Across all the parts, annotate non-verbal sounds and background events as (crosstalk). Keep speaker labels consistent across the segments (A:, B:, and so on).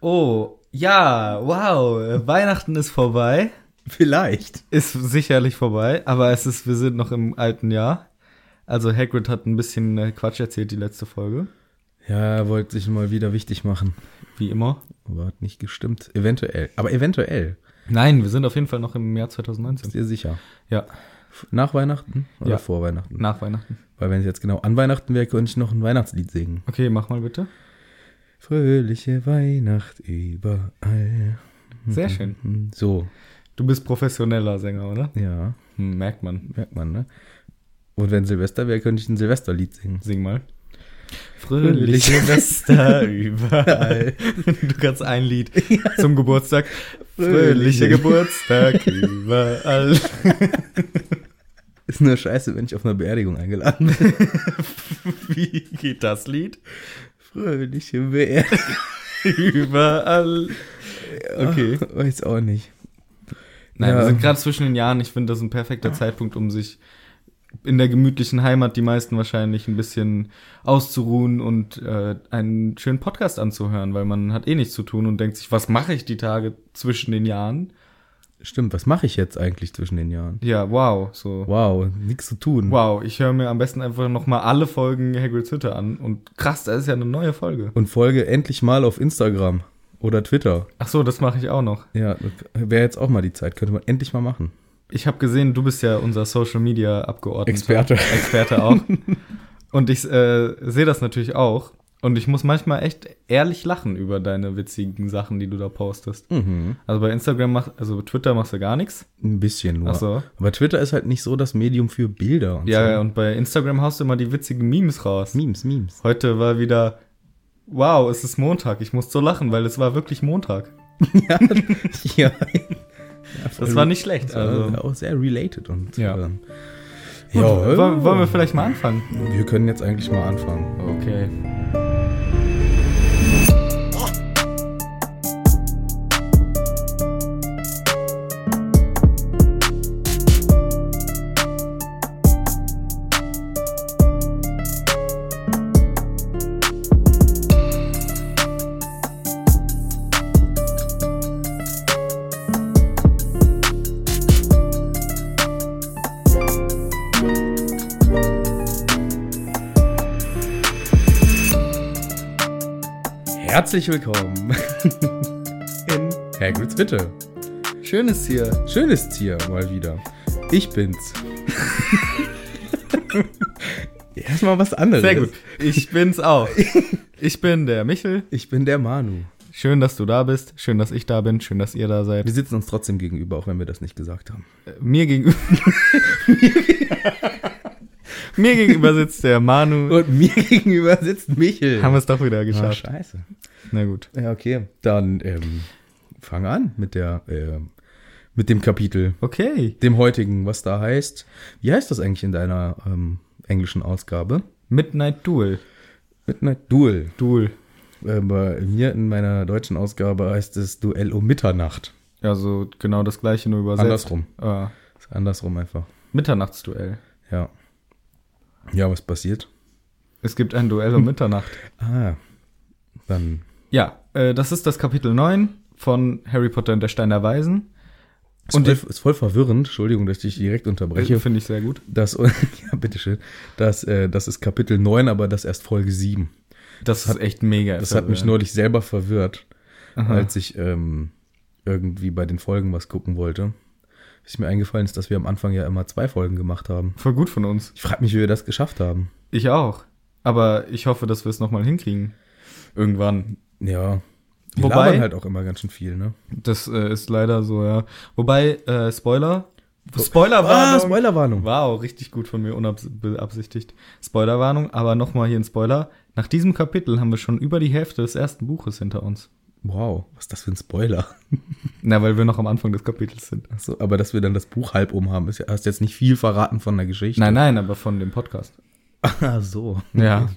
A: Oh, ja, wow, Weihnachten ist vorbei.
B: Vielleicht.
A: Ist sicherlich vorbei, aber es ist, wir sind noch im alten Jahr. Also Hagrid hat ein bisschen äh, Quatsch erzählt, die letzte Folge.
B: Ja, er wollte sich mal wieder wichtig machen.
A: Wie immer.
B: Aber hat nicht gestimmt. Eventuell. Aber eventuell.
A: Nein, wir sind auf jeden Fall noch im Jahr
B: Ist
A: 2019.
B: ihr sicher?
A: Ja,
B: Nach Weihnachten oder
A: Ja.
B: vor Weihnachten?
A: nach Weihnachten.
B: Weil wenn es jetzt genau an Weihnachten wäre, könnte ich noch ein Weihnachtslied singen.
A: Okay, mach mal bitte.
B: Fröhliche Weihnacht überall.
A: Sehr schön.
B: Hm, So,
A: Du bist professioneller Sänger, oder?
B: ja,
A: Hm, merkt man.
B: merkt man, ne? Und wenn Silvester wäre, könnte ich ein Silversterlied singen.
A: Sing mal. Fröhliche
B: Fröhliche
A: Silvester überall. (laughs) Du kannst ein
B: (laughs)
A: Lied zum Geburtstag.
B: Fröhliche
A: Fröhliche
B: (laughs)
A: Geburtstag überall.
B: Ist nur scheiße, wenn ich auf einer Beerdigung eingeladen bin. (laughs)
A: Wie geht das Lied?
B: Fröhliche Beerdigung.
A: Überall. Okay.
B: Weiß auch nicht.
A: Nein, wir
B: Ja.
A: sind gerade zwischen den Jahren. Ich finde, das ist ein perfekter Zeitpunkt, um sich in der gemütlichen Heimat, die meisten wahrscheinlich, ein bisschen auszuruhen und äh, einen schönen Podcast anzuhören, weil man hat eh nichts zu tun und denkt sich, was mache ich die Tage zwischen den Jahren?
B: Stimmt, was mache ich jetzt eigentlich zwischen den Jahren?
A: Ja, wow, so.
B: Wow, nichts zu tun.
A: Wow, ich höre mir am besten einfach nochmal alle Folgen Hagrid's Hütte an und krass, da ist ja eine neue Folge.
B: Und folge endlich mal auf Instagram oder Twitter.
A: Ach so, das mache ich auch noch.
B: Ja, wäre jetzt auch mal die Zeit, könnte man endlich mal machen.
A: Ich habe gesehen, du bist ja unser Social Media Abgeordneter.
B: Experte.
A: Experte auch. Und ich äh, sehe das natürlich auch. Und ich muss manchmal echt ehrlich lachen über deine witzigen Sachen, die du da postest.
B: Mhm.
A: Also bei Instagram machst, also Twitter machst du gar nichts.
B: Ein bisschen nur.
A: Ach so.
B: Aber Twitter ist halt nicht so das Medium für Bilder und
A: Ja,
B: so.
A: ja, und bei Instagram haust du immer die witzigen Memes raus.
B: Memes,
A: (laughs)
B: Memes.
A: Heute war wieder, wow, es ist Montag. Ich muss so lachen, weil es war wirklich Montag.
B: ja.
A: Das war nicht schlecht.
B: Das war
A: Also,
B: auch sehr related und
A: Ja.
B: ähm,
A: gut,
B: ja, oh.
A: wollen, wollen wir vielleicht mal anfangen?
B: wir können jetzt eigentlich mal anfangen.
A: Okay.
B: Herzlich willkommen (laughs) in Hagrid's Hütte.
A: Schön ist hier.
B: Schön ist's hier mal wieder. Ich bin's. (laughs) Erstmal was anderes.
A: Sehr gut. Ich bin's auch. (laughs) Ich bin der Michel.
B: Ich bin der Manu.
A: Schön, dass du da bist. Schön, dass ich da bin. Schön, dass ihr da seid.
B: Wir sitzen uns trotzdem gegenüber, auch wenn wir das nicht gesagt haben.
A: Mir gegenüber. (laughs) Mir gegenüber sitzt der Manu.
B: Und mir (laughs) gegenüber sitzt Michel.
A: Haben wir es doch wieder
B: ah,
A: geschafft.
B: scheiße.
A: Na gut.
B: Ja, okay. Dann ähm, fang an mit der ähm, mit dem Kapitel,
A: Okay.
B: dem heutigen, was da heißt. Wie heißt das eigentlich in deiner ähm, englischen Ausgabe?
A: Midnight Duel.
B: Midnight Duel.
A: Duel.
B: Äh, bei mir in meiner deutschen Ausgabe heißt es Duell um Mitternacht.
A: Also genau das gleiche, nur übersetzt.
B: Andersrum.
A: Andersrum.
B: Ist andersrum einfach.
A: Mitternachtsduell.
B: Ja. Ja, was passiert?
A: Es gibt ein Duell (laughs) um Mitternacht.
B: Ah. Dann
A: Ja, äh, das ist das Kapitel 9 von Harry Potter und der Stein der Weisen.
B: ist,
A: Und Äh,
B: voll, ist voll verwirrend, Entschuldigung, dass ich dich direkt unterbreche.
A: Finde ich sehr gut.
B: Das, (laughs) ja, bitteschön. Das, äh, das ist Kapitel 9, aber das erst Folge 7.
A: Das, ist echt mega.
B: Das hat mich neulich selber verwirrt,
A: Aha.
B: als ich ähm, irgendwie bei den Folgen was gucken wollte. Was mir eingefallen ist, dass wir am Anfang ja immer zwei Folgen gemacht haben.
A: voll gut von uns.
B: Ich frage mich, wie wir das geschafft haben.
A: Ich auch. Aber ich hoffe, dass wir es nochmal hinkriegen. Irgendwann.
B: Ja. Wir
A: Wobei-
B: labern halt auch immer ganz schön viel, ne?
A: Das äh, ist leider so, ja. Wobei, äh, Spoiler. Ah,
B: Ah,
A: Spoilerwarnung.
B: Spoilerwarnung.
A: wow, richtig gut von mir unabsichtigt. Spoilerwarnung, aber nochmal hier ein Spoiler. Nach diesem Kapitel haben wir schon über die Hälfte des ersten Buches hinter uns.
B: Wow, was ist das für ein Spoiler?
A: Na, weil wir noch am Anfang des Kapitels sind.
B: Ach So, aber dass wir dann das Buch halb oben haben, ist ja, hast jetzt nicht viel verraten von der Geschichte. (laughs)
A: Nein, nein, aber von dem Podcast.
B: Ah, so.
A: Ja.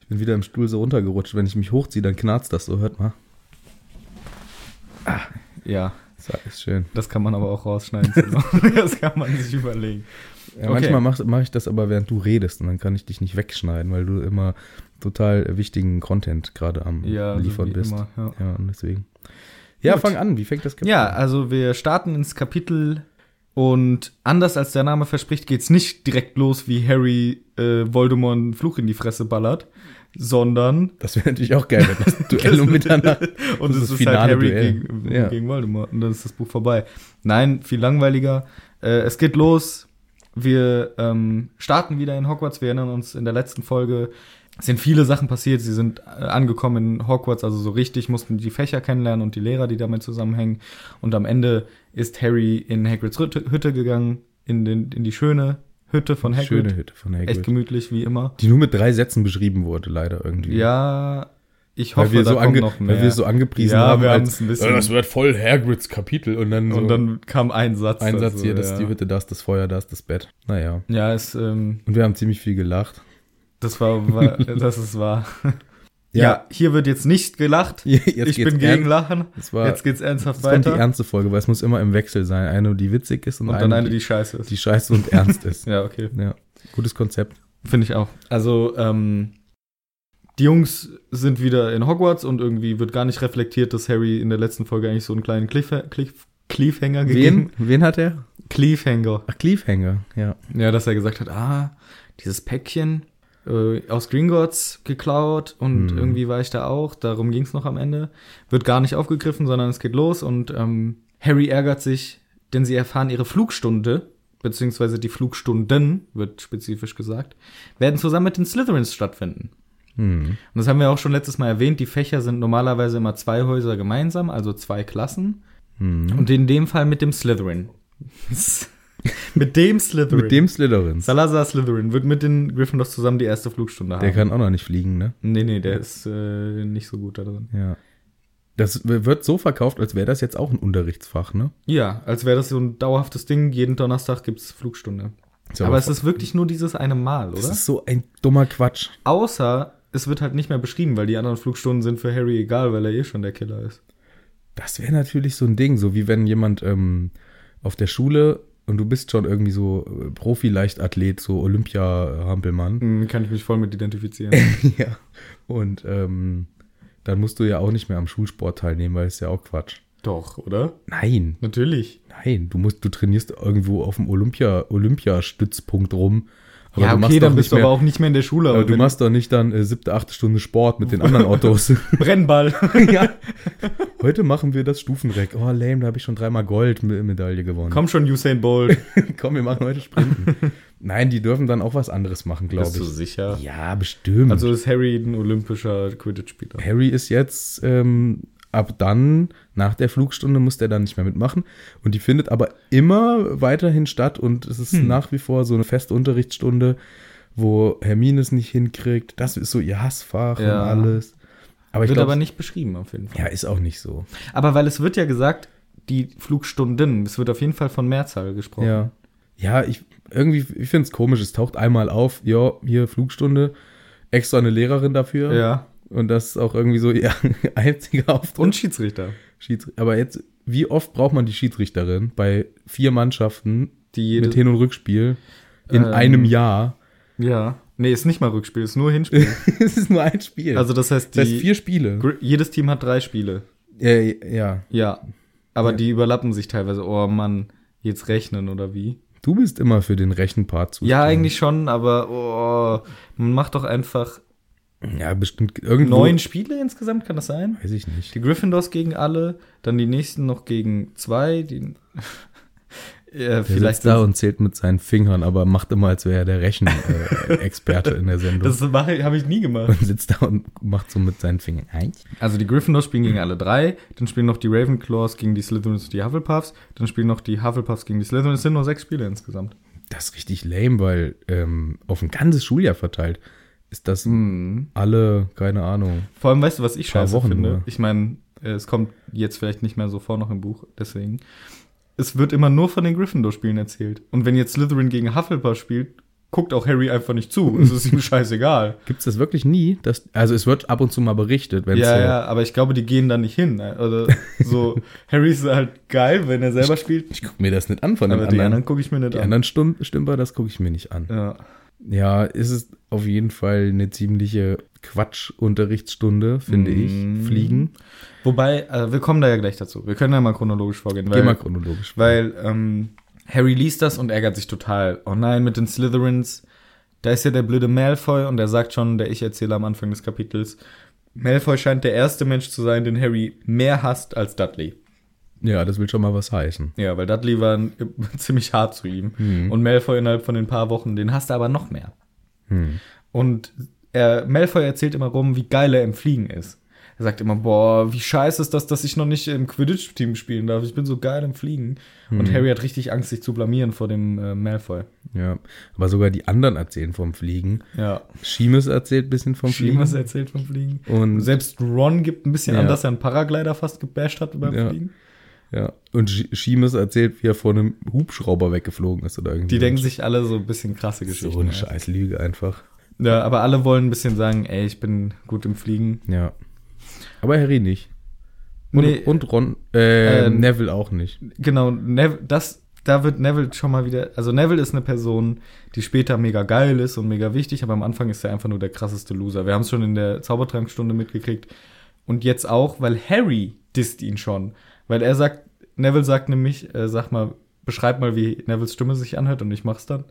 B: Ich bin wieder im Stuhl so runtergerutscht. Wenn ich mich hochziehe, dann knarzt das so, hört mal.
A: Ja.
B: So, ist schön.
A: (laughs) Das kann man aber auch rausschneiden. das kann man sich überlegen.
B: Ja, Manchmal mache mach ich das aber, während du redest und dann kann ich dich nicht wegschneiden, weil du immer total wichtigen Content gerade am
A: Ja, so
B: liefern
A: wie
B: bist.
A: immer, ja.
B: ja. und deswegen. Ja,
A: Gut.
B: fang an, wie fängt das Kapitel
A: Ja,
B: an?
A: also wir starten ins Kapitel und anders als der Name verspricht, geht's nicht direkt los, wie Harry äh, Voldemort einen Fluch in die Fresse ballert, sondern
B: Das wäre natürlich auch geil,
A: (laughs)
B: wenn das Duell um Mitternacht.
A: und
B: Das
A: es
B: ist das
A: ist halt
B: finale
A: Harry
B: Duell.
A: gegen,
B: Ja.
A: gegen Voldemort und dann ist das Buch vorbei. Nein, viel langweiliger. Äh, es geht los. Wir ähm, starten wieder in Hogwarts. Wir erinnern uns in der letzten Folge es sind viele Sachen passiert. Sie sind äh, angekommen in Hogwarts, also so richtig mussten die Fächer kennenlernen und die Lehrer, die damit zusammenhängen. Und am Ende ist Harry in Hagrids Hütte Hütte gegangen, in, den, in die schöne Hütte (laughs) von Hagrid.
B: Schöne Hütte von Hagrid.
A: Echt gemütlich wie immer.
B: die nur mit drei Sätzen beschrieben wurde, leider irgendwie.
A: Ja, ich hoffe,
B: weil wir, so
A: kommt
B: ange weil wir so angepriesen
A: Ja,
B: haben,
A: wir haben
B: als,
A: es ein bisschen.
B: "Ja, (laughs) das wird voll Hagrids Kapitel und dann, so
A: Und dann kam ein Satz.
B: ein Satz
A: dazu,
B: hier, das
A: ja.
B: ist die Hütte, das ist das Feuer, das ist das Bett. Naja.
A: Ja, es, ähm,
B: Und wir haben ziemlich viel gelacht.
A: das war,
B: (laughs)
A: war das ist wahr. Ja. hier wird jetzt nicht gelacht.
B: Jetzt geht's
A: ich bin gegen
B: ernst.
A: Lachen.
B: Es war-
A: jetzt geht's ernsthaft
B: Das kommt die
A: weiter.
B: ernste Folge, weil es muss immer im Wechsel sein. Eine, die witzig ist und,
A: und dann eine, die scheiße
B: die,
A: ist.
B: die scheiße und ernst
A: (laughs)
B: ist.
A: ja, okay.
B: Ja. Gutes Konzept.
A: Finde ich auch. Also, ähm, die Jungs sind wieder in Hogwarts und irgendwie wird gar nicht reflektiert, dass Harry in der letzten Folge eigentlich so einen kleinen Cliffha- Cliff Cliffhanger gegeben
B: Wen, wen hat er?
A: Cliffhanger.
B: Ach, Cliffhanger, ja.
A: Ja, dass er gesagt hat, ah, dieses Päckchen äh, aus Gringotts geklaut und
B: Hm.
A: irgendwie war ich da auch, darum ging's noch am Ende. Wird gar nicht aufgegriffen, sondern es geht los und ähm, Harry ärgert sich, denn sie erfahren ihre Flugstunde, beziehungsweise die Flugstunden, wird spezifisch gesagt, werden zusammen mit den Slytherins stattfinden.
B: Hm.
A: Und das haben wir auch schon letztes Mal erwähnt, die Fächer sind normalerweise immer zwei Häuser gemeinsam, also zwei Klassen.
B: Hm.
A: Und in dem Fall mit dem Slytherin. (laughs) mit dem Slytherin.
B: Mit dem Slytherin.
A: Salazar Slytherin wird mit den Gryffindors zusammen die erste Flugstunde haben.
B: Der kann auch noch nicht fliegen, ne?
A: nee, nee, der ist äh, nicht so gut da drin.
B: Ja. Das wird so verkauft, als wäre das jetzt auch ein Unterrichtsfach, ne?
A: Ja, als wäre das so ein dauerhaftes Ding. Jeden Donnerstag gibt's Flugstunde.
B: Ist
A: Aber, es ist wirklich nur dieses eine Mal,
B: das
A: oder?
B: ist so ein dummer Quatsch.
A: Außer es wird halt nicht mehr beschrieben, weil die anderen Flugstunden sind für Harry egal, weil er eh schon der Killer ist.
B: Das wäre natürlich so ein Ding, so wie wenn jemand ähm, auf der Schule und du bist schon irgendwie so äh, Profi-Leichtathlet, so Olympia-Hampelmann.
A: Hm, kann ich mich voll mit
B: (laughs)
A: identifizieren.
B: ja. Und ähm, dann musst du ja auch nicht mehr am Schulsport teilnehmen, weil es ist ja auch Quatsch.
A: Doch, oder?
B: Nein,
A: Natürlich.
B: nein, du musst, du trainierst irgendwo auf dem Olympia, Olympiastützpunkt rum. Aber
A: ja,
B: du
A: okay,
B: machst
A: dann bist
B: doch nicht
A: du
B: mehr,
A: aber auch nicht mehr in der Schule.
B: aber du
A: wenn-
B: machst doch nicht dann äh, siebte, achte Stunde
A: (laughs)
B: Sport mit den anderen (laughs) Autos.
A: Brennball.
B: (laughs) ja. Heute machen wir das Stufenreck. Oh, lame, da habe ich schon dreimal Goldmedaille gewonnen.
A: Komm schon, Usain Bolt.
B: (laughs) Komm, wir machen
A: (laughs)
B: heute Sprinten. Nein, die dürfen dann auch was anderes machen, glaube ich.
A: sicher?
B: Ja, bestimmt.
A: Also ist Harry ein olympischer Quidditch-Spieler.
B: Harry ist jetzt ähm, ab dann, nach der Flugstunde, muss der dann nicht mehr mitmachen. Und die findet aber immer weiterhin statt und es
A: Hm.
B: ist nach wie vor so eine feste Unterrichtsstunde, wo Hermine es nicht hinkriegt. Das ist so ihr Hassfach
A: Ja.
B: und alles. Aber ich
A: Wird aber
B: glaube,
A: nicht beschrieben auf jeden Fall.
B: ja, ist auch nicht so.
A: Aber weil es wird ja gesagt, die Flugstunden, es wird auf jeden Fall von Mehrzahl gesprochen.
B: Ja. Ja, ich irgendwie, ich finde es komisch. Es taucht einmal auf, ja, hier Flugstunde, extra eine Lehrerin dafür.
A: Ja.
B: Und das ist auch irgendwie so ihr (laughs) einziger Auftritt.
A: Und Schiedsrichter,
B: Schieds- Aber jetzt, wie oft braucht man die Schiedsrichterin bei vier Mannschaften
A: die jede,
B: mit Hin- und Rückspiel in
A: Ähm. (laughs)
B: einem Jahr?
A: Ja. Nee, ist nicht mal Rückspiel, ist nur Hinspiel.
B: es ist nur ein Spiel.
A: also das heißt, die,
B: das heißt vier Spiele.
A: Gr- jedes Team hat drei Spiele.
B: Äh, ja,
A: Ja. Aber
B: Ja.
A: die überlappen sich teilweise. Oh Mann, jetzt rechnen oder wie?
B: du bist immer für den Rechenpart zuständig.
A: Ja, eigentlich schon, aber oh, man macht doch einfach
B: Ja, bestimmt irgendwo.
A: neun Spiele insgesamt, kann das sein?
B: Weiß ich nicht.
A: Die Gryffindors gegen alle, dann die nächsten noch gegen zwei, die (laughs) äh,
B: Der
A: vielleicht
B: sitzt da und zählt mit seinen Fingern, aber macht immer, als wäre er
A: (laughs)
B: der Rechenexperte äh, Experte in der Sendung.
A: Das habe ich nie gemacht.
B: und sitzt da und macht so mit seinen Fingern. Eins.
A: Also die Gryffindors spielen gegen alle drei, dann spielen noch die Ravenclaws gegen die Slytherins und die Hufflepuffs, dann spielen noch die Hufflepuffs gegen die Slytherins. Es sind nur sechs Spiele insgesamt.
B: Das ist richtig lame, weil ähm, auf ein ganzes Schuljahr verteilt ist das alle, keine Ahnung.
A: Vor allem, weißt du, was ich
B: Mhm. Paar
A: scheiße
B: Wochen
A: finde?
B: nur.
A: Ich meine, äh, es kommt jetzt vielleicht nicht mehr so vor noch im Buch, deswegen. Es wird immer nur von den Gryffindor-Spielen erzählt. Und wenn jetzt Slytherin gegen Hufflepuff spielt, guckt auch Harry einfach nicht zu. Es
B: (laughs)
A: ist ihm scheißegal.
B: Gibt es das wirklich nie? Dass, also es wird ab und zu mal berichtet, wenn
A: Ja,
B: so,
A: ja, aber ich glaube, die gehen da nicht hin. Also
B: (laughs)
A: so, Harry ist halt geil, wenn er selber spielt.
B: Ich gucke mir das nicht an von den
A: Aber
B: anderen.
A: die anderen gucke ich mir nicht
B: die
A: an.
B: anderen Stum Stümper, das gucke ich mir nicht an.
A: Ja.
B: Ja, ist es auf jeden Fall eine ziemliche Quatsch-Unterrichtsstunde, finde
A: Mhm.
B: ich. Fliegen.
A: Wobei, äh, wir kommen da ja gleich dazu. Wir können da mal chronologisch vorgehen.
B: Geh
A: weil-
B: mal chronologisch.
A: Weil ähm, Harry liest das und ärgert sich total. Oh nein, mit den Slytherins. Da ist ja der blöde Malfoy und er sagt schon, der Ich-Erzähler am Anfang des Kapitels, Malfoy scheint der erste Mensch zu sein, den Harry mehr hasst als Dudley.
B: ja, das will schon mal was heißen.
A: Ja, weil Dudley war äh, (laughs) ziemlich hart zu ihm.
B: Mhm.
A: Und Malfoy innerhalb von den paar Wochen, den hasst er aber noch mehr.
B: Mhm.
A: Und er, Malfoy erzählt immer rum, wie geil er im Fliegen ist. Er sagt immer, boah, wie scheiße ist das, dass ich noch nicht im Quidditch-Team spielen darf. Ich bin so geil im Fliegen.
B: Mhm.
A: Und Harry hat richtig Angst, sich zu blamieren vor dem äh, Malfoy.
B: Ja. Aber sogar die anderen erzählen vom Fliegen.
A: Ja.
B: Schiemes erzählt ein bisschen vom
A: Schlimmes
B: Fliegen.
A: erzählt vom Fliegen. Und
B: Und,
A: selbst Ron gibt ein bisschen
B: Ja.
A: an, dass er einen Paraglider fast gebasht hat beim
B: Ja.
A: Fliegen.
B: ja. Und Sch- Schiemes erzählt, wie er vor einem Hubschrauber weggeflogen ist oder irgendwie.
A: Die denken sich alle so ein bisschen krasse Geschichten.
B: so eine
A: aus.
B: scheiß Lüge einfach.
A: Ja, aber alle wollen ein bisschen sagen, ey, ich bin gut im Fliegen.
B: Ja. Aber Harry nicht. Und,
A: Nee.
B: und Ron, äh,
A: Ähm,
B: Neville auch nicht.
A: Genau, Nev das, da wird Neville schon mal wieder. Also Neville ist eine Person, die später mega geil ist und mega wichtig, aber am Anfang ist er einfach nur der krasseste Loser. Wir haben es schon in der Zaubertrankstunde mitgekriegt. Und jetzt auch, weil Harry disst ihn schon. Weil er sagt, Neville sagt nämlich, äh, sag mal, beschreib mal, wie Nevilles Stimme sich anhört und ich mach's dann.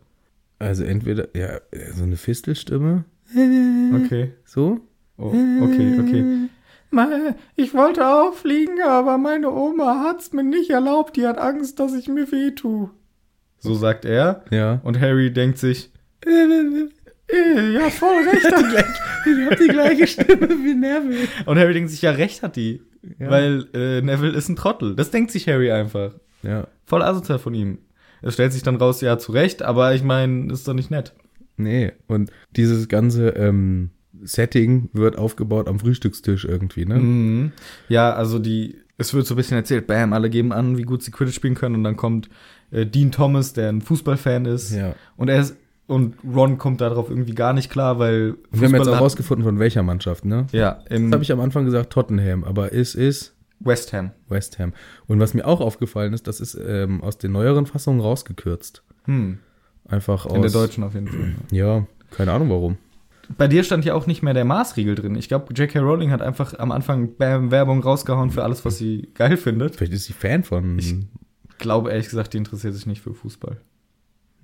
B: Also entweder, ja, so eine Fistelstimme.
A: Okay.
B: So?
A: Oh, okay, okay. Ich wollte auch fliegen, aber meine Oma hat's mir nicht erlaubt. Die hat Angst, dass ich mir weh tue. So sagt er.
B: Ja.
A: Und Harry denkt sich,
B: Ich
A: "Äh, ja, voll recht. hat
B: hab die gleiche Stimme wie Neville.
A: (laughs) die." und Harry denkt sich, ja, recht hat die.
B: Ja.
A: Weil äh, Neville ist ein Trottel. Das denkt sich Harry einfach.
B: Ja.
A: Voll asozial von ihm. Es stellt sich dann raus, ja, zu Recht, aber ich meine, ist doch nicht nett.
B: Nee. Und dieses ganze ähm, Setting wird aufgebaut am Frühstückstisch irgendwie, ne?
A: Mhm. Ja, also die, es wird so ein bisschen erzählt, bam, alle geben an, wie gut sie Quidditch spielen können und dann kommt äh, Dean Thomas, der ein Fußballfan ist.
B: Ja.
A: Und er ist, und Ron kommt darauf irgendwie gar nicht klar, weil
B: Wir haben jetzt
A: Fußballer-
B: auch rausgefunden, von welcher Mannschaft, ne?
A: ja,
B: Das habe
A: im
B: ich am Anfang gesagt, Tottenham, aber es ist
A: West Ham.
B: West Ham. Und was mir auch aufgefallen ist, das ist ähm, aus den neueren Fassungen rausgekürzt.
A: Hm.
B: Einfach aus.
A: In der deutschen auf jeden Fall.
B: Ja, keine Ahnung warum.
A: Bei dir stand ja auch nicht mehr der Maßriegel drin. Ich glaube, J.K. Rowling hat einfach am Anfang bam, Werbung rausgehauen für alles, was sie geil findet.
B: Vielleicht ist sie Fan von.
A: Ich glaube ehrlich gesagt, die interessiert sich nicht für Fußball.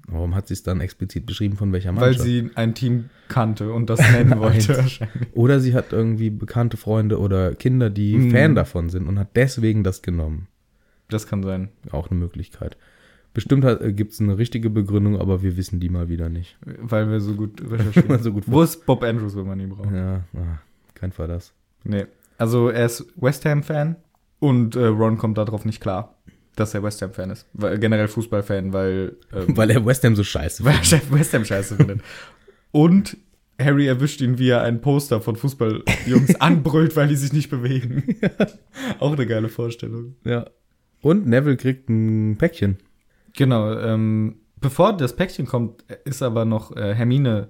B: warum hat sie es dann explizit beschrieben, von welcher
A: Weil
B: Mannschaft?
A: sie ein Team kannte und das
B: (laughs)
A: nennen wollte.
B: Eins. Oder sie hat irgendwie bekannte Freunde oder Kinder, die Fan davon sind und hat deswegen das genommen.
A: das kann sein.
B: Auch eine Möglichkeit. Bestimmt gibt es eine richtige Begründung, aber wir wissen die mal wieder nicht.
A: Weil wir so gut
B: (laughs)
A: recherchieren.
B: So gut-
A: Wo ist Bob Andrews, wenn man ihn braucht?
B: Ja, ah, kein Fall das. (laughs)
A: Nee. Also er ist West Ham-Fan und äh, Ron kommt darauf nicht klar, dass er West Ham-Fan ist. Weil, generell Fußball-Fan, weil, ähm,
B: Weil er West Ham so scheiße
A: weil er West Ham scheiße findet. Und Harry erwischt ihn, wie er ein Poster von (laughs) Fußballjungs anbrüllt, weil die sich nicht (laughs) bewegen. Auch eine geile Vorstellung.
B: Ja. Und Neville kriegt ein Päckchen.
A: Genau, ähm, bevor das Päckchen kommt, ist aber noch äh, Hermine.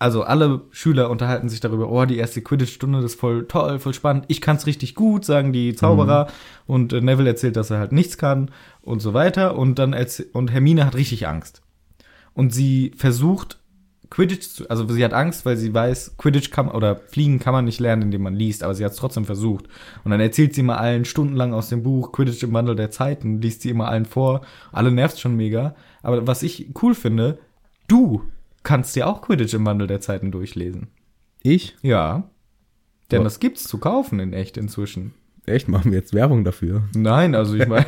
A: Also alle Schüler unterhalten sich darüber, oh, die erste Quidditch-Stunde, das ist voll toll, voll spannend. Ich kann's richtig gut, sagen die Zauberer. Und äh, Neville erzählt, dass er halt nichts kann und so weiter. Und dann erz- und Hermine hat richtig Angst. Und sie versucht Quidditch zu, also sie hat Angst, weil sie weiß, Quidditch kann oder Fliegen kann man nicht lernen, indem man liest, aber sie hat es trotzdem versucht. Und dann erzählt sie immer allen stundenlang aus dem Buch Quidditch im Wandel der Zeiten, liest sie immer allen vor. Alle nervt schon mega. Aber was ich cool finde, du kannst dir auch Quidditch im Wandel der Zeiten durchlesen.
B: Ich?
A: Ja. Denn
B: Wa-
A: das gibt's zu kaufen in echt inzwischen.
B: Echt, machen wir jetzt Werbung dafür.
A: Nein, also ich (laughs) meine,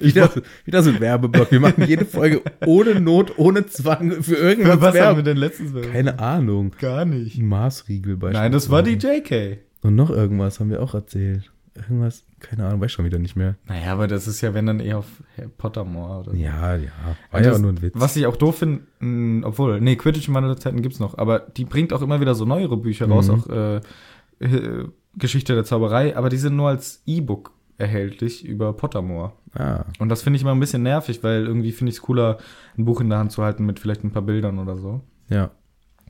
B: Wieder, wieder so ein Werbeblock. Wir machen jede Folge ohne Not, ohne Zwang für irgendwas
A: was haben wir
B: Werbung.
A: denn letztens? Keine.
B: Keine Ahnung.
A: Gar nicht.
B: Ein Maßriegel beispielsweise.
A: Nein, das war die JK.
B: Und noch irgendwas haben wir auch erzählt. Irgendwas, keine Ahnung, weiß schon wieder nicht mehr.
A: Naja, aber das ist ja, wenn dann eher auf Harry Pottermore oder so.
B: Ja, ja. War
A: Und
B: ja
A: das-
B: nur ein Witz.
A: Also Was ich auch doof finde, mh, obwohl, nee, Quidditch in meiner Zeiten gibt's noch, aber die bringt auch immer wieder so neuere Bücher raus, auch äh, äh, Geschichte der Zauberei, aber die sind nur als E-Book erhältlich über Pottermore.
B: Ah.
A: Und das finde ich immer ein bisschen nervig, weil irgendwie finde ich es cooler, ein Buch in der Hand zu halten mit vielleicht ein paar Bildern oder so.
B: Ja.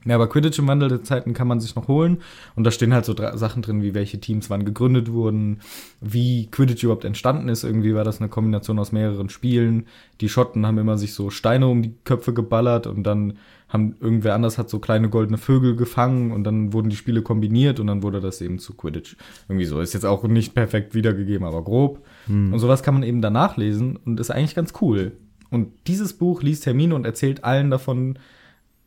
A: Ja, aber Quidditch im Wandel der Zeiten kann man sich noch holen. Und da stehen halt so drei Sachen drin, wie welche Teams wann gegründet wurden, wie Quidditch überhaupt entstanden ist. Irgendwie war das eine Kombination aus mehreren Spielen. Die Schotten haben immer sich so Steine um die Köpfe geballert und dann haben irgendwer anders hat so kleine goldene Vögel gefangen und dann wurden die Spiele kombiniert und dann wurde das eben zu Quidditch. Irgendwie so. Ist jetzt auch nicht perfekt wiedergegeben, aber grob. Und sowas kann man eben danach lesen und ist eigentlich ganz cool. Und dieses Buch liest Hermine und erzählt allen davon,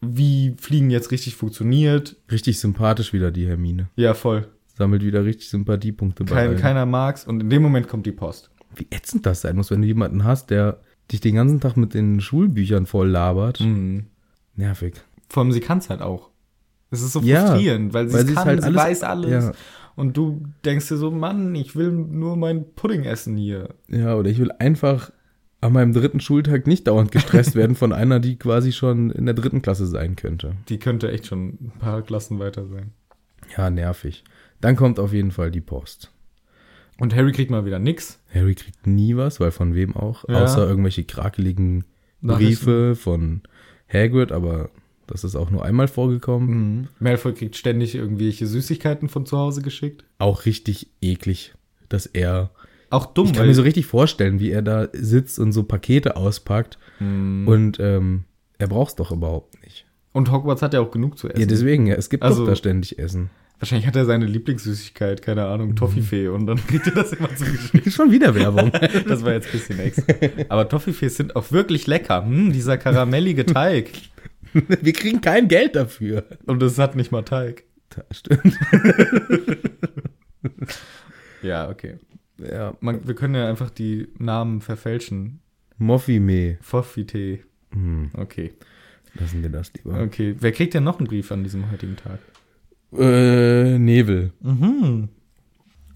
A: wie Fliegen jetzt richtig funktioniert.
B: Richtig sympathisch wieder die Hermine.
A: Ja, voll.
B: Sammelt wieder richtig Sympathiepunkte bei
A: Kein,
B: allen.
A: keiner mag's und in dem Moment kommt die Post.
B: Wie ätzend das sein muss, wenn du jemanden hast, der dich den ganzen Tag mit den Schulbüchern voll labert.
A: Mhm.
B: Nervig.
A: Vor allem sie kann's halt auch. Es ist so
B: Ja,
A: frustrierend, weil sie
B: weil
A: es
B: sie's
A: kann,
B: halt
A: sie
B: alles-
A: weiß alles.
B: ja.
A: Und du denkst dir so, Mann, ich will nur meinen Pudding essen hier.
B: Ja, oder ich will einfach an meinem dritten Schultag nicht dauernd gestresst werden von einer, die quasi schon in der dritten Klasse sein könnte.
A: Die könnte echt schon ein paar Klassen weiter sein.
B: Ja, nervig. Dann kommt auf jeden Fall die Post.
A: Und Harry kriegt mal wieder nix.
B: Harry kriegt nie was, weil von wem auch,
A: Ja.
B: außer irgendwelche krakeligen
A: Nachrichten.
B: Briefe von Hagrid, aber das ist auch nur einmal vorgekommen.
A: Hm. Malfoy kriegt ständig irgendwelche Süßigkeiten von zu Hause geschickt.
B: Auch richtig eklig, dass er
A: Auch dumm,
B: Ich kann mir so richtig vorstellen, wie er da sitzt und so Pakete auspackt
A: Hm.
B: und ähm, er braucht's doch überhaupt nicht.
A: und Hogwarts hat ja auch genug zu essen.
B: Ja, deswegen, ja, es gibt
A: Also-
B: doch da ständig Essen. (laughs)
A: Wahrscheinlich hat er seine Lieblingssüßigkeit, keine
B: Mhm.
A: Ahnung, Toffifee und dann (laughs) kriegt er das
B: (laughs)
A: immer zugeschickt.
B: Schon wieder Werbung.
A: (laughs) Das war jetzt ein bisschen extra. Aber Toffifees sind auch wirklich lecker. Hm, dieser karamellige Teig.
B: Wir kriegen kein Geld dafür. (laughs)
A: Und es hat nicht mal Teig.
B: Da stimmt.
A: Ja, okay.
B: Ja.
A: Man, wir können ja einfach die Namen verfälschen.
B: Moffime.
A: Foffitee.
B: Hm,
A: Okay.
B: lassen wir das lieber.
A: Okay. Wer kriegt denn noch einen Brief an diesem heutigen Tag?
B: Äh, Nebel.
A: Mhm.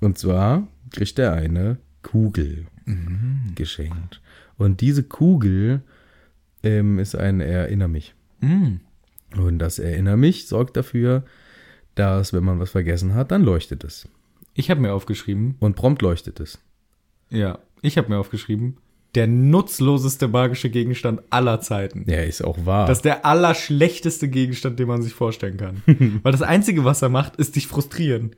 B: Und zwar kriegt er eine Kugel
A: Mhm.
B: geschenkt. Und diese Kugel ähm, ist ein Erinner mich.
A: Mhm.
B: Und das Erinner mich sorgt dafür, dass wenn man was vergessen hat, dann leuchtet es.
A: Ich habe mir aufgeschrieben.
B: Und prompt leuchtet es.
A: Ja, ich habe mir aufgeschrieben. Der nutzloseste magische Gegenstand aller Zeiten.
B: Ja, ist auch wahr.
A: Das ist der allerschlechteste Gegenstand, den man sich vorstellen
B: (laughs)
A: kann. Weil das Einzige, was er macht, ist dich frustrieren.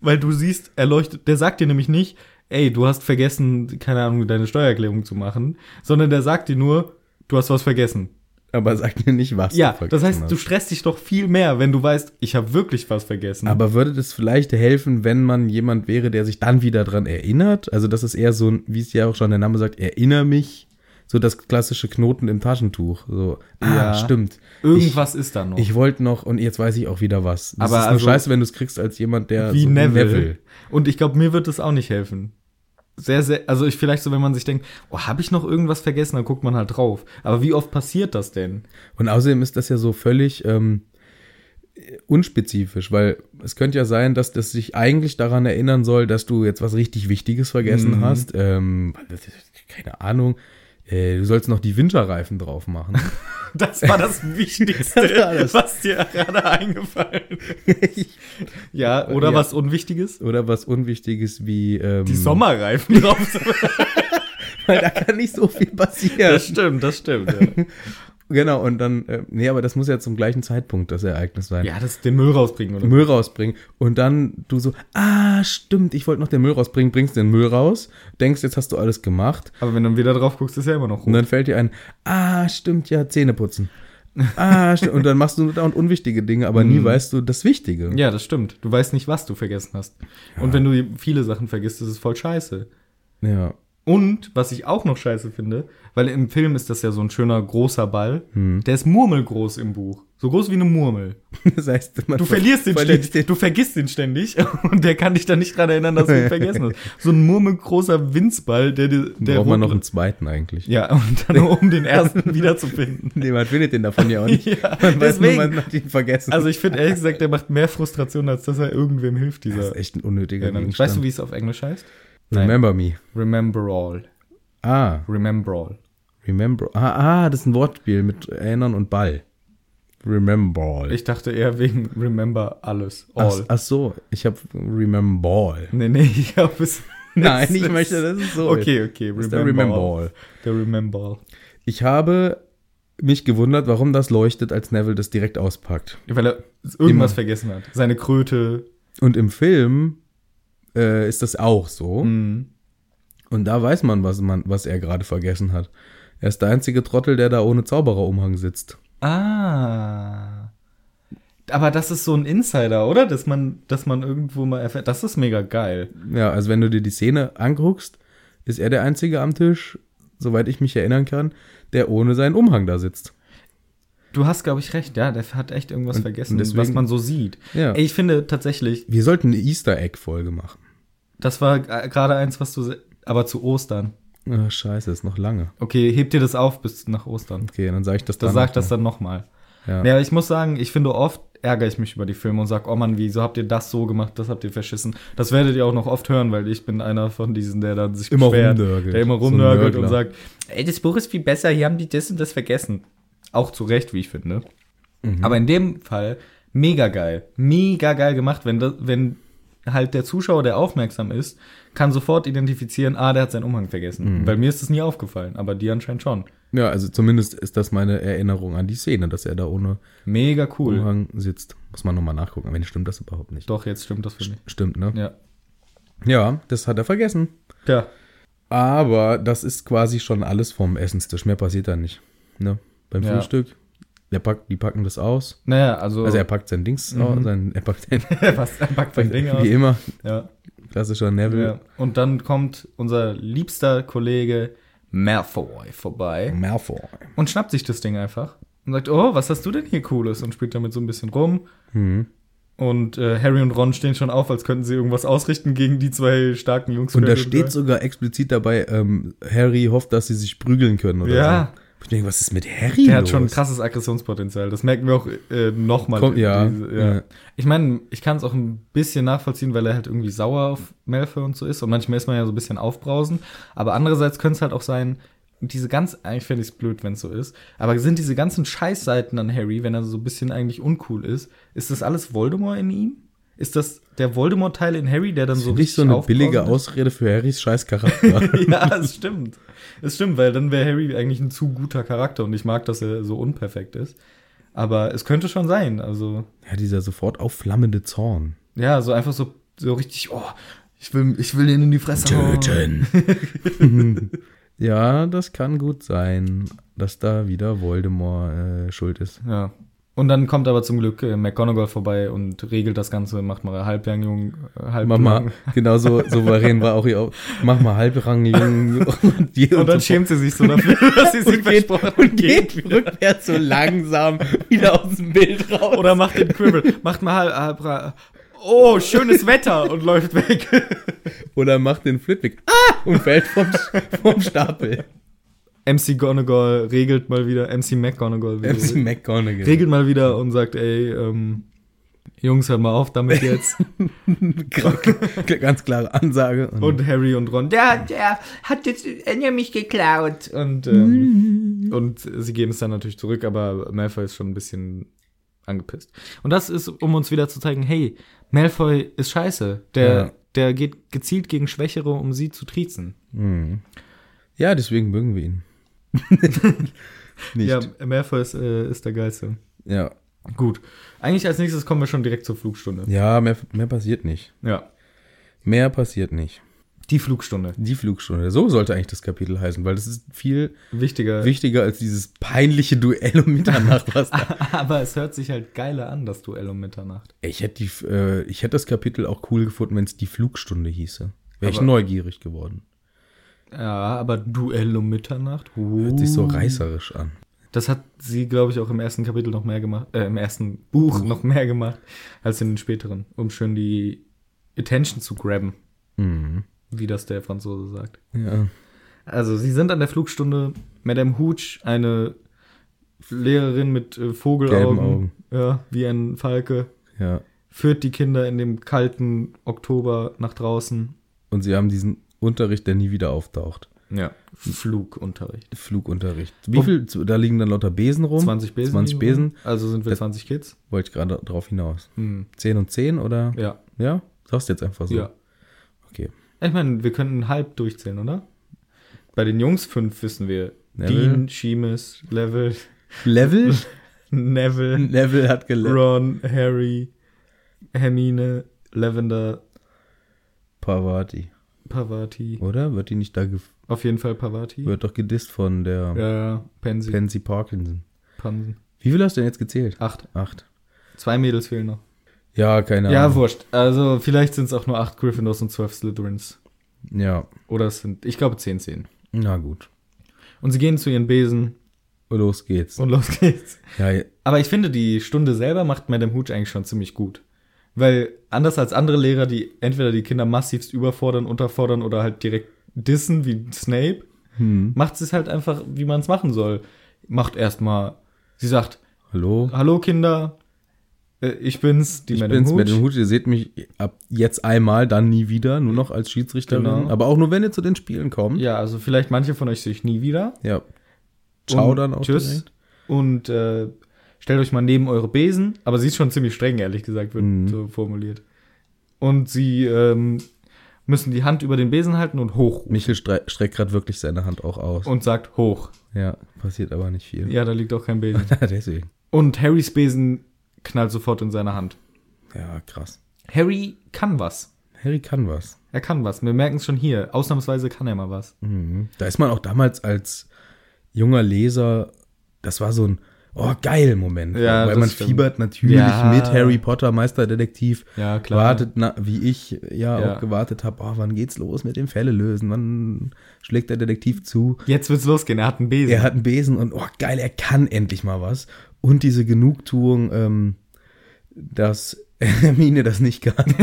A: Weil du siehst, er leuchtet, der sagt dir nämlich nicht, ey, du hast vergessen, keine Ahnung, deine Steuererklärung zu machen, sondern der sagt dir nur, du hast was vergessen.
B: aber sag mir nicht, was
A: Ja,
B: du vergessen
A: das heißt, du
B: hast.
A: stresst dich doch viel mehr, wenn du weißt, ich habe wirklich was vergessen.
B: Aber würde das vielleicht helfen, wenn man jemand wäre, der sich dann wieder dran erinnert? Also das ist eher so ein, wie es ja auch schon der Name sagt, erinnere mich. So das klassische Knoten im Taschentuch. So, ah,
A: Ja.
B: stimmt.
A: Irgendwas ist da noch.
B: Ich, ich wollte noch und jetzt weiß ich auch wieder was. Das
A: Aber
B: ist nur
A: also-
B: scheiße, wenn du es kriegst als jemand, der
A: wie
B: so
A: Neville. Und ich glaube, mir wird das auch nicht helfen. Sehr, sehr, also ich vielleicht so, wenn man sich denkt, oh, habe ich noch irgendwas vergessen, dann guckt man halt drauf. Aber wie oft passiert das denn?
B: Und außerdem ist das ja so völlig ähm, unspezifisch, weil es könnte ja sein, dass das sich eigentlich daran erinnern soll, dass du jetzt was richtig Wichtiges
A: Mhm.
B: vergessen hast. Ähm, das ist- keine Ahnung. Äh, du sollst noch die Winterreifen
A: (laughs)
B: drauf machen.
A: Das war (laughs) das Wichtigste,
B: Das war das.
A: was dir gerade eingefallen ist. ja, Hm. oder
B: Ja.
A: was Unwichtiges?
B: Oder was Unwichtiges wie. Ähm,
A: Die (laughs) Sommerreifen drauf.
B: Weil (laughs) da kann nicht so viel passieren.
A: das stimmt, das stimmt. Ja,
B: genau, und dann. Äh, nee, aber das muss ja zum gleichen Zeitpunkt das Ereignis
A: (laughs)
B: sein.
A: ja das den Müll rausbringen oder
B: Müll rausbringen und dann du so, ah, stimmt, ich wollte noch den Müll rausbringen, bringst den Müll raus, denkst, jetzt hast du alles gemacht
A: Aber wenn du wieder drauf guckst, ist ja immer noch rot.
B: Und dann fällt dir ein, ah, stimmt, ja, Zähne putzen. Ah, stimmt. Und dann machst du da und unwichtige Dinge, aber nie weißt du das Wichtige.
A: Mhm. Ja, das stimmt. Du weißt nicht, was du vergessen hast. Und wenn du viele Sachen vergisst, ist es voll scheiße.
B: Ja. (laughs)
A: Und was ich auch noch scheiße finde, weil im Film ist das ja so ein schöner großer Ball, der ist murmelgroß im Buch. So groß wie eine Murmel.
B: Das heißt, man
A: Du verlierst den ständig. Du vergisst den ständig (laughs) und der kann dich dann nicht dran erinnern, dass du
B: (laughs)
A: ihn vergessen hast. So ein murmelgroßer Winzball, der dir- der
B: Braucht man noch einen
A: einen
B: zweiten eigentlich.
A: ja, und
B: (laughs)
A: dann um den ersten wiederzufinden.
B: Nee, man findet den davon ja auch nicht.
A: (laughs) Ja,
B: man weiß nur,
A: deswegen.
B: man hat ihn vergessen.
A: Also ich finde ehrlich gesagt, der macht mehr Frustration, als dass er irgendwem hilft,
B: das
A: dieser
B: ist echt ein unnötiger
A: Erinnerung.
B: Gegenstand.
A: Weißt du, wie es auf Englisch heißt?
B: Remember me.
A: Remember all.
B: Ah,
A: Remember all.
B: remember. Ah, ah, das ist ein Wortspiel mit Erinnern und Ball. Remember.
A: Ich dachte eher wegen Remember alles.
B: ach,
A: All.
B: ach so, ich habe Remember.
A: Nee, nee, ich glaube es.
B: (laughs) Nein, ich
A: ist-
B: möchte, dass es so
A: Okay, okay.
B: ist. ist der Remember All.
A: Der Remember.
B: Ich habe mich gewundert, warum das leuchtet, als Neville das direkt auspackt.
A: Weil er irgendwas vergessen hat. Seine Kröte.
B: Und im Film äh, ist das auch so.
A: Mhm.
B: Und da weiß man, was, man, was er gerade vergessen hat. Er ist der einzige Trottel, der da ohne Zaubererumhang sitzt.
A: Ah. Aber das ist so ein Insider, oder? Dass man, dass man irgendwo mal erfährt. Das ist mega geil.
B: Ja, also wenn du dir die Szene anguckst, ist er der einzige am Tisch, soweit ich mich erinnern kann, der ohne seinen Umhang da sitzt.
A: Du hast, glaube ich, recht. Ja, der hat echt irgendwas
B: Und-
A: vergessen,
B: und deswegen-
A: was man so sieht.
B: Ja.
A: Ey, ich finde tatsächlich,
B: Wir sollten eine Easter Egg-Folge machen.
A: das war äh, gerade eins, was du. se- Aber zu Ostern.
B: Ah, scheiße, ist noch lange.
A: Okay, heb dir das auf bis nach Ostern.
B: Okay, dann sage ich das
A: Da
B: dann.
A: sag das dann nochmal.
B: Ja.
A: Ja, ich muss sagen, ich finde oft ärgere ich mich über die Filme und sag, oh Mann, wieso habt ihr das so gemacht, das habt ihr verschissen. Das werdet ihr auch noch oft hören, weil ich bin einer von diesen, der dann sich
B: Immer
A: beschwert,
B: rumnörgelt.
A: der immer
B: So ein
A: rumnörgelt und
B: Nörgler.
A: sagt, ey, das Buch ist viel besser, hier haben die das und das vergessen. Auch zu Recht, wie ich finde.
B: Mhm.
A: Aber in dem Fall mega geil, mega geil gemacht, wenn, das, wenn halt der Zuschauer, der aufmerksam ist, kann sofort identifizieren, ah, der hat seinen Umhang
B: Mhm.
A: vergessen. Weil mir ist das nie aufgefallen, aber dir anscheinend schon.
B: ja, also zumindest ist das meine Erinnerung an die Szene, dass er da ohne
A: Mega cool.
B: Umhang sitzt. Muss man nochmal nachgucken, wenn stimmt das überhaupt nicht.
A: Doch, jetzt stimmt das für mich.
B: Stimmt, ne?
A: Ja.
B: Ja, das hat er vergessen.
A: Tja.
B: Aber das ist quasi schon alles vom Essenstisch. Mehr passiert da nicht. Ne? Beim
A: Ja.
B: Frühstück, der packt, die packen das aus.
A: Naja, also,
B: Also er packt sein Dings aus, sein, er packt sein,
A: was, er packt (laughs) sein Ding aus.
B: (laughs) wie immer,
A: Ja,
B: klassischer Neville.
A: ja. Und dann kommt unser liebster Kollege Malfoy vorbei
B: Malfoy.
A: und schnappt sich das Ding einfach und sagt, oh, was hast du denn hier Cooles? Und spielt damit so ein bisschen rum. Mhm. Und äh, Harry und Ron stehen schon auf, als könnten sie irgendwas ausrichten gegen die zwei starken Jungs.
B: Und da steht sogar explizit dabei, ähm, Harry hofft, dass sie sich prügeln können oder
A: Ja.
B: so. Ich denke, was ist mit Harry
A: Der hat
B: los?
A: schon ein krasses Aggressionspotenzial. Das merken wir auch äh, nochmal.
B: Komm, ja,
A: ja.
B: ja.
A: Ich meine, ich kann es auch ein bisschen nachvollziehen, weil er halt irgendwie sauer auf Malfoy und so ist. Und manchmal ist man ja so ein bisschen aufbrausend. Aber andererseits könnte es halt auch sein, diese ganz, eigentlich fände ich es blöd, wenn es so ist, aber sind diese ganzen Scheißseiten an Harry, wenn er so ein bisschen eigentlich uncool ist, ist das alles Voldemort in ihm? Ist das der Voldemort-Teil in Harry, der dann so ne?
B: Nicht so eine
A: aufbrausend
B: billige
A: ist?
B: Ausrede für Harrys scheiß Charakter.
A: (laughs) ja, es stimmt. Es stimmt, weil dann wäre Harry eigentlich ein zu guter Charakter und ich mag, dass er so unperfekt ist. Aber es könnte schon sein. Also,
B: ja, dieser sofort aufflammende Zorn.
A: ja, so einfach so, so richtig, oh, ich will, ich will den in die Fresse hauen.
B: (laughs) ja, das kann gut sein, dass da wieder Voldemort äh, schuld ist.
A: Ja. Und dann kommt aber zum Glück äh, McGonagall vorbei und regelt das Ganze, macht mal äh, halbjung, halb
B: Mach mal, genau
A: (laughs)
B: so souverän war auch ihr. Auf. Mach mal halbrangigen und, je-
A: Und dann
B: so
A: schämt sie sich so dafür,
B: (laughs)
A: dass sie sich versprochen
B: und geht
A: geht
B: rückwärts so langsam wieder aus dem Bild raus.
A: Oder macht den Quibble, macht mal halb, halb, ra- oh, schönes Wetter und läuft weg.
B: Oder macht den Flitwick ah! und fällt vom,
A: (laughs)
B: vom Stapel.
A: MC Gonagall regelt mal wieder, MC McGonagall wieder,
B: MC McGonagall.
A: regelt mal wieder und sagt, ey, ähm, Jungs, hört mal auf
B: (laughs)
A: damit jetzt.
B: Ganz klare Ansage. Und,
A: und Harry und Ron, der, der hat jetzt Enya mich geklaut. Und, ähm, und sie geben es dann natürlich zurück, aber Malfoy ist schon ein bisschen angepisst. Und das ist, um uns wieder zu zeigen, hey, Malfoy ist scheiße. Der,
B: Ja.
A: der geht gezielt gegen Schwächere, um sie zu triezen.
B: ja, deswegen mögen wir ihn. (laughs) Nicht. Ja.
A: Ja, Malfoy ist, äh, ist der Geilste.
B: ja.
A: Gut. Eigentlich als nächstes kommen wir schon direkt zur Flugstunde.
B: Ja, mehr, mehr passiert nicht.
A: Ja.
B: Mehr passiert nicht.
A: Die Flugstunde.
B: Die Flugstunde. So sollte eigentlich das Kapitel heißen, weil das ist viel
A: Wichtiger.
B: wichtiger als dieses peinliche Duell um Mitternacht. Was (laughs) da.
A: (laughs) Aber es hört sich halt geiler an, das Duell um Mitternacht.
B: Ich hätte die, äh, ich hätte das Kapitel auch cool gefunden, wenn es die Flugstunde hieße. Wäre ich
A: Aber-
B: neugierig geworden.
A: Ja, aber Duell um Mitternacht? Uh.
B: Hört sich so reißerisch an.
A: Das hat sie, glaube ich, auch im ersten Kapitel noch mehr gemacht, äh, im ersten Buch noch mehr gemacht, als in den späteren, um schön die Attention zu grabben,
B: Mhm.
A: wie das der Franzose sagt.
B: Ja.
A: Also, sie sind an der Flugstunde. Madame Hooch, eine Lehrerin mit äh,
B: Gelben
A: Vogelaugen,
B: Augen.
A: Ja, wie ein Falke,
B: ja.
A: führt die Kinder in dem kalten Oktober nach draußen.
B: Und sie haben diesen Unterricht, der nie wieder auftaucht.
A: Ja. Flugunterricht.
B: Flugunterricht. Wie viel? Da liegen dann lauter Besen rum.
A: 20 Besen.
B: 20
A: liegen rum.
B: Besen.
A: Also sind wir 20 Kids.
B: Wollte ich gerade drauf hinaus.
A: Hm.
B: 10 und 10 oder?
A: Ja.
B: Ja? Sagst du jetzt einfach so.
A: Ja.
B: Okay.
A: Ich meine, wir können halb durchzählen, oder? Bei den Jungs fünf wissen wir.
B: Neville.
A: Dean, Seamus, Level,
B: Level?
A: (laughs) Neville,
B: Level hat gelevelt.
A: Ron, Harry, Hermine, Lavender,
B: Pavati.
A: Pavati.
B: Oder? Wird die nicht da, ge
A: Auf jeden Fall Pavati.
B: wird doch gedisst von der
A: Ja, ja, Pansy.
B: Pansy Parkinson.
A: Pansen.
B: Wie viel hast du denn jetzt gezählt?
A: Acht.
B: Acht.
A: Zwei Mädels fehlen noch.
B: Ja, keine
A: Ja,
B: Ahnung.
A: wurscht. Also vielleicht sind es auch nur acht Gryffindors und zwölf Slytherins.
B: Ja,
A: Oder es sind, ich glaube, zehn, zehn.
B: na gut.
A: Und sie gehen zu ihren Besen
B: Los geht's.
A: und los geht's.
B: Ja, ja.
A: Aber ich finde, die Stunde selber macht Madame Hooch eigentlich schon ziemlich gut. Weil anders als andere Lehrer, die entweder die Kinder massivst überfordern, unterfordern oder halt direkt dissen, wie Snape,
B: Hm.
A: macht sie es halt einfach, wie man es machen soll. Macht erstmal, sie sagt,
B: Hallo?
A: hallo Kinder, äh, ich bin's, die
B: Ich
A: Madame
B: bin's
A: Hooch.
B: mit dem Hut. Ihr seht mich ab jetzt einmal, dann nie wieder, nur noch als Schiedsrichterin.
A: Genau.
B: Aber auch nur, wenn ihr zu den Spielen kommt.
A: Ja, also vielleicht manche von euch sehe ich nie wieder.
B: Ja. Ciao dann auch
A: Tschüss.
B: direkt.
A: Und äh, stellt euch mal neben eure Besen. Aber sie ist schon ziemlich streng, ehrlich gesagt, wird
B: Mhm.
A: so formuliert. Und sie ähm, müssen die Hand über den Besen halten und hoch.
B: Michel stre- streckt gerade wirklich seine Hand auch aus.
A: Und sagt hoch.
B: ja, passiert aber nicht viel.
A: Ja, da liegt auch kein
B: (laughs)
A: Besen.
B: Deswegen.
A: Und Harrys Besen knallt sofort in seine Hand.
B: Ja, krass.
A: Harry kann was.
B: Harry kann was.
A: Er kann was. Wir merken es schon hier. Ausnahmsweise kann er mal was.
B: Mhm. Da ist man auch damals als junger Leser, das war so ein oh geil Moment,
A: Ja,
B: weil
A: das
B: man
A: stimmt.
B: fiebert natürlich
A: Ja.
B: mit Harry Potter Meisterdetektiv.
A: Ja, klar.
B: Wartet, na, wie ich ja,
A: Ja.
B: auch gewartet habe, oh, wann geht's los mit dem Fälle lösen? Wann schlägt der Detektiv zu?
A: Jetzt wird's losgehen. Er hat einen Besen.
B: Er hat einen Besen und oh geil, er kann endlich mal was. Und diese Genugtuung, ähm, dass (laughs) Hermine das nicht kann.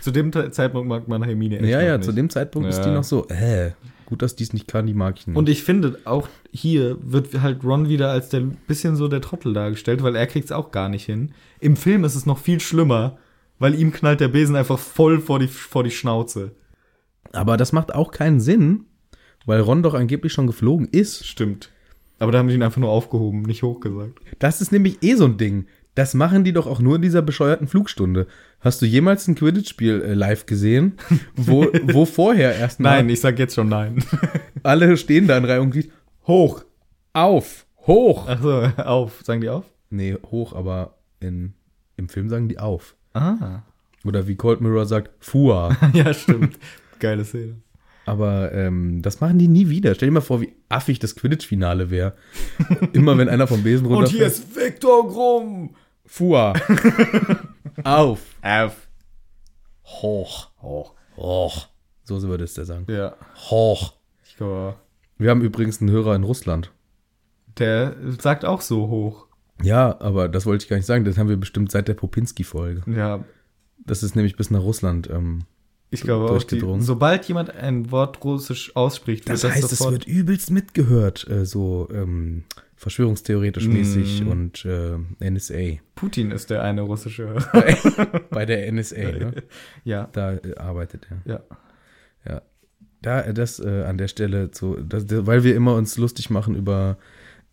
A: Zu dem Te- Zeitpunkt mag man Hermine echt
B: ja,
A: noch
B: ja,
A: nicht.
B: zu dem Zeitpunkt ist die
A: Ja.
B: noch so, äh, gut, dass die es nicht kann, die mag ich nicht.
A: Und ich finde, auch hier wird halt Ron wieder als der bisschen so der Trottel dargestellt, weil er kriegt's auch gar nicht hin. Im Film ist es noch viel schlimmer, weil ihm knallt der Besen einfach voll vor die, vor die Schnauze.
B: Aber das macht auch keinen Sinn, weil Ron doch angeblich schon geflogen ist.
A: Stimmt. Aber da haben sie ihn einfach nur aufgehoben, nicht hochgesagt.
B: Das ist nämlich eh so ein Ding. Das machen die doch auch nur in dieser bescheuerten Flugstunde. Hast du jemals ein Quidditch-Spiel äh, live gesehen, (laughs) wo, wo vorher erstmal
A: Nein, ich sag jetzt schon nein.
B: alle stehen da in Reihe und kriegen,
A: Hoch.
B: auf, hoch.
A: Achso, (laughs) auf. Sagen die auf?
B: Nee, hoch, aber in, im Film sagen die auf.
A: Ah.
B: Oder wie Cold Mirror sagt, (laughs) fuhr.
A: (laughs) Ja, stimmt. Geile Szene.
B: Aber ähm, das machen die nie wieder. Stell dir mal vor, wie affig das Quidditch-Finale wäre. (laughs) Immer wenn einer vom Besen runterfällt.
A: ist Viktor Grumm.
B: Fuhr. (laughs) Auf.
A: Auf.
B: Hoch.
A: Hoch.
B: Hoch. So würde es der sagen.
A: Ja.
B: Hoch.
A: Ich glaube,
B: Wir haben übrigens einen Hörer in Russland.
A: der sagt auch so hoch.
B: Ja, aber das wollte ich gar nicht sagen. Das haben wir bestimmt seit der Popinski-Folge.
A: Ja,
B: Das ist nämlich bis nach Russland. Ähm,
A: Ich glaube auch, die,
B: durchgedrungen.
A: sobald jemand ein Wort russisch ausspricht,
B: das, heißt, es wird übelst mitgehört. Äh, so ähm, verschwörungstheoretisch
A: Mhm.
B: mäßig und äh, NSA.
A: Putin ist der eine russische.
B: (laughs) Bei der NSA, ne?
A: ja,
B: Da äh, arbeitet er.
A: ja.
B: Ja. Da, äh, das äh, an der Stelle zu, das, das, weil wir immer uns lustig machen über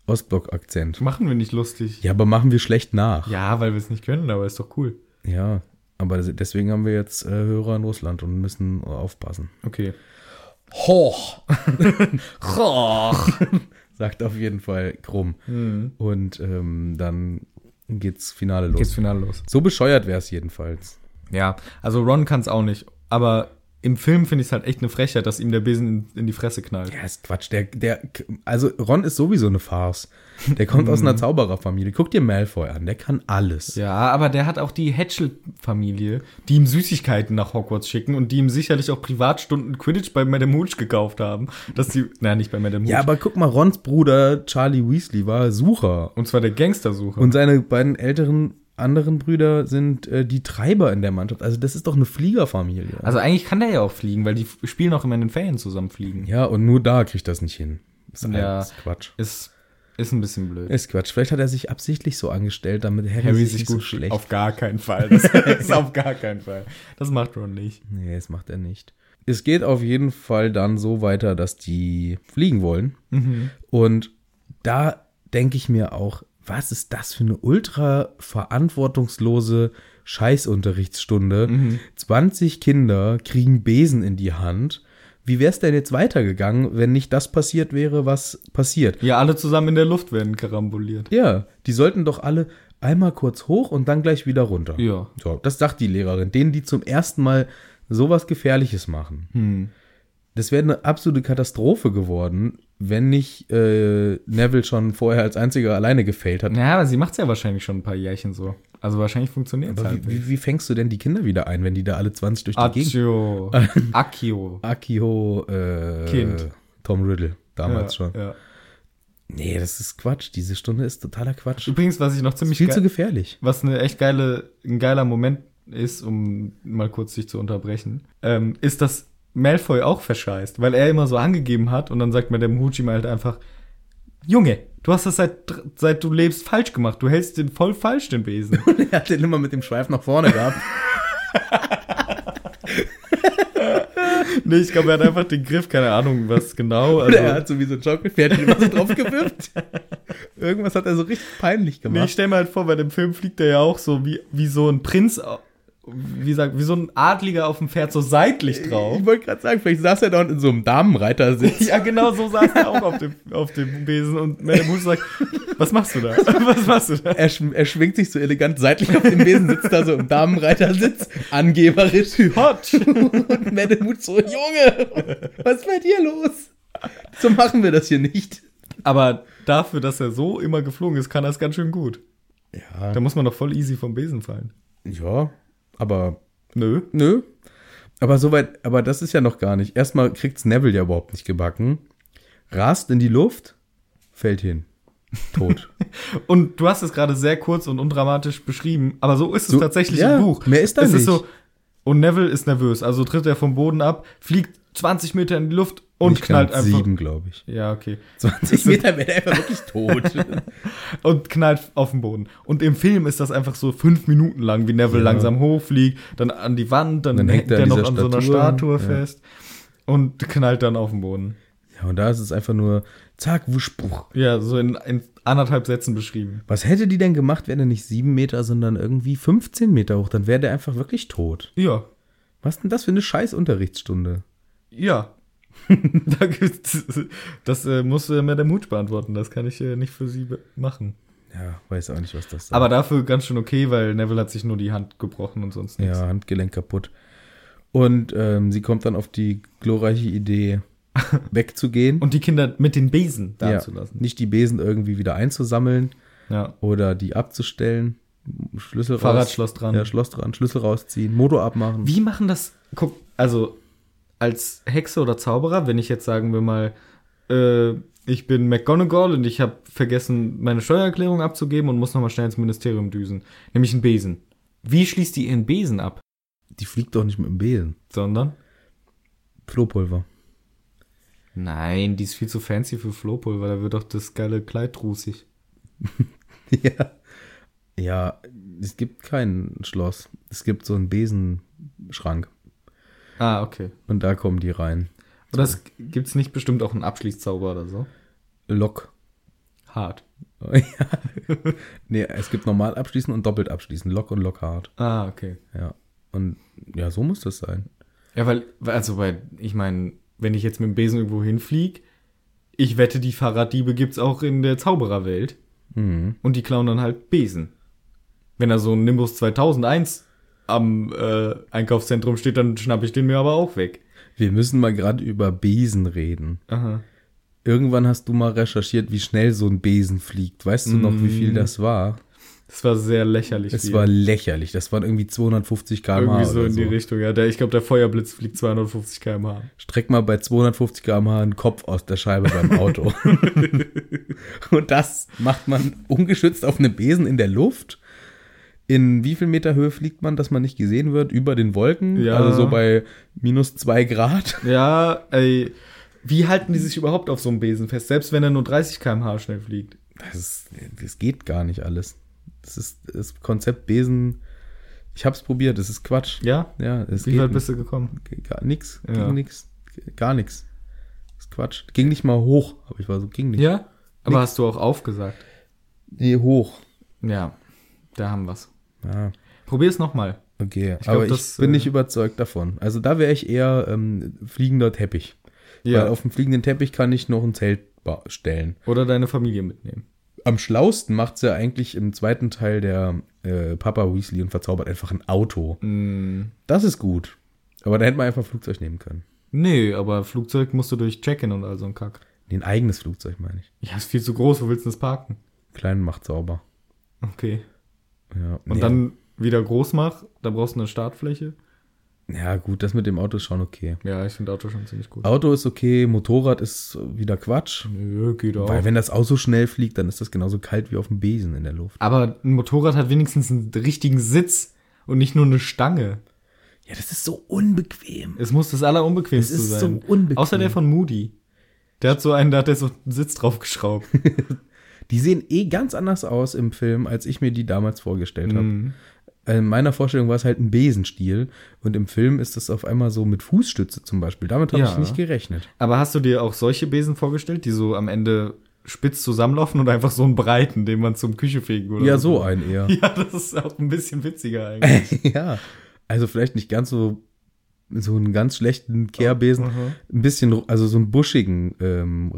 B: Ostblock-Akzent.
A: Machen wir nicht lustig.
B: Ja, aber machen wir schlecht nach.
A: Ja, weil wir es nicht können, aber ist doch cool.
B: Ja, aber deswegen haben wir jetzt äh, Hörer in Russland und müssen äh, aufpassen.
A: Okay. (laughs)
B: Hoch! Hoch! Sagt auf jeden Fall krumm.
A: Mhm.
B: Und ähm, dann geht's Finale los.
A: Geht's Finale los.
B: so bescheuert wär's jedenfalls.
A: Ja, also Ron kann es auch nicht. Aber im Film finde ich es halt echt eine Frechheit, dass ihm der Besen in, in die Fresse knallt.
B: Ja, ist Quatsch. Der, der, also Ron ist sowieso eine Farce. Der
A: (laughs)
B: kommt aus einer Zaubererfamilie. Guck dir Malfoy an, der kann alles.
A: Mhm. Ja, aber der hat auch die Hatchel-Familie, die ihm Süßigkeiten nach Hogwarts schicken und die ihm sicherlich auch Privatstunden Quidditch bei Madame Hooch gekauft haben. Dass die, na, nicht bei Madame Hooch.
B: Ja, aber guck mal, Rons Bruder Charlie Weasley war Sucher.
A: und zwar der Gangstersucher.
B: Und seine beiden älteren anderen Brüder sind äh, die Treiber in der Mannschaft. Also das ist doch eine Fliegerfamilie.
A: Also eigentlich kann der ja auch fliegen, weil die f- spielen auch immer in den Ferien zusammen fliegen.
B: ja, und nur da kriegt das nicht hin. Ist
A: Ja.
B: alles Quatsch.
A: Ist, ist ein bisschen blöd.
B: Ist Quatsch. Vielleicht hat er sich absichtlich so angestellt, damit Harry,
A: Harry sich
B: nicht
A: gut
B: so schlecht.
A: Auf gar keinen Fall. Das ist auf gar keinen Fall. Das macht Ron nicht.
B: nee, das macht er nicht. Es geht auf jeden Fall dann so weiter, dass die fliegen wollen. Und da denke ich mir auch, was ist das für eine ultra verantwortungslose Scheißunterrichtsstunde. 20 Kinder kriegen Besen in die Hand. Wie wäre es denn jetzt weitergegangen, wenn nicht das passiert wäre, was passiert?
A: Ja, alle zusammen in der Luft werden karamboliert.
B: Ja, die sollten doch alle einmal kurz hoch und dann gleich wieder runter.
A: Ja.
B: So, das sagt die Lehrerin, denen, die zum ersten Mal sowas Gefährliches machen. Das wäre eine absolute Katastrophe geworden, wenn nicht äh, Neville schon vorher als einziger alleine gefällt hat.
A: Ja, aber sie macht's ja wahrscheinlich schon ein paar Jährchen so. Also wahrscheinlich funktioniert's
B: Aber
A: halt
B: wie,
A: nicht.
B: wie, wie fängst du denn die Kinder wieder ein, wenn die da alle 20 durch die Gegend?
A: Accio.
B: (laughs)
A: Accio.
B: Akio, äh,
A: Kind.
B: Tom Riddle, damals
A: ja,
B: schon.
A: Ja.
B: Nee, das ist Quatsch. Diese Stunde ist totaler Quatsch.
A: Übrigens, was ich noch ziemlich
B: Viel zu
A: geil,
B: gefährlich.
A: was eine echt geile, ein geiler Moment ist, um mal kurz dich zu unterbrechen, ähm, ist, dass Malfoy auch verscheißt, weil er immer so angegeben hat und dann sagt mir der Muji halt einfach, Junge, du hast das seit, dr- seit du lebst falsch gemacht, du hältst den voll falsch, den
B: (laughs)
A: Besen.
B: (laughs) er hat den immer mit dem Schweif nach vorne gehabt.
A: nee, ich glaube, er hat einfach den Griff, keine Ahnung, was genau.
B: Und
A: Also,
B: er hat so wie so ein Schaukelpferd immer so draufgewirkt. (laughs) Irgendwas hat er so richtig peinlich
A: Nee, ich
B: gemacht.
A: stell mir halt vor, bei dem Film fliegt er ja auch so wie, wie so ein Prinz, au- wie, sagt, wie so ein Adliger auf dem Pferd so seitlich drauf.
B: Ich wollte gerade sagen, vielleicht saß er da unten in so einem Damenreitersitz.
A: (laughs) Ja, genau so saß er auch auf dem, auf dem Besen und Madame Hooch sagt, was machst du da? (laughs) Was machst du da?
B: Er, sch er schwingt sich so elegant seitlich auf dem Besen, sitzt da so im Damenreitersitz, (laughs) angeberisch.
A: Hot!
B: Und Medemut so, Junge, was ist bei dir los? So machen wir das hier nicht.
A: Aber dafür, dass er so immer geflogen ist, kann er es ganz schön gut.
B: Ja,
A: Da muss man doch voll easy vom Besen fallen.
B: ja, aber
A: Nö.
B: Nö. Aber soweit, aber das ist ja noch gar nicht. Erstmal kriegt's Neville ja überhaupt nicht gebacken. Rast in die Luft, fällt hin. (laughs) Tot.
A: Und du hast es gerade sehr kurz und undramatisch beschrieben, aber so ist es
B: So-
A: tatsächlich
B: ja,
A: im Buch.
B: mehr ist da
A: es
B: nicht.
A: Ist so, und Neville ist nervös, also tritt er vom Boden ab, fliegt 20 Meter in die Luft und
B: Nicht
A: knallt
B: ganz
A: einfach.
B: Sieben, glaube (laughs) ich.
A: Ja, okay.
B: 20 Meter wäre er einfach wirklich tot.
A: Und knallt auf den Boden. Und im Film ist das einfach so fünf Minuten lang, wie Neville
B: Ja.
A: langsam hochfliegt, dann an die Wand, dann,
B: Dann hängt
A: hängt
B: er
A: er
B: an
A: noch
B: dieser
A: an so einer Statue
B: Statue, ja.
A: fest und knallt dann auf den Boden.
B: (laughs) ja, und da ist es einfach nur, zack, wuschbuch.
A: Ja, so in, in anderthalb Sätzen beschrieben.
B: Was hätte die denn gemacht, wäre der nicht sieben Meter, sondern irgendwie 15 Meter hoch? Dann wäre der einfach wirklich tot.
A: Ja,
B: Was denn das für eine scheiß Unterrichtsstunde?
A: Ja. (laughs) da gibt's, das äh, muss äh, mir der Mut beantworten. Das kann ich äh, nicht für sie be- machen.
B: Ja, weiß auch nicht, was das
A: Aber dafür ganz schön okay, weil Neville hat sich nur die Hand gebrochen und sonst nichts.
B: Ja, Handgelenk kaputt. Und ähm, sie kommt dann auf die
A: (laughs)
B: glorreiche Idee, wegzugehen.
A: Und die Kinder mit den Besen da
B: ja,
A: zu lassen.
B: nicht die Besen irgendwie wieder einzusammeln
A: Ja.
B: oder die abzustellen. Schlüssel
A: Fahrradschloss dran.
B: Ja, Schloss dran, Schlüssel rausziehen, Motor abmachen.
A: Wie machen das? Guck, also als Hexe oder Zauberer, wenn ich jetzt sagen wir mal, äh, ich bin McGonagall und ich habe vergessen, meine Steuererklärung abzugeben und muss nochmal schnell ins Ministerium düsen. Nämlich einen Besen. Wie schließt die ihren Besen ab?
B: Die fliegt doch nicht mit dem Besen.
A: Sondern?
B: Flohpulver. (laughs)
A: Nein, die ist viel zu fancy für Flohpulver, da wird doch das geile Kleid rußig.
B: ja. Ja, es gibt kein Schloss. Es gibt so einen Besenschrank.
A: Ah, okay.
B: Und da kommen die rein.
A: Oder es g- gibt's nicht bestimmt auch einen Abschließzauber oder so?
B: Lok.
A: Hart.
B: (laughs) ja. nee, es gibt normal abschließen und doppelt abschließen. Lok und Lockhart.
A: Ah, okay.
B: Ja. Und ja, so muss das sein.
A: Ja, weil, weil- also weil, ich meine, wenn ich jetzt mit dem Besen irgendwo hinflieg, ich wette, die Fahrraddiebe gibt's auch in der Zaubererwelt. Und die klauen dann halt Besen. Wenn da so ein Nimbus 2001 am äh, Einkaufszentrum steht, dann schnapp ich den mir aber auch weg.
B: Wir müssen mal gerade über Besen reden.
A: Aha.
B: Irgendwann hast du mal recherchiert, wie schnell so ein Besen fliegt. Weißt du noch, wie viel das war?
A: Das war sehr lächerlich.
B: Es
A: Mm. viel.
B: war lächerlich. Das waren irgendwie 250 km/h.
A: Irgendwie so
B: oder
A: in die
B: so.
A: Richtung, ja. Der, ich glaube, der Feuerblitz fliegt 250 km/h.
B: Streck mal bei 250 km/h einen Kopf aus der Scheibe beim
A: (laughs)
B: Auto. Und das macht man ungeschützt auf einem Besen in der Luft. In wie viel Meter Höhe fliegt man, dass man nicht gesehen wird? Über den Wolken?
A: Ja.
B: Also so bei minus zwei Grad.
A: Ja, ey. Wie halten die sich überhaupt auf so einem Besen fest, selbst wenn er nur 30 km/h schnell fliegt?
B: Das, ist, das geht gar nicht alles. Das ist das Konzept Besen. Ich hab's probiert, das ist Quatsch.
A: Ja?
B: Ja, es
A: Wie
B: geht
A: weit bist du gekommen?
B: nicht. Gar nix,
A: Ja.
B: ging nix, gar nix. Das ist Quatsch. Ging nicht mal hoch, aber ich war so, ging nicht.
A: Ja? Aber hast du auch aufgesagt?
B: Nee, hoch.
A: Ja, da haben wir's.
B: Ja.
A: Probier es nochmal.
B: Okay,
A: glaub,
B: aber
A: das,
B: ich bin
A: äh,
B: nicht überzeugt davon. Also da wäre ich eher ähm, fliegender Teppich. Weil auf dem fliegenden Teppich kann ich noch ein Zelt ba- stellen.
A: Oder deine Familie mitnehmen.
B: Am schlausten macht's ja eigentlich im zweiten Teil der äh, Papa Weasley und verzaubert einfach ein Auto.
A: Mm.
B: Das ist gut. Aber da hätte man einfach ein Flugzeug nehmen können.
A: Nee, aber Flugzeug musst du durch Check-in und all so ein Kack.
B: Nee, ein eigenes Flugzeug meine ich.
A: Ja, ist viel zu groß, wo willst du das parken?
B: Klein macht sauber.
A: Okay.
B: Ja,
A: Und
B: nee.
A: dann wieder groß mach, da brauchst du eine Startfläche.
B: Ja, gut, das mit dem Auto ist schon okay.
A: Ja, ich finde Auto schon ziemlich gut.
B: Auto ist okay, Motorrad ist wieder Quatsch.
A: Nö, geht auch.
B: Weil wenn das auch so schnell fliegt, dann ist das genauso kalt wie auf dem Besen in der Luft.
A: Aber ein Motorrad hat wenigstens einen richtigen Sitz und nicht nur eine Stange.
B: Ja, das ist so unbequem.
A: Es muss das Allerunbequemste
B: Es ist so
A: sein.
B: unbequem.
A: Außer der von Moody. Der hat so einen, da hat der so einen Sitz draufgeschraubt.
B: Die sehen eh ganz anders aus im Film, als ich mir die damals vorgestellt
A: Mhm.
B: habe. In meiner Vorstellung war es halt ein Besenstiel und im Film ist das auf einmal so mit Fußstütze zum Beispiel. Damit habe
A: Ja.
B: ich nicht gerechnet.
A: Aber hast du dir auch solche Besen vorgestellt, die so am Ende spitz zusammenlaufen und einfach so einen breiten, den man zum Küche fegen oder
B: Ja, so ein
A: (laughs)
B: eher.
A: Ja, das ist auch ein bisschen witziger
B: (laughs)
A: eigentlich.
B: ja. Also vielleicht nicht ganz so so einen ganz schlechten Kehrbesen, ein bisschen also so einen buschigen ähm,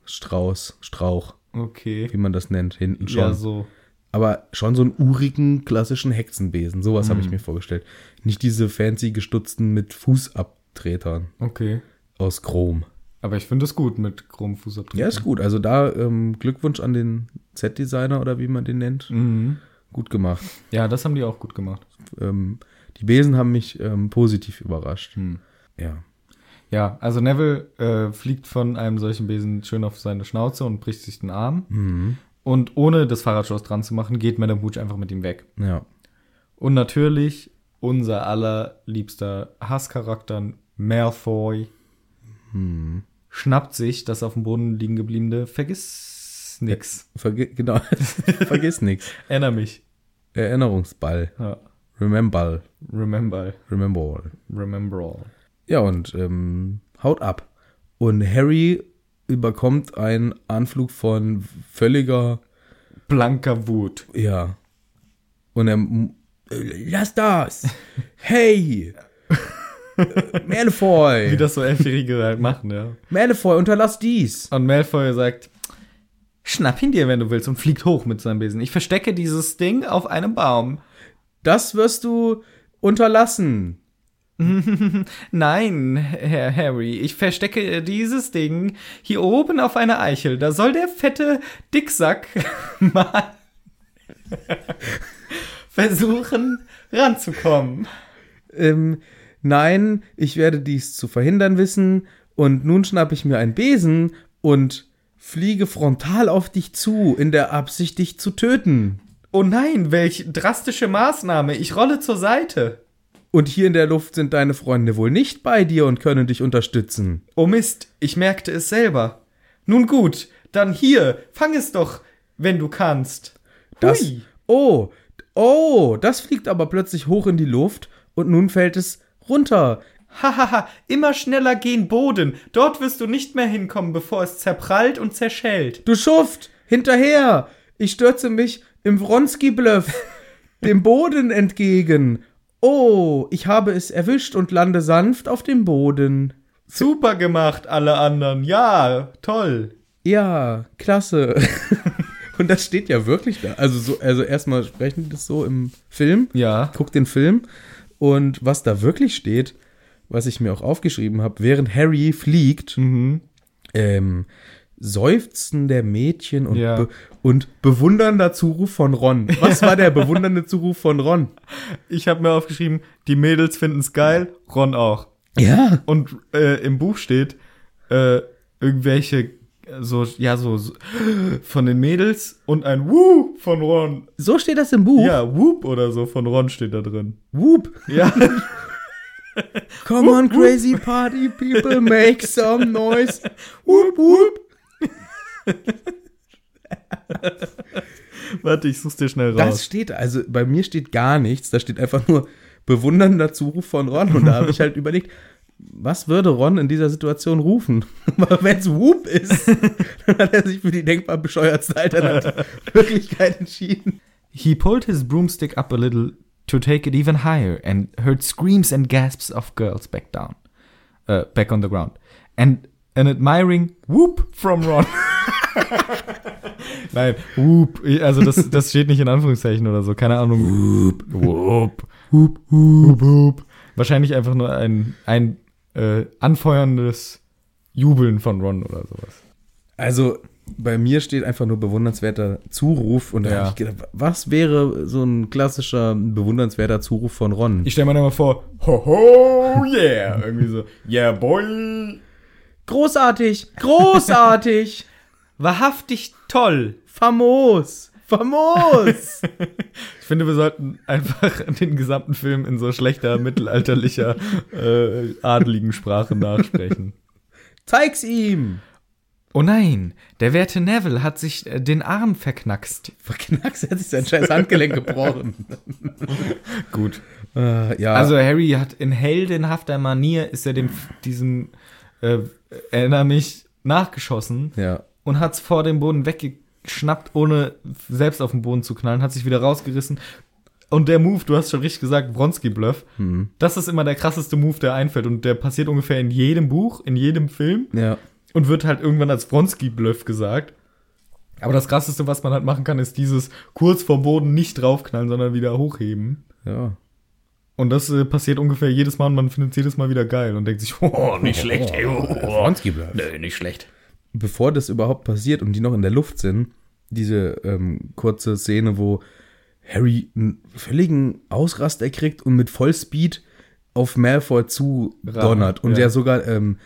B: Reisigstrauß, Strauch,
A: Okay.
B: wie man das nennt, hinten schon.
A: Ja, so.
B: Aber schon so einen urigen klassischen Hexenbesen, sowas habe ich mir vorgestellt. Nicht diese fancy gestutzten mit Fußabtretern
A: Okay.
B: aus Chrom.
A: Aber ich finde es gut mit chromem Fußabdruck.
B: Ja, ist gut. Also da ähm, Glückwunsch an den Set-Designer oder wie man den nennt.
A: Mhm.
B: Gut gemacht.
A: Ja, das haben die auch gut gemacht.
B: Ähm, die Besen haben mich ähm, positiv überrascht. Ja.
A: Ja, also Neville äh, fliegt von einem solchen Besen schön auf seine Schnauze und bricht sich den Arm.
B: Mhm.
A: Und ohne das Fahrradschloss dran zu machen, geht Madame Hooch einfach mit ihm weg.
B: Ja.
A: Und natürlich unser allerliebster Hasscharakter Malfoy schnappt sich das auf dem Boden liegen gebliebene Vergiss nix.
B: Verge genau. (laughs) Vergiss (laughs) nichts.
A: Erinner mich.
B: Erinnerungsball.
A: Ja.
B: Remember.
A: Remember.
B: Remember all.
A: Remember all.
B: Ja, und ähm, haut ab. Und Harry überkommt einen Anflug von völliger,
A: Blanker Wut.
B: ja. Und er, m- äh, lass das! Hey! Äh,
A: Wie
B: Malfoy!
A: das so Elfjährige halt machen, ja.
B: Malfoy, unterlass dies!
A: Und Malfoy sagt, schnapp ihn dir, wenn du willst, und fliegt hoch mit seinem Besen. Ich verstecke dieses Ding auf einem Baum.
B: Das wirst du unterlassen!
A: Nein, Herr Harry, ich verstecke dieses Ding hier oben auf einer Eichel. Da soll der fette Dicksack (laughs) mal versuchen, ranzukommen.
B: Ähm, nein, ich werde dies zu verhindern wissen. Und nun schnappe ich mir einen Besen und fliege frontal auf dich zu, in der Absicht, dich zu töten.
A: Oh nein, welch drastische Maßnahme. Ich rolle zur Seite.
B: Und hier in der Luft sind deine Freunde wohl nicht bei dir und können dich unterstützen.
A: Oh Mist, ich merkte es selber. Nun gut, dann hier, fang es doch, wenn du kannst.
B: Das,
A: Hui.
B: oh, oh, das fliegt aber plötzlich hoch in die Luft und nun fällt es runter.
A: Hahaha, immer schneller gehen Boden. Dort wirst du nicht mehr hinkommen, bevor es zerprallt und zerschellt.
B: Du Schuft, hinterher! Ich stürze mich im Wronski-Bluff dem Boden entgegen. Oh, ich habe es erwischt und lande sanft auf dem Boden.
A: Super gemacht, alle anderen. Ja, toll.
B: Ja, klasse. und das steht ja wirklich da. Also, so, also erstmal sprechen die das so im Film.
A: Ja.
B: Guck den Film. Und was da wirklich steht, was ich mir auch aufgeschrieben habe, während Harry fliegt,
A: Mhm.
B: ähm, Seufzen der Mädchen und,
A: Ja.
B: be und bewundernder Zuruf von Ron. Was war
A: (laughs)
B: der bewundernde Zuruf von Ron?
A: Ich habe mir aufgeschrieben, die Mädels finden's geil, Ron auch.
B: Ja.
A: Und äh, im Buch steht, äh, irgendwelche, äh, so, ja, so, so von den Mädels und ein Woo von Ron.
B: So steht das im Buch.
A: Ja, Whoop oder so von Ron steht da drin.
B: Whoop.
A: Ja. (laughs)
B: Come on, crazy party people, make some
A: (laughs)
B: noise. Whoop, whoop.
A: Warte, ich such's dir schnell
B: Das
A: raus.
B: steht, also bei mir steht gar nichts, da steht einfach nur bewundernder Zuruf von Ron. Und da
A: (laughs)
B: habe ich halt überlegt, was würde Ron in dieser Situation rufen? (laughs) Aber wenn es Whoop ist, (laughs) dann hat er sich für die
A: (laughs)
B: denkbar bescheuertste Alternative Möglichkeit entschieden.
A: He pulled his broomstick up a little to take it even higher and heard screams and gasps of girls back down, uh, back on the ground. And an admiring whoop from Ron. (laughs) Nein, whoop. Also das, das steht nicht in Anführungszeichen oder so. Keine Ahnung. Whoop, whoop, whoop, whoop, whoop. Wahrscheinlich einfach nur ein, ein äh, anfeuerndes Jubeln von Ron oder sowas.
B: Also bei mir steht einfach nur bewundernswerter Zuruf und da
A: Ja.
B: habe ich gedacht, was wäre so ein klassischer bewundernswerter Zuruf von Ron?
A: Ich stelle mir dann mal vor, ho, ho, yeah. Irgendwie so, yeah, boy.
B: großartig,
A: (laughs)
B: großartig,
A: Wahrhaftig toll.
B: famos,
A: (laughs)
B: famos.
A: Ich finde, wir sollten einfach (laughs) den gesamten Film in so schlechter, mittelalterlicher, äh, adeligen Sprache nachsprechen.
B: Zeig's ihm.
A: (laughs) Oh nein, der werte Neville hat sich äh, den Arm verknackst.
B: Verknackst, er hat sich sein scheiß (laughs) Handgelenk gebrochen.
A: Gut.
B: Äh, ja,
A: Also Harry hat in heldenhafter Manier ist er dem diesem äh, erinnere mich nachgeschossen
B: ja.
A: und hat's vor dem Boden weggeschnappt, ohne selbst auf den Boden zu knallen, hat sich wieder rausgerissen. Und der Move, du hast schon richtig gesagt, Bronski-Bluff, das ist immer der krasseste Move, der einfällt. Und der passiert ungefähr in jedem Buch, in jedem Film
B: Ja.
A: und wird halt irgendwann als Bronski-Bluff gesagt. Aber das krasseste, was man halt machen kann, ist dieses kurz vor Boden nicht draufknallen, sondern wieder hochheben.
B: Ja.
A: Und das äh, passiert ungefähr jedes Mal und man findet jedes Mal wieder geil und denkt sich, (laughs) oh, nicht schlecht, ey, oh, oh.
B: Bronski bleibt.
A: Nö, nicht schlecht.
B: bevor das überhaupt passiert und die noch in der Luft sind, diese ähm, kurze Szene, wo Harry einen völligen Ausraster kriegt und mit Vollspeed auf Malfoy zudonnert. Und
A: Ja.
B: der sogar, ähm,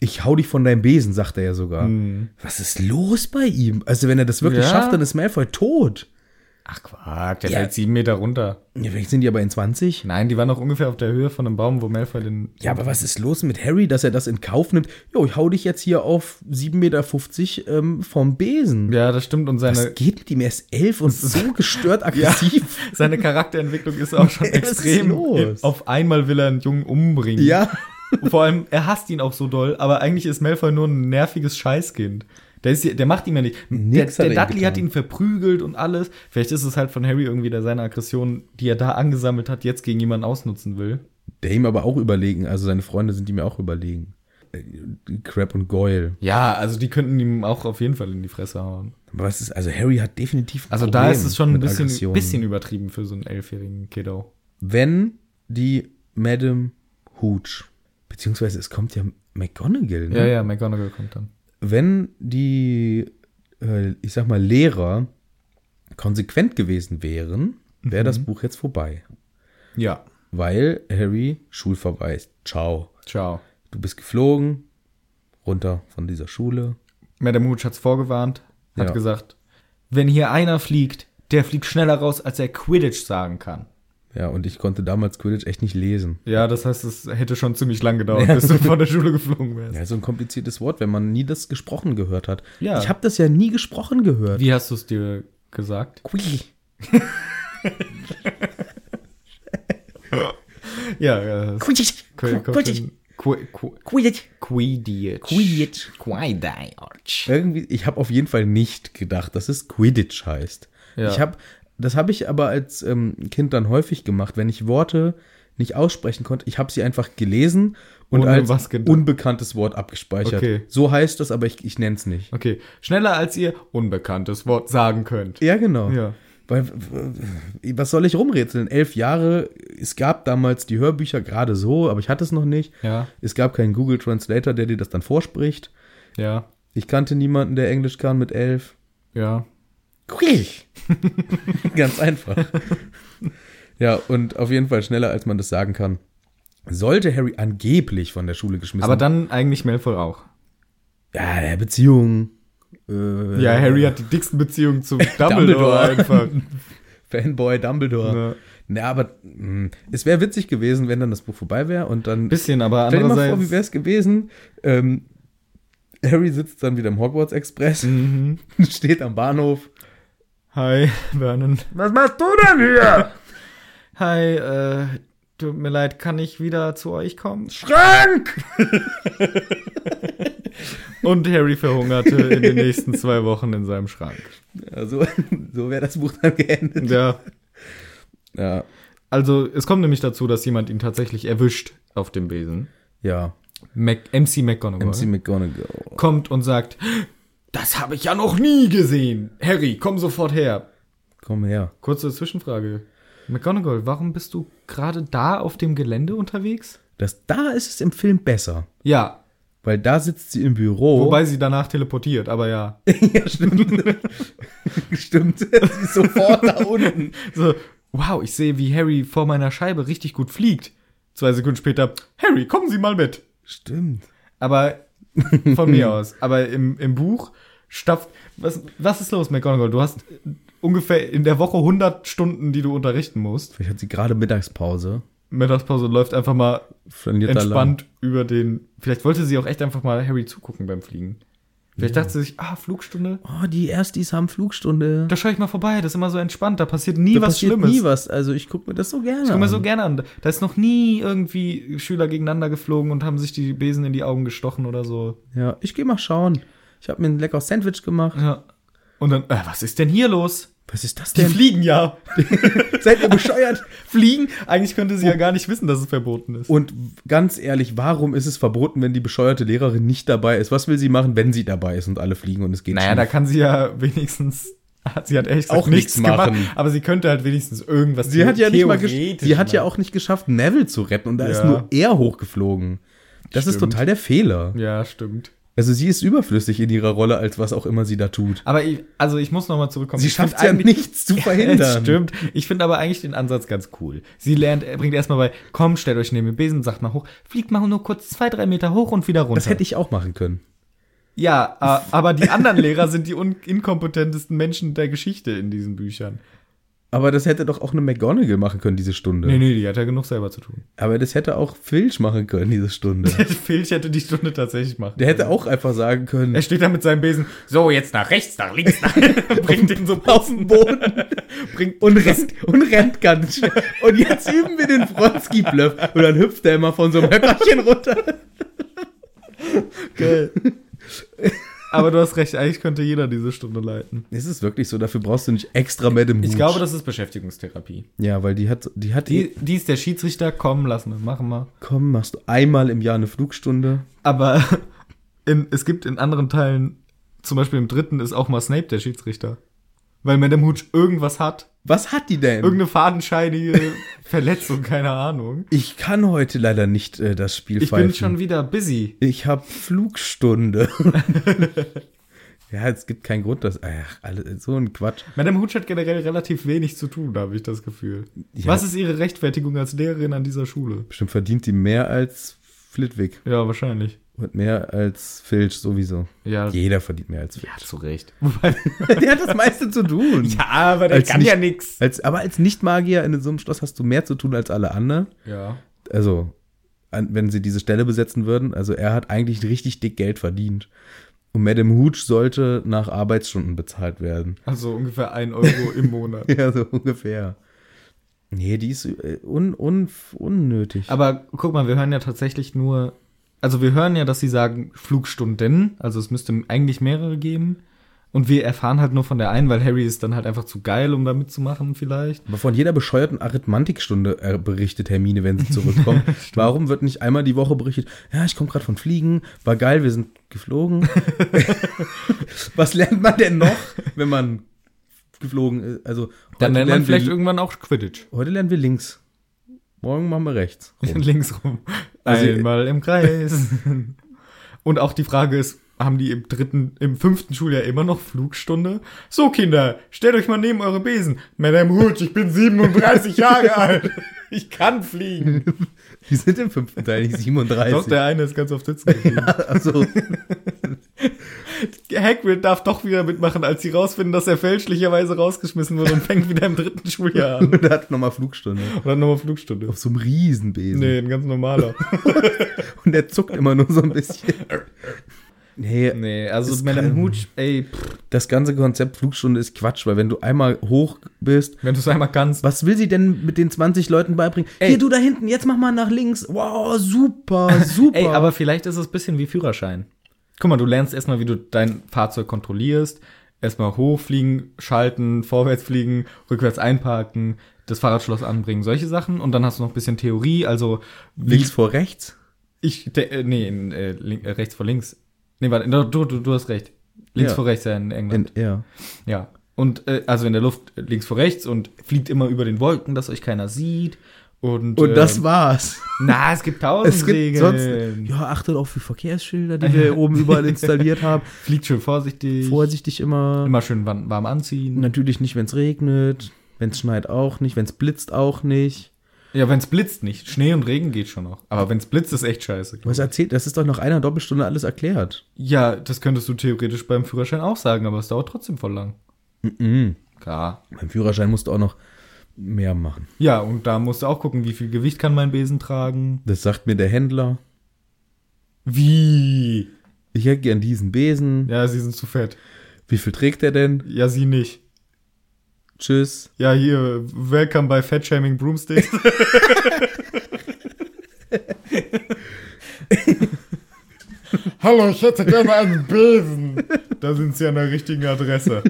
B: ich hau dich von deinem Besen, sagt er ja sogar.
A: Mhm.
B: Was ist los bei ihm? Also, wenn er das wirklich
A: Ja.
B: schafft, dann ist Malfoy tot.
A: Ach Quark, der
B: Ja.
A: fällt sieben Meter runter.
B: Ja, vielleicht sind die aber in 20.
A: Nein, die waren noch ungefähr auf der Höhe von einem Baum, wo Malfoy den.
B: Ja, aber was ist los mit Harry, dass er das in Kauf nimmt? Jo, ich hau dich jetzt hier auf 7,50 Meter ähm, vom Besen.
A: Ja, ne. das stimmt. Und
B: Was
A: seine,
B: geht mit ihm? Er ist elf
A: (laughs)
B: und so gestört aggressiv.
A: seine Charakterentwicklung ist auch (laughs) schon
B: Was ist
A: extrem.
B: los?
A: Auf einmal will er einen Jungen umbringen.
B: Ja.
A: Vor allem, er hasst ihn auch so doll, aber eigentlich ist Malfoy nur ein nerviges Scheißkind. Der, ist, der macht ihm ja nicht. Der,
B: Nix hat
A: der
B: er ihm
A: Dudley hat
B: getan.
A: ihn verprügelt und alles. Vielleicht ist es halt von Harry irgendwie, der seine Aggression, die er da angesammelt hat, jetzt gegen jemanden ausnutzen will.
B: Der ihm aber auch überlegen, also seine Freunde sind ihm ja auch überlegen. Äh, Crab und Goyle.
A: Ja, also die könnten ihm auch auf jeden Fall in die Fresse hauen.
B: Aber was ist, also Harry hat definitiv ein
A: Also da
B: Problem
A: ist es schon ein
B: mit
A: bisschen,
B: Aggressionen.
A: bisschen übertrieben für so einen elfjährigen Kiddo.
B: Wenn die Madame Hooch, beziehungsweise es kommt ja McGonagall, ne?
A: Ja, ja, McGonagall kommt dann.
B: wenn die, äh, ich sag mal, Lehrer konsequent gewesen wären, wäre das Buch jetzt vorbei.
A: Ja.
B: Weil Harry Schulverweis. Ciao.
A: Ciao.
B: Du bist geflogen, runter von dieser Schule.
A: Madame Hooch hat's vorgewarnt, hat
B: Ja.
A: gesagt, wenn hier einer fliegt, der fliegt schneller raus, als er Quidditch sagen kann.
B: Ja, und ich konnte damals Quidditch echt nicht lesen.
A: Ja, das heißt, es hätte schon ziemlich lang gedauert, bis du von der Schule geflogen wärst.
B: Ja, so ein kompliziertes Wort, wenn man nie das gesprochen gehört hat.
A: Ja.
B: Ich habe das ja nie gesprochen gehört.
A: Wie hast du es dir gesagt?
B: Quidditch.
A: (laughs) Ja, ja. das-
B: Quidditch.
A: Qu- Qu- Qu- Qu-
B: Quidditch.
A: Quidditch.
B: Quidditch.
A: Quidditch.
B: Irgendwie, ich habe auf jeden Fall nicht gedacht, dass es Quidditch heißt.
A: Ja.
B: Ich habe, das habe ich aber als ähm, Kind dann häufig gemacht, wenn ich Worte nicht aussprechen konnte. Ich habe sie einfach gelesen und
A: Ohne
B: als
A: was gedacht.
B: unbekanntes Wort abgespeichert.
A: Okay.
B: So heißt das, aber ich, ich nenne es nicht.
A: Okay, schneller als ihr unbekanntes Wort sagen könnt.
B: Ja, genau.
A: Ja.
B: Weil, w- w- was soll ich rumrätseln? Elf Jahre, es gab damals die Hörbücher gerade so, aber ich hatte es noch nicht.
A: Ja.
B: Es gab keinen Google Translator, der dir das dann vorspricht.
A: Ja,
B: Ich kannte niemanden, der Englisch kann mit elf.
A: ja.
B: Quidditch. (laughs) Ganz einfach. ja, und auf jeden Fall schneller, als man das sagen kann. Sollte Harry angeblich von der Schule geschmissen
A: Aber dann eigentlich Malfoy auch.
B: Ja, der Beziehung. äh,
A: Ja, Harry hat die dicksten Beziehungen (laughs) zu Dumbledore
B: Dumbledore.
A: einfach.
B: Fanboy Dumbledore.
A: Ja.
B: Na, aber mh, es wäre witzig gewesen, wenn dann das Buch vorbei wäre und dann.
A: Bisschen, aber
B: Stell dir mal vor,
A: andererseits.
B: wie wäre es gewesen? Ähm, Harry sitzt dann wieder im Hogwarts Express,
A: Mhm.
B: (laughs) steht am Bahnhof.
A: Hi, (laughs) Vernon.
B: Was machst du denn hier?
A: Hi, äh, tut mir leid, kann ich wieder zu euch kommen?
B: Schrank!
A: Und Harry verhungerte in den nächsten zwei Wochen in seinem Schrank.
B: (laughs) Ja, so so wäre das Buch dann geendet.
A: Ja,
B: Ja.
A: Also, es kommt nämlich dazu, dass jemand ihn tatsächlich erwischt auf dem Besen.
B: Ja.
A: Mac, MC McGonagall
B: MC McGonagall.
A: kommt und sagt, das habe ich ja noch nie gesehen. Harry, komm sofort her.
B: Komm her.
A: Kurze Zwischenfrage. McGonagall, warum bist du gerade da auf dem Gelände unterwegs?
B: Das, da ist es im Film besser.
A: Ja,
B: Weil da sitzt sie im Büro.
A: wobei sie danach teleportiert, aber ja. (laughs)
B: ja, (laughs) stimmt. stimmt. Sie ist sofort da unten.
A: So, wow, ich sehe, wie Harry vor meiner Scheibe richtig gut fliegt. Zwei Sekunden später, Harry, kommen Sie mal mit.
B: Stimmt.
A: (laughs) Aber von mir aus. Aber im, im Buch stapft. Was, was ist los, McGonagall? Du hast ungefähr in der Woche 100 Stunden, die du unterrichten musst.
B: Vielleicht hat sie gerade Mittagspause.
A: Mittagspause läuft einfach mal
B: Flaniert da lang.
A: entspannt über den. Vielleicht wollte sie auch echt einfach mal Harry zugucken beim Fliegen. Vielleicht dachte sie sich, ah, Flugstunde,
B: Oh, die Erstis haben Flugstunde.
A: da schaue ich mal vorbei, das ist immer so entspannt, da passiert nie
B: Da
A: was
B: passiert
A: Schlimmes.
B: nie was. Also ich gucke mir das so gerne
A: Ich guck mir so
B: an.
A: gerne an. Da ist noch nie irgendwie Schüler gegeneinander geflogen und haben sich die Besen in die Augen gestochen oder so.
B: Ja, ich gehe mal schauen. Ich habe mir ein leckeres Sandwich gemacht.
A: Ja. Und dann, äh, was ist denn hier los?
B: Was ist das
A: Die
B: denn?
A: fliegen ja.
B: Seid ihr bescheuert?
A: (laughs) fliegen? Eigentlich könnte
B: Oh.
A: sie ja gar nicht wissen, dass es verboten ist.
B: Und ganz ehrlich, warum ist es verboten, wenn die bescheuerte Lehrerin nicht dabei ist? Was will sie machen, wenn sie dabei ist und alle fliegen und es geht
A: Naja, da
B: schief?
A: kann sie ja wenigstens. (laughs) hat- Sie hat ehrlich gesagt
B: Auch nichts machen.
A: aber sie könnte halt wenigstens irgendwas.
B: Sie hat ja nicht mal gesch-
A: theoretisch
B: sie hat ja
A: machen.
B: auch nicht geschafft, Neville zu retten und da ist
A: Ja.
B: nur er hochgeflogen. Das ist
A: Stimmt.
B: total der Fehler.
A: Ja, stimmt.
B: Also sie ist überflüssig in ihrer Rolle, als was auch immer sie da tut.
A: Aber ich, also ich muss nochmal zurückkommen.
B: Sie
A: Ich find
B: schafft ja
A: eigentlich- (laughs)
B: nichts zu verhindern.
A: Stimmt. Ich finde aber eigentlich den Ansatz ganz cool. Sie lernt, er bringt erstmal bei, komm, stellt euch neben den Besen, sagt mal hoch, fliegt mal nur kurz zwei, drei Meter hoch und wieder runter.
B: Das hätte ich auch machen können.
A: ja, äh, aber die anderen Lehrer sind die un inkompetentesten Menschen der Geschichte in diesen Büchern.
B: Aber das hätte doch auch eine McGonagall machen können, diese Stunde.
A: Nee, nee, die hat ja genug selber zu
B: (laughs)
A: tun.
B: Aber das hätte auch Filch machen können, diese Stunde.
A: Filch hätte die Stunde tatsächlich machen.
B: Der hätte auch einfach sagen
A: Er
B: können,
A: steht da mit seinem Besen, so, jetzt nach rechts, nach links, nach bringt ihn so
B: auf den Boden
A: bringt
B: und rennt, und rennt ganz schnell. Und jetzt üben wir den Fronski-Bluff. Und dann hüpft er immer von so einem Höckerchen runter.
A: Geil. Aber du hast recht, eigentlich könnte jeder diese Stunde leiten.
B: Ist es wirklich so? Dafür brauchst du nicht extra Madame
A: Ich
B: Hooch.
A: glaube, das ist Beschäftigungstherapie.
B: Ja, weil die hat, die hat,
A: Die, die ist der Schiedsrichter, komm, lassen wir, machen wir.
B: komm, machst du einmal im Jahr eine Flugstunde.
A: Aber (laughs) in, es gibt in anderen Teilen, zum Beispiel im dritten, ist auch mal Snape der Schiedsrichter. Weil Madame Hooch irgendwas hat.
B: Was hat die denn?
A: Irgendeine (laughs) fadenscheinige Verletzung, keine Ahnung.
B: ich kann heute leider nicht äh, das Spiel
A: Ich
B: pfeifen.
A: bin schon wieder busy.
B: Ich habe Flugstunde. (laughs) ja, es gibt keinen Grund, dass. Ach, alle, so ein Quatsch.
A: Madame Hooch hat generell relativ wenig zu tun, habe ich das Gefühl.
B: Ja.
A: Was ist ihre Rechtfertigung als Lehrerin an dieser Schule?
B: Bestimmt verdient die mehr als Flitwick
A: Ja, wahrscheinlich.
B: und mehr als Filch sowieso.
A: Ja,
B: Jeder verdient mehr als Filch.
A: zu Recht. Wobei,
B: (laughs) Der hat das meiste zu tun.
A: ja, aber der
B: Als
A: kann
B: nicht-
A: ja nix.
B: Als, aber als Nicht-Magier in so einem Schloss hast du mehr zu tun als alle anderen.
A: Ja.
B: Also, an, wenn sie diese Stelle besetzen würden. Also, er hat eigentlich richtig dick Geld verdient. Und Madame Hooch sollte nach Arbeitsstunden bezahlt werden.
A: (laughs) Also ungefähr ein Euro im Monat.
B: Ja, so ungefähr. Nee, die ist äh, un, un, unnötig.
A: Aber guck mal, wir hören ja tatsächlich nur, also wir hören ja, dass sie sagen Flugstunden, also es müsste eigentlich mehrere geben. Und wir erfahren halt nur von der einen, weil Harry ist dann halt einfach zu geil, um da mitzumachen vielleicht.
B: Aber von jeder bescheuerten Arithmantikstunde äh, berichtet Hermine, wenn sie zurückkommt. Warum wird nicht einmal die Woche berichtet, ja, ich komme gerade von Fliegen, war geil, wir sind geflogen. Was lernt man denn noch, wenn man geflogen ist? Also,
A: Dann nennt man vielleicht
B: wir,
A: irgendwann auch Quidditch.
B: heute lernen wir links. Morgen machen
A: (laughs)
B: wir rechts. rum.
A: Links rum.
B: Oh. Also-
A: Einmal im Kreis. (laughs) Und auch die Frage ist, haben die im dritten, im fünften Schuljahr immer noch Flugstunde? So, Kinder, stellt euch mal neben eure Besen. Madame Hooch, ich bin 37 Jahre (laughs) alt. Ich kann fliegen.
B: Die sind im fünften Teil nicht
A: Doch,
B: 37.
A: der eine ist ganz oft sitzen geblieben.
B: (laughs) Also,
A: Hagrid darf doch wieder mitmachen, als sie rausfinden, dass er fälschlicherweise rausgeschmissen wurde und fängt wieder im dritten Schuljahr an.
B: da hat nochmal Flugstunde.
A: Oder nochmal Flugstunde.
B: Auf so einem Riesenbesen.
A: Nee, ein ganz normaler.
B: Und der zuckt immer nur so ein
A: (laughs)
B: bisschen. Nee,
A: Nee,
B: Ist
A: also Madame
B: kein-
A: Hooch, ey, pff,
B: das ganze Konzept Flugstunde ist Quatsch, weil wenn du einmal hoch bist,
A: wenn du es einmal kannst.
B: was will sie denn mit den 20 Leuten beibringen?
A: Ey.
B: Hier, du da hinten, jetzt mach mal nach links. Wow, super,
A: (laughs)
B: super.
A: Ey, aber vielleicht ist es ein bisschen wie Führerschein. Guck mal, du lernst erstmal, wie du dein Fahrzeug kontrollierst, erstmal hochfliegen, schalten, vorwärts fliegen, rückwärts einparken, das Fahrradschloss anbringen, solche Sachen. Und dann hast du noch ein bisschen Theorie, also wie
B: Links vor rechts?
A: ich, de, äh, nee, in, äh, link, äh, rechts vor links. Nee, warte, du, du, du hast recht. Links
B: Ja.
A: vor rechts ja in England.
B: In, ja.
A: Ja. Und äh, also in der Luft äh, links vor rechts und fliegt immer über den Wolken, dass euch keiner sieht. Und,
B: Und das
A: ähm,
B: war's.
A: Na, es gibt tausend
B: Es gibt
A: Regeln.
B: sonst. Ja, achtet auf die
A: (laughs)
B: Verkehrsschilder, die wir oben überall installiert haben.
A: Fliegt schön vorsichtig.
B: Vorsichtig immer.
A: Immer schön wan- warm anziehen.
B: Natürlich nicht, wenn es regnet. Wenn es schneit auch nicht. Wenn es blitzt auch nicht.
A: Ja, wenn es blitzt nicht. Schnee und Regen geht schon noch. Aber wenn es blitzt, ist echt scheiße.
B: Was erzählt? Das ist doch nach einer Doppelstunde alles erklärt.
A: Ja, das könntest du theoretisch beim Führerschein auch sagen, aber es dauert trotzdem voll lang.
B: Mhm.
A: Klar.
B: Beim Führerschein musst du auch noch mehr machen.
A: Ja, und da musst du auch gucken, wie viel Gewicht kann mein Besen tragen.
B: Das sagt mir der Händler.
A: Wie?
B: Ich hätte gern diesen Besen.
A: Ja, sie sind zu fett.
B: Wie viel trägt er denn?
A: Ja, sie nicht.
B: Tschüss.
A: Ja, hier, welcome bei Fat Shaming Broomsticks. (laughs) Hallo, ich hätte gerne einen Besen. Da sind sie an der richtigen Adresse.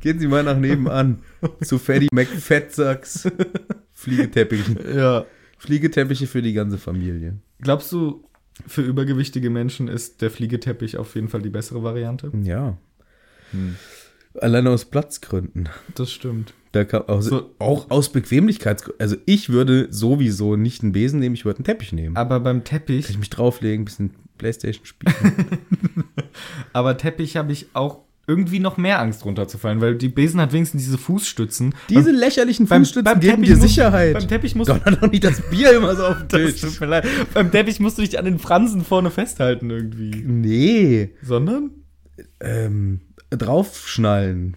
B: Gehen Sie mal nach nebenan. zu Fatty McFetzaks. Fliegeteppichen.
A: Ja.
B: Fliegeteppiche für die ganze Familie.
A: Glaubst du, für übergewichtige Menschen ist der Fliegeteppich auf jeden Fall die bessere Variante?
B: Ja. Alleine aus Platzgründen.
A: Das stimmt.
B: Da kann, also
A: So-
B: auch aus Bequemlichkeitsgründen. Also ich würde sowieso nicht einen Besen nehmen, ich würde einen Teppich nehmen.
A: Aber beim
B: Kann
A: Teppich,
B: ich mich drauflegen, ein bisschen
A: (laughs)
B: Playstation spielen.
A: aber Teppich habe ich auch irgendwie noch mehr Angst runterzufallen, weil die Besen hat wenigstens diese Fußstützen.
B: Diese lächerlichen
A: Beim-
B: Fußstützen
A: beim
B: geben
A: Teppich
B: dir
A: muss-
B: Sicherheit.
A: beim Teppich muss-
B: Donner doch nicht das Bier immer so auf
A: (laughs) (laughs)
B: den
A: Das
B: Tisch.
A: tut mir leid. Beim Teppich musst du dich an den Fransen vorne festhalten irgendwie.
B: nee.
A: Sondern?
B: Ähm,
A: (laughs)
B: draufschnallen.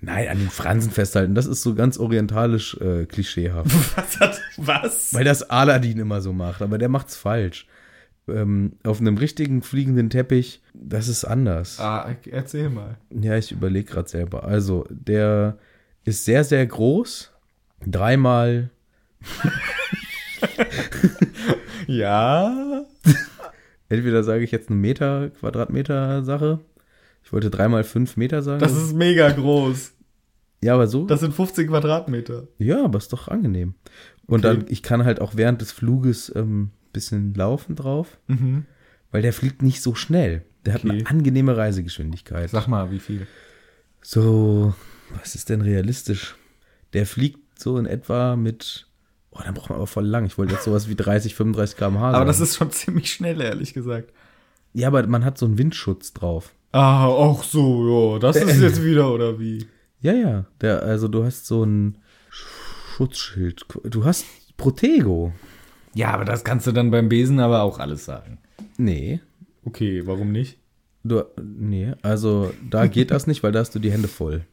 B: Nein, an den Fransen festhalten. Das ist so ganz orientalisch äh, klischeehaft.
A: (laughs) Was hat. Was?
B: Weil das Aladdin immer so macht, aber der macht's falsch. Ähm, auf einem richtigen fliegenden Teppich, das ist anders.
A: Ah, erzähl mal.
B: Ja, ich überlege gerade selber. Also, der ist sehr, sehr groß. Dreimal,
A: Ja.
B: entweder sage ich jetzt eine Meter, Quadratmeter Sache. Ich wollte dreimal fünf Meter sagen.
A: Das ist mega groß.
B: ja, aber so.
A: Das sind 15 Quadratmeter.
B: ja, aber ist doch angenehm. Und
A: Okay.
B: dann, ich kann halt auch während des Fluges ein ähm, bisschen laufen drauf,
A: Mhm.
B: weil der fliegt nicht so schnell. Der hat
A: Okay.
B: eine angenehme Reisegeschwindigkeit.
A: Sag mal, wie viel?
B: So, was ist denn realistisch? Der fliegt so in etwa mit. Oh, dann braucht man aber voll lang. Ich wollte jetzt sowas wie 30, 35 km/h.
A: Aber
B: sagen.
A: das ist schon (laughs) ziemlich schnell, ehrlich gesagt.
B: Ja, aber man hat so einen Windschutz drauf.
A: Ah, auch so, ja. Das ist jetzt wieder, oder wie?
B: Ja, ja. Der, also du hast so ein Schutzschild. Du hast Protego.
A: Ja, aber das kannst du dann beim Besen aber auch alles sagen.
B: Nee.
A: Okay, warum nicht?
B: Du, nee, also da geht das nicht, weil da hast du die Hände voll.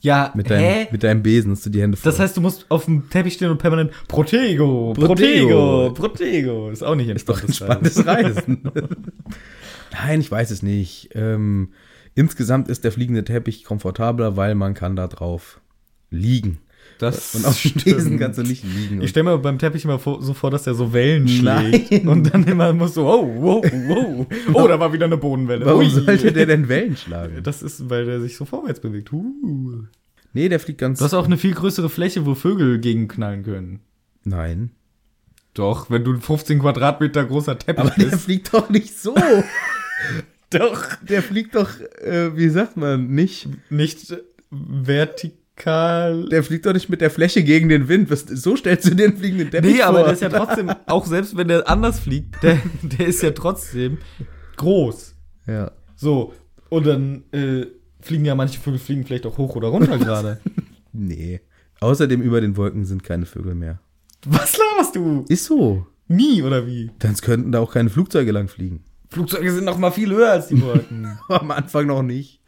A: Ja,
B: Mit deinem,
A: hä?
B: mit deinem Besen hast du die Hände voll.
A: das heißt, du musst auf dem Teppich stehen und permanent Protego, Protego,
B: Protego.
A: Protego. Ist auch nicht
B: doch
A: entspanntes
B: entspanntes Reisen.
A: (laughs)
B: Nein, ich weiß es nicht. Ähm, insgesamt ist der fliegende Teppich komfortabler, weil man kann da drauf liegen.
A: Das
B: Und auf dem
A: stimmt.
B: Besen kannst du nicht liegen.
A: Ich
B: Und
A: stelle mir beim Teppich immer vor, so vor, dass der so Wellen
B: Nein.
A: schlägt. Und dann immer muss so, oh, wow, wow. Oh, da war wieder eine Bodenwelle.
B: warum
A: Ui.
B: sollte der denn Wellen schlagen?
A: Das ist, weil der sich so vorwärts bewegt. Uh.
B: Nee, der fliegt ganz.
A: Du hast auch eine viel größere Fläche, wo Vögel gegenknallen können.
B: Nein.
A: Doch, wenn du ein 15 Quadratmeter großer Teppich
B: Aber der
A: bist.
B: fliegt doch nicht so.
A: (laughs) Doch.
B: der fliegt doch, äh, wie sagt man, nicht.
A: Nicht (laughs) vertikal.
B: Der fliegt doch nicht mit der Fläche gegen den Wind. Was, so stellst du den fliegenden Teppich
A: Nee,
B: vor.
A: aber der ist ja trotzdem, auch selbst wenn der anders fliegt, der, der ist ja trotzdem groß.
B: ja.
A: So, und dann äh, fliegen ja manche Vögel fliegen vielleicht auch hoch oder (laughs) runter gerade.
B: Nee. Außerdem über den Wolken sind keine Vögel mehr.
A: Was laberst du?
B: Ist so.
A: Nie oder wie?
B: Dann könnten da auch keine Flugzeuge lang fliegen.
A: Flugzeuge sind noch mal viel höher als die Wolken.
B: (laughs) Am Anfang noch nicht,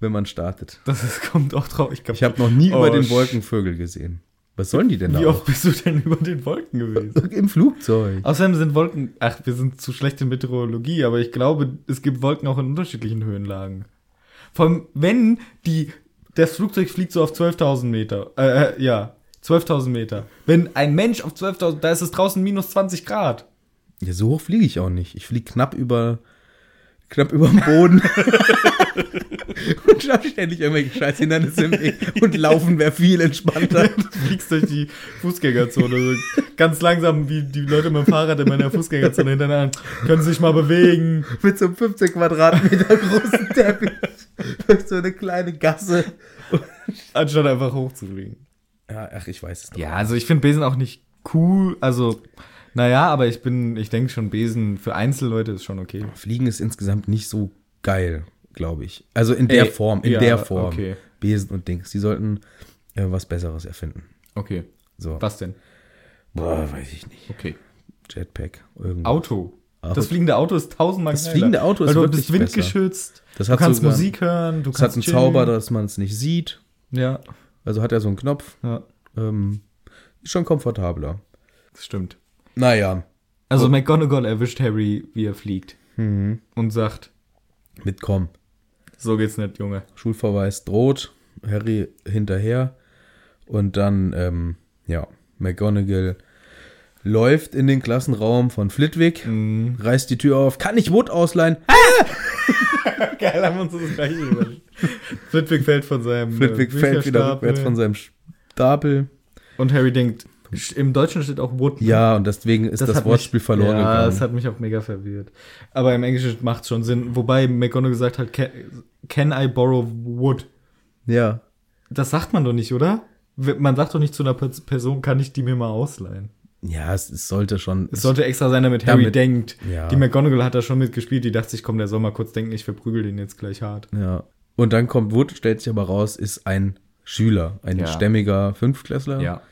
B: wenn man startet.
A: das ist, kommt auch drauf. Ich, glaub,
B: Ich habe noch nie
A: Oh,
B: über den
A: sch-
B: Wolken Vögel gesehen. Was sollen die denn
A: Wie
B: da?
A: oft bist du denn (laughs) über den Wolken gewesen?
B: auch? Im Flugzeug.
A: Außerdem sind Wolken, ach, wir sind zu schlecht in Meteorologie, aber ich glaube, es gibt Wolken auch in unterschiedlichen Höhenlagen. Vor allem, wenn die, das Flugzeug fliegt so auf 12.000 Meter, äh, äh, ja, 12.000 Meter. Wenn ein Mensch auf 12.000, da ist es draußen minus 20 Grad. (laughs)
B: Ja, so hoch fliege ich auch nicht. Ich fliege knapp über knapp über dem (laughs) Boden. und da ständig irgendwelche Scheißhindernisse im Weg. Und laufen wäre viel entspannter.
A: Du fliegst durch die Fußgängerzone. So ganz langsam, wie die Leute mit dem Fahrrad in meiner Fußgängerzone hintereinander. Können sich mal bewegen.
B: (laughs) Mit so einem 15 Quadratmeter großen (laughs) Teppich. Durch so eine kleine Gasse.
A: Anstatt einfach hochzufliegen.
B: Ja, ach, ich weiß es doch.
A: Ja, also ich finde Besen auch nicht cool. Also, naja, aber ich bin, ich denke schon, Besen für Einzelleute ist schon okay.
B: Fliegen ist insgesamt nicht so geil, glaube ich. Also in der
A: Ey,
B: Form, in
A: ja,
B: der Form.
A: okay.
B: Besen und Dings. Die sollten äh, was Besseres erfinden.
A: Okay.
B: So.
A: Was denn?
B: Boah, weiß ich nicht.
A: Okay.
B: Jetpack. Irgendwas.
A: Auto.
B: Auto.
A: Das fliegende Auto ist tausendmal
B: Das fliegende Auto ist
A: weil du
B: wirklich
A: bist
B: besser.
A: windgeschützt.
B: Das
A: Du
B: hat
A: kannst
B: sogar-
A: Musik hören, du
B: Das hat
A: kannst
B: einen
A: chillen.
B: Zauber, dass man es nicht sieht.
A: Ja,
B: Also hat er so einen Knopf.
A: ja,
B: Ähm, ist schon komfortabler.
A: das stimmt.
B: Naja,
A: Also McGonagall erwischt Harry, wie er fliegt.
B: Mhm.
A: Und sagt,
B: mitkommen.
A: so geht's nicht, Junge.
B: Schulverweis droht, Harry hinterher und dann, ähm, ja, McGonagall läuft in den Klassenraum von Flitwick,
A: Mhm.
B: reißt die Tür auf, kann ich Wood ausleihen?
A: (laughs) Äh, Geil, haben uns das gleiche überlegt. Flitwick fällt von seinem
B: Flitwick fällt wieder
A: Bücherstapel.
B: rückwärts von seinem Stapel.
A: Und Harry denkt, sch- im Deutschen steht auch Wood.
B: Ja, und deswegen ist das,
A: hat
B: Wortspiel
A: mich,
B: verloren
A: ja,
B: gegangen.
A: das hat mich auch mega verwirrt. Aber im Englischen macht's schon Sinn. Wobei McGonagall gesagt hat, can, can I borrow wood?
B: ja.
A: Das sagt man doch nicht, oder? Man sagt doch nicht zu einer Pers- Person, kann ich die mir mal ausleihen?
B: Ja, es, es sollte schon.
A: Es sollte extra sein, damit Harry
B: Damit-
A: denkt.
B: Ja.
A: Die McGonagall hat da schon mitgespielt, die dachte sich, komm, der soll mal kurz denken, ich verprügel den jetzt gleich hart.
B: ja. Und dann kommt Wood, stellt sich aber raus, ist ein Schüler, ein
A: Ja.
B: stämmiger Fünftklässler.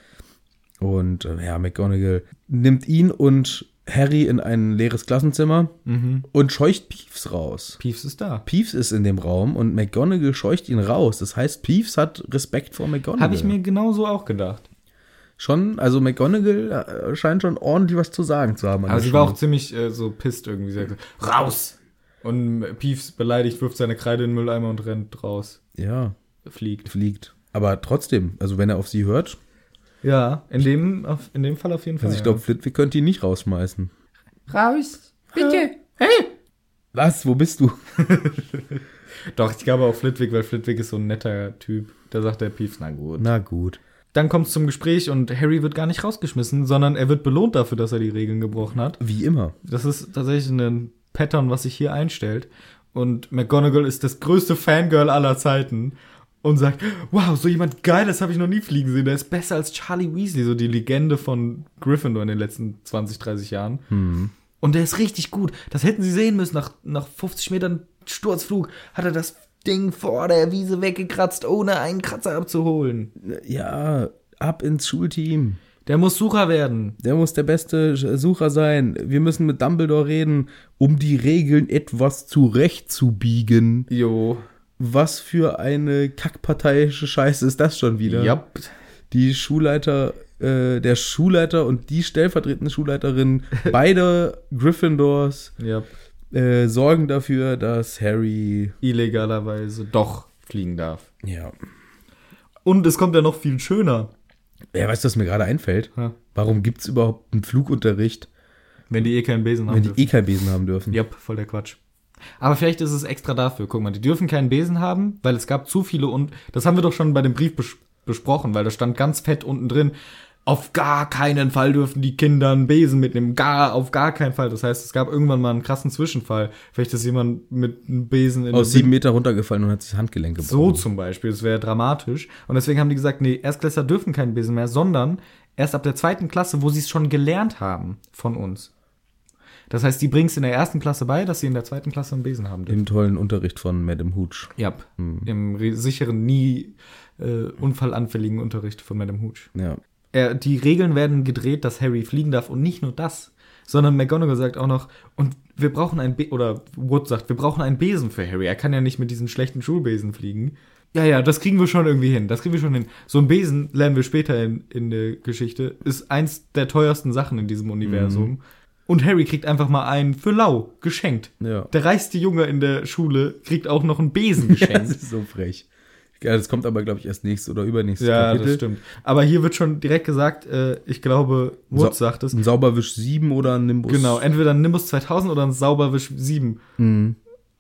B: Und äh, ja, McGonagall nimmt ihn und Harry in ein leeres Klassenzimmer
A: Mhm.
B: und scheucht Peeves raus.
A: Peeves ist da.
B: Peeves ist in dem Raum und McGonagall scheucht ihn raus. Das heißt, Peeves hat Respekt vor McGonagall.
A: Habe ich mir genauso auch gedacht.
B: schon, also McGonagall äh, scheint schon ordentlich was zu sagen zu haben. an
A: Aber
B: der
A: sie war auch
B: Schule.
A: ziemlich äh, so pisst irgendwie. Sie hat gesagt, raus! Und Peeves beleidigt, wirft seine Kreide in den Mülleimer und rennt raus.
B: ja
A: Fliegt.
B: fliegt. Aber trotzdem, also wenn er auf sie hört,
A: Ja, in dem, auf, in dem Fall auf jeden Fall.
B: also ich glaube, Flitwick könnte ihn nicht rausschmeißen.
A: raus! Bitte!
B: Was? Wo bist du?
A: Doch, ich glaube auch Flitwick, weil Flitwick ist so ein netter Typ. Da sagt der Peeves, na gut.
B: Na gut.
A: Dann kommt es zum Gespräch und Harry wird gar nicht rausgeschmissen, sondern er wird belohnt dafür, dass er die Regeln gebrochen hat.
B: Wie immer.
A: Das ist tatsächlich ein Pattern, was sich hier einstellt. Und McGonagall ist das größte Fangirl aller Zeiten und sagt, wow, so jemand geil, das habe ich noch nie fliegen sehen. Der ist besser als Charlie Weasley, so die Legende von Gryffindor in den letzten 20, 30 Jahren. Und der ist richtig gut. Das hätten sie sehen müssen. Nach, nach 50 Metern Sturzflug hat er das Ding vor der Wiese weggekratzt, ohne einen Kratzer abzuholen.
B: Ja, ab ins Schulteam.
A: Der muss Sucher werden.
B: Der muss der beste Sucher sein. Wir müssen mit Dumbledore reden, um die Regeln etwas zurechtzubiegen.
A: Jo.
B: Was für eine kackparteiische Scheiße ist das schon wieder?
A: Yep.
B: Die Schulleiter, äh, der Schulleiter und die stellvertretende (laughs) Schulleiterin beider Gryffindors
A: Yep.
B: äh, sorgen dafür, dass Harry.
A: Illegalerweise doch fliegen darf.
B: Ja.
A: Und es kommt ja noch viel schöner.
B: Ja, weißt du, was mir gerade einfällt?
A: Ja.
B: Warum gibt's überhaupt einen Flugunterricht,
A: Wenn die eh keinen Besen haben
B: wenn
A: dürfen.
B: die eh keinen Besen haben dürfen?
A: Jupp, voll der Quatsch. Aber vielleicht ist es extra dafür. Guck mal, die dürfen keinen Besen haben, weil es gab zu viele und das haben wir doch schon bei dem Brief bes besprochen, weil da stand ganz fett unten drin, auf gar keinen Fall dürfen die Kinder einen Besen mitnehmen. Gar, auf gar keinen Fall. Das heißt, es gab irgendwann mal einen krassen Zwischenfall. Vielleicht ist jemand mit einem Besen in
B: Aus sieben Meter runtergefallen und hat sich das Handgelenk gebrochen.
A: So zum Beispiel, das wäre dramatisch. Und deswegen haben die gesagt, nee, Erstklässler dürfen keinen Besen mehr, sondern erst ab der zweiten Klasse, wo sie es schon gelernt haben von uns. Das heißt, die bringen es in der ersten Klasse bei, dass sie in der zweiten Klasse einen Besen haben dürfen.
B: Im tollen Unterricht von Madame Hooch.
A: Ja, im re- sicheren, nie äh, unfallanfälligen Unterricht von Madame Hooch.
B: Ja.
A: Er, die Regeln werden gedreht, dass Harry fliegen darf und nicht nur das, sondern McGonagall sagt auch noch, und wir brauchen einen, Be oder Wood sagt, wir brauchen einen Besen für Harry. Er kann ja nicht mit diesem schlechten Schulbesen fliegen. Ja, ja, das kriegen wir schon irgendwie hin. Das kriegen wir schon hin. So ein Besen, lernen wir später in, in der Geschichte, ist eins der teuersten Sachen in diesem Universum. Und Harry kriegt einfach mal einen für lau geschenkt.
B: Ja.
A: Der reichste Junge in der Schule kriegt auch noch einen (laughs) Besen geschenkt.
B: Das ist so frech. Ja, das kommt aber, glaube ich, erst nächstes oder übernächstes
A: Ja, das stimmt. Aber hier wird schon direkt gesagt, äh, ich glaube, Wood
B: Sa-
A: sagt es.
B: Ein Sauberwisch 7 oder ein Nimbus. Mhm.
A: Genau, entweder ein Nimbus 2000 oder ein Sauberwisch 7.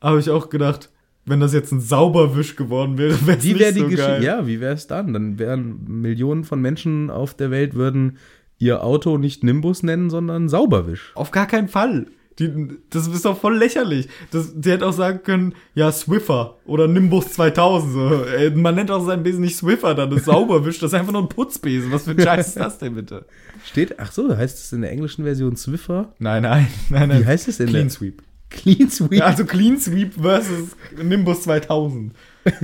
A: Habe ich auch gedacht, wenn das jetzt ein Sauberwisch geworden wäre, wäre es
B: Wie
A: nicht
B: wäre die
A: so geil.
B: Geschichte? Ja, wie wäre es dann? Dann wären Millionen von Menschen auf der Welt würden ihr Auto nicht Nimbus nennen, sondern Sauberwisch.
A: Auf gar keinen Fall. Die, das ist doch voll lächerlich. Das, sie hätte auch sagen können, ja, Swiffer oder Nimbus 2000. So. Äh, Man nennt auch seinen Besen nicht Swiffer, dann ist Sauberwisch, das ist einfach nur ein Putzbesen. Was für ein Scheiß ist das denn bitte?
B: Steht, ach so, heißt es in der englischen Version Swiffer? (laughs)
A: Nein, nein, nein, nein.
B: Wie heißt es denn?
A: Clean Sweep.
B: Clean Sweep.
A: Ja, also Clean Sweep versus Nimbus 2000.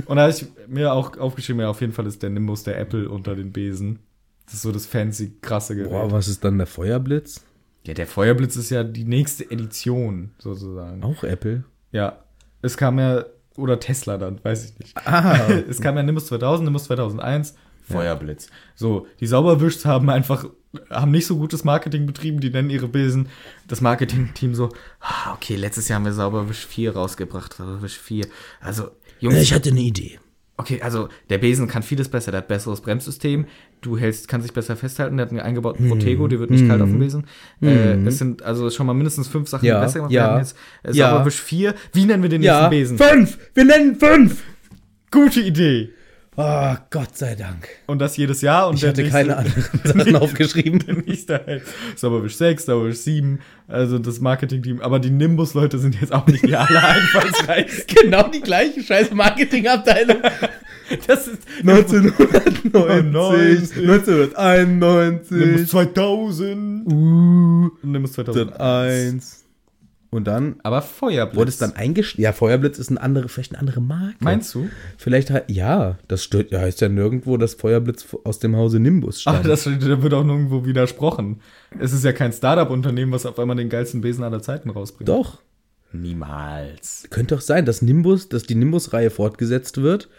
A: Und da habe ich mir auch aufgeschrieben, ja, auf jeden Fall ist der Nimbus der Apple unter den Besen. Das ist so das fancy, krasse Gerät.
B: Boah, was ist dann der Feuerblitz?
A: Ja, der Feuerblitz ist ja die nächste Edition, sozusagen.
B: Auch Apple.
A: Ja, es kam ja, oder Tesla dann, weiß ich nicht.
B: Ah.
A: (laughs) es kam ja Nimbus 2000, Nimbus 2001, Feuerblitz. So, die Sauberwischs haben einfach, haben nicht so gutes Marketing betrieben, die nennen ihre Besen. Das Marketing-Team so, ah, okay, letztes Jahr haben wir Sauberwisch 4 rausgebracht, Sauberwisch 4. Also, Jungs,
B: hatte eine Idee.
A: okay, also, der Besen kann vieles besser, der hat besseres Bremssystem, du hältst, kannst dich besser festhalten, der hat einen eingebauten
B: Hm.
A: Protego, dir wird nicht kalt auf dem Besen. Äh, es sind also schon mal mindestens fünf Sachen,
B: Ja,
A: die besser gemacht
B: ja,
A: werden. Jetzt äh,
B: ja.
A: Sauberwisch 4, wie nennen wir den
B: Ja,
A: nächsten Besen?
B: fünf! Wir nennen fünf!
A: Gute Idee.
B: Oh, Gott sei Dank.
A: Und das jedes Jahr. Und
B: Ich hatte
A: (laughs)
B: keine (laughs) anderen Sachen aufgeschrieben.
A: Nicht daheim. Sauberwisch 6, Sauberwisch 7, also das Marketing-Team. Aber die Nimbus-Leute sind jetzt auch nicht die
B: (laughs)
A: aller einfallsreichsten.
B: Genau die gleiche scheiß (laughs) Marketingabteilung.
A: Das ist
B: 1990,
A: 1991,
B: 1991,
A: 2000.
B: uh,
A: Nimbus 2000.
B: 2001. Und dann
A: Aber Feuerblitz.
B: wurde es dann eingestellt. Ja, Feuerblitz ist eine andere, vielleicht eine andere Marke.
A: Meinst du?
B: Vielleicht halt, ja, das stört, ja, heißt ja nirgendwo, dass Feuerblitz aus dem Hause Nimbus
A: Ah,
B: stammt.
A: das da wird auch nirgendwo widersprochen. Es ist ja kein Startup-Unternehmen, was auf einmal den geilsten Besen aller Zeiten rausbringt.
B: Doch.
A: Niemals.
B: Könnte doch sein, dass Nimbus, dass die Nimbus-Reihe fortgesetzt wird,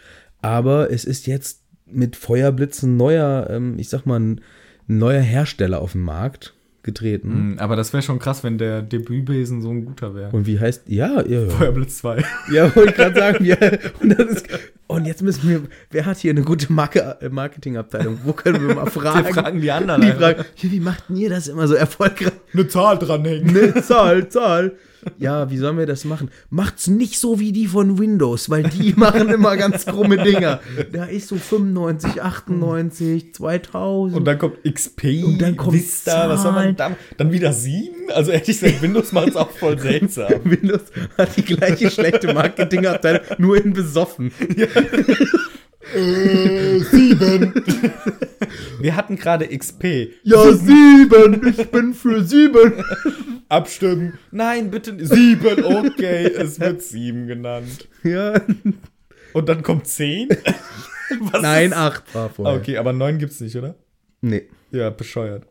B: aber es ist jetzt mit Feuerblitz ein neuer, ähm, ich sag mal, ein neuer Hersteller auf den Markt getreten.
A: Hm, Aber das wäre schon krass, wenn der Debütbesen so ein guter wäre.
B: Und wie heißt, ja, ja, ja.
A: Feuerblitz 2.
B: (laughs) Ja, wollte ich gerade sagen. Ja. Und, das ist, und jetzt müssen wir, wer hat hier eine gute Marke, äh, Marketingabteilung? Wo können wir mal fragen?
A: fragen (laughs) die anderen
B: Die
A: einfach.
B: fragen, hier, wie macht denn ihr das immer so erfolgreich?
A: (laughs) Eine Zahl dranhängen.
B: Ne, Zahl, Zahl. Ja, wie sollen wir das machen? Macht's nicht so wie die von Windows, weil die (laughs) machen immer ganz krumme Dinger. Da ist so 95, 98, 2000.
A: Und dann kommt XP,
B: Und dann kommt
A: Vista, was soll man da? Dann wieder 7? Also ehrlich gesagt, Windows macht es auch (laughs) voll seltsam.
B: (laughs) Windows hat die gleiche schlechte Marketingabteilung, nur in besoffen.
A: Wir hatten gerade XP.
B: Ja, sieben, ich bin für sieben.
A: Abstimmen. Nein, bitte 7, okay, es wird 7 genannt.
B: Ja,
A: Und dann kommt 10? Was
B: Nein,
A: ist-
B: acht war vorher.
A: Okay, aber 9 gibt's nicht, oder?
B: Nee.
A: Ja, bescheuert.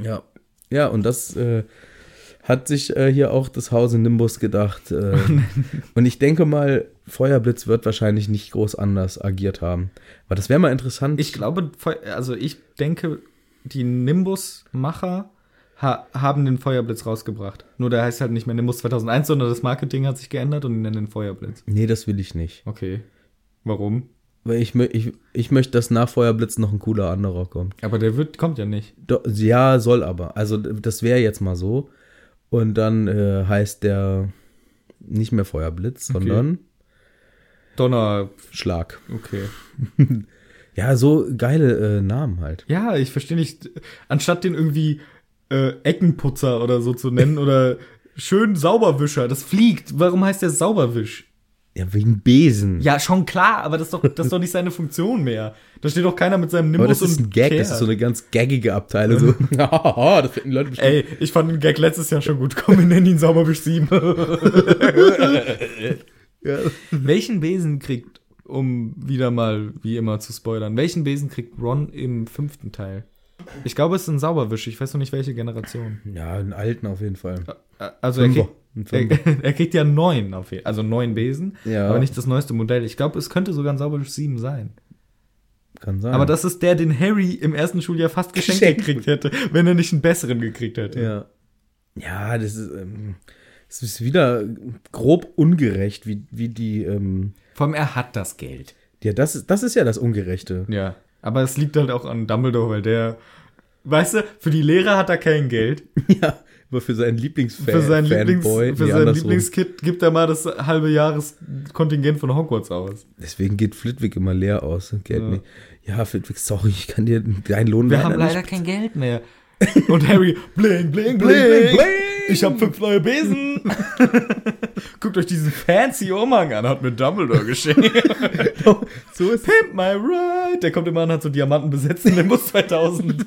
B: Ja. Ja, und das äh, hat sich äh, hier auch das Haus in Nimbus gedacht. Äh, und ich denke mal, Feuerblitz wird wahrscheinlich nicht groß anders agiert haben. Aber das wäre mal interessant.
A: Ich glaube, Feu- also ich denke, die Nimbus-Macher ha haben den Feuerblitz rausgebracht. Nur der heißt halt nicht mehr Nimbus 2001, sondern das Marketing hat sich geändert und die nennen den Feuerblitz.
B: nee, das will ich nicht.
A: Okay. Warum?
B: Weil ich, mö- ich, ich möchte, dass nach Feuerblitz noch ein cooler anderer kommt.
A: Aber der wird, kommt ja nicht.
B: Do, ja, soll aber. Also, d- das wäre jetzt mal so. Und dann äh, heißt der nicht mehr Feuerblitz, sondern
A: Donner,
B: Schlag.
A: okay.
B: Ja, so geile äh, Namen halt.
A: Ja, ich verstehe nicht. Anstatt den irgendwie äh, Eckenputzer oder so zu nennen oder schön Sauberwischer, das fliegt. Warum heißt der Sauberwisch?
B: Ja, wegen Besen.
A: Ja, schon klar, aber das ist doch, das ist doch nicht seine Funktion mehr. Da steht doch keiner mit seinem Nimbus
B: Aber das ist
A: und
B: ein Gag,
A: Kehrt.
B: das ist so eine ganz gaggige Abteilung.
A: (laughs)
B: So, hahaha, das finden Leute bestimmt.
A: Ey, ich fand den Gag letztes Jahr schon gut. Komm, wir nennen ihn Sauberwisch 7.
B: (laughs) Ja.
A: welchen Besen kriegt, um wieder mal wie immer zu spoilern, welchen Besen kriegt Ron im fünften Teil? Ich glaube, es ist ein Sauberwisch. Ich weiß noch nicht, welche Generation.
B: ja, einen alten auf jeden Fall.
A: Ä- Also er
B: Fünfer.
A: kriegt,
B: Ein Fünfer.
A: er, (laughs) er kriegt ja neun auf jeden Also neun Besen,
B: Ja.
A: aber nicht das neueste Modell. Ich glaube, es könnte sogar ein Sauberwisch 7 sein.
B: Kann sein.
A: Aber das ist der, den Harry im ersten Schuljahr fast geschenkt
B: Geschenkt.
A: gekriegt hätte, wenn er nicht einen besseren gekriegt hätte.
B: ja. ja, das ist, ähm, es ist wieder grob ungerecht, wie, wie die, ähm,
A: Vor allem, er hat das Geld. (laughs)
B: ja, das, ist- das ist ja das Ungerechte.
A: Ja, aber es liegt halt auch an Dumbledore, weil der Weißt du, für die Lehrer hat er kein Geld.
B: Ja, aber für seinen Lieblingsfan,
A: Für seinen, Lieblings,
B: Fanboy,
A: für
B: nee,
A: seinen
B: andersrum.
A: Lieblingskid gibt er mal das halbe Jahreskontingent von Hogwarts aus.
B: Deswegen geht Flitwick immer leer aus. Geld
A: Ja.
B: ja. ja, Flitwick, sorry, ich kann dir deinen Lohn
A: Wir haben leider kein Geld
B: (laughs)
A: mehr. Und Harry, bling, bling, bling, bling,
B: Bling,
A: bling.
B: bling.
A: Ich habe fünf neue
B: (laughs)
A: Besen. Guckt euch diesen fancy Umhang an, hat mir Dumbledore geschenkt.
B: Geld. (laughs) So ist
A: Pimp my ride. Der kommt immer an, hat so Diamanten besetzt in dem
B: (laughs)
A: Bus 2000.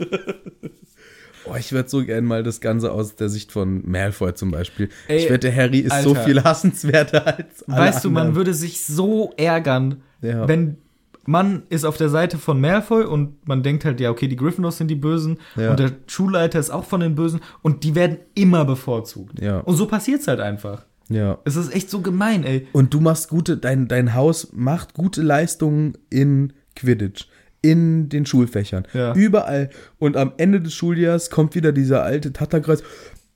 B: Oh, ich würde so gern mal das Ganze aus der Sicht von Malfoy zum Beispiel.
A: Ey,
B: ich wette, Harry ist so
A: Alter.
B: viel hassenswerter als alle
A: Weißt du, man
B: anderen.
A: würde sich so ärgern,
B: Ja.
A: wenn man ist auf der Seite von Malfoy und man denkt halt, ja, okay, die Gryffindors sind die Bösen
B: Ja.
A: und der Schulleiter ist auch von den Bösen und die werden immer bevorzugt.
B: Ja.
A: Und so passiert's halt einfach.
B: Ja.
A: Es ist echt so gemein, ey.
B: Und du machst gute, dein, dein Haus macht gute Leistungen in Quidditch, in den Schulfächern,
A: Ja.
B: überall. Und am Ende des Schuljahres kommt wieder dieser alte Tatterkreis.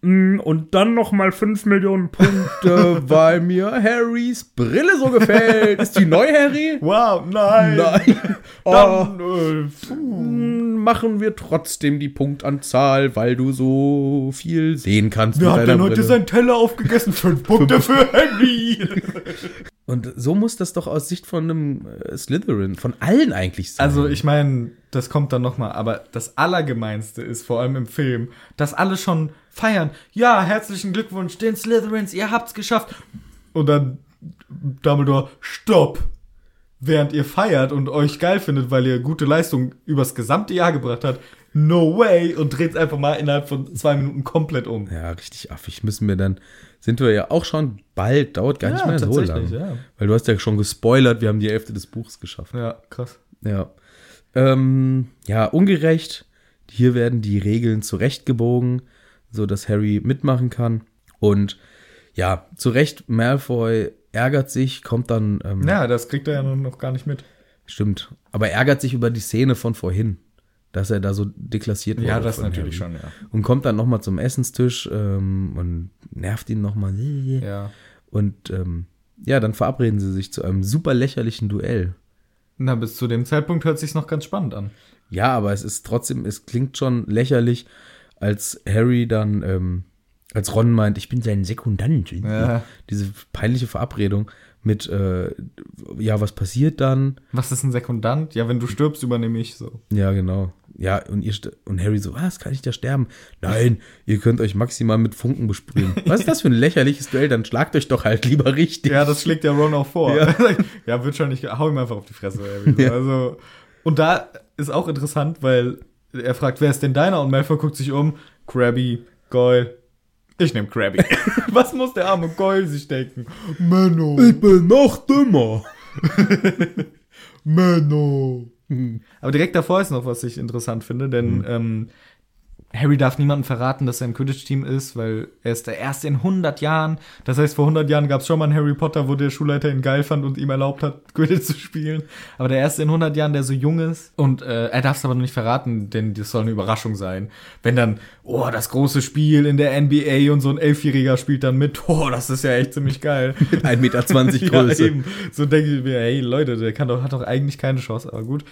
B: "Mm, Und dann noch mal 5 Millionen
A: (laughs)
B: Punkte, weil mir Harrys Brille so gefällt. Ist die neu, Harry?
A: Wow, nein.
B: Nein. Oh.
A: Dann, äh, puh.
B: Mm, machen wir trotzdem die Punktanzahl, weil du so viel sehen kannst
A: Wer hat denn
B: deiner
A: heute
B: Brille.
A: seinen Teller aufgegessen? Fünf Punkte
B: (laughs)
A: für Harry.
B: Und so muss das doch aus Sicht von einem äh, Slytherin, von allen eigentlich sein.
A: Also ich meine, das kommt dann nochmal, aber das Allergemeinste ist vor allem im Film, dass alle schon feiern. Ja, herzlichen Glückwunsch, den Slytherins, ihr habt's geschafft. Und dann Dumbledore, stopp! Während ihr feiert und euch geil findet, weil ihr gute Leistung übers gesamte Jahr gebracht habt, no way! Und dreht's einfach mal innerhalb von zwei Minuten komplett um.
B: Ja, richtig affig müssen wir dann. Sind wir ja auch schon bald, dauert gar
A: Ja,
B: nicht mehr so lang.
A: tatsächlich, ja.
B: Weil du hast ja schon gespoilert, wir haben die Hälfte des Buchs geschafft.
A: Ja, krass.
B: Ja. Ähm, ja, ungerecht. Hier werden die Regeln zurechtgebogen, so dass Harry mitmachen kann. Und ja, zu Recht, Malfoy ärgert sich, kommt dann. Ähm,
A: Ja, das kriegt er ja nun noch gar nicht mit.
B: Stimmt. Aber ärgert sich über die Szene von vorhin, dass er da so deklassiert wurde. von Harry.
A: schon, ja.
B: Und kommt dann nochmal zum Essenstisch ähm, und nervt ihn nochmal.
A: Ja.
B: Und ähm, ja, dann verabreden sie sich zu einem super lächerlichen Duell.
A: Na, bis zu dem Zeitpunkt hört sich's noch ganz spannend an.
B: Ja, aber es ist trotzdem, es klingt schon lächerlich, als Harry dann, ähm, als Ron meint, ich bin sein Sekundant.
A: Ja.
B: Diese peinliche Verabredung mit, äh, ja, was passiert dann?
A: Was ist ein Sekundant? Ja, wenn du stirbst, übernehme ich so.
B: Ja, genau. Ja, und ihr st- und Harry so, was, kann ich da sterben? Nein, ihr könnt euch maximal mit Funken
A: (laughs)
B: besprühen. Was ist das für ein lächerliches Duell? Dann schlagt euch doch halt lieber richtig.
A: Ja, das schlägt ja Ron auch vor. Ja, (laughs)
B: Ja.
A: wird schon nicht. Hau ihm einfach auf die Fresse. Harry. So,
B: Ja.
A: Also, und da ist auch interessant, weil er fragt, wer ist denn deiner? Und Malfoy guckt sich um. Krabby, Goyle. Ich nehme
B: (laughs)
A: Krabby. Was muss der arme Goyle sich denken?
B: (laughs)
A: Menno,
B: bin noch dümmer.
A: Menno. Mhm. Aber direkt davor ist noch, was ich interessant finde, denn ähm, Harry darf niemandem verraten, dass er im Quidditch-Team ist, weil er ist der Erste in 100 Jahren. Das heißt, vor 100 Jahren gab es schon mal einen Harry Potter, wo der Schulleiter ihn geil fand und ihm erlaubt hat, (laughs) Quidditch zu spielen. Aber der Erste in 100 Jahren, der so jung ist. Und äh, er darf es aber noch nicht verraten, denn das soll eine Überraschung sein. Wenn dann, oh, das große Spiel in der NBA und so ein Elfjähriger spielt dann mit, (laughs) oh, das ist ja echt ziemlich geil.
B: 1,20 Meter
A: (laughs)
B: Größe.
A: Ja, eben. So denke ich mir, hey Leute, der kann doch, hat doch eigentlich keine Chance, aber gut.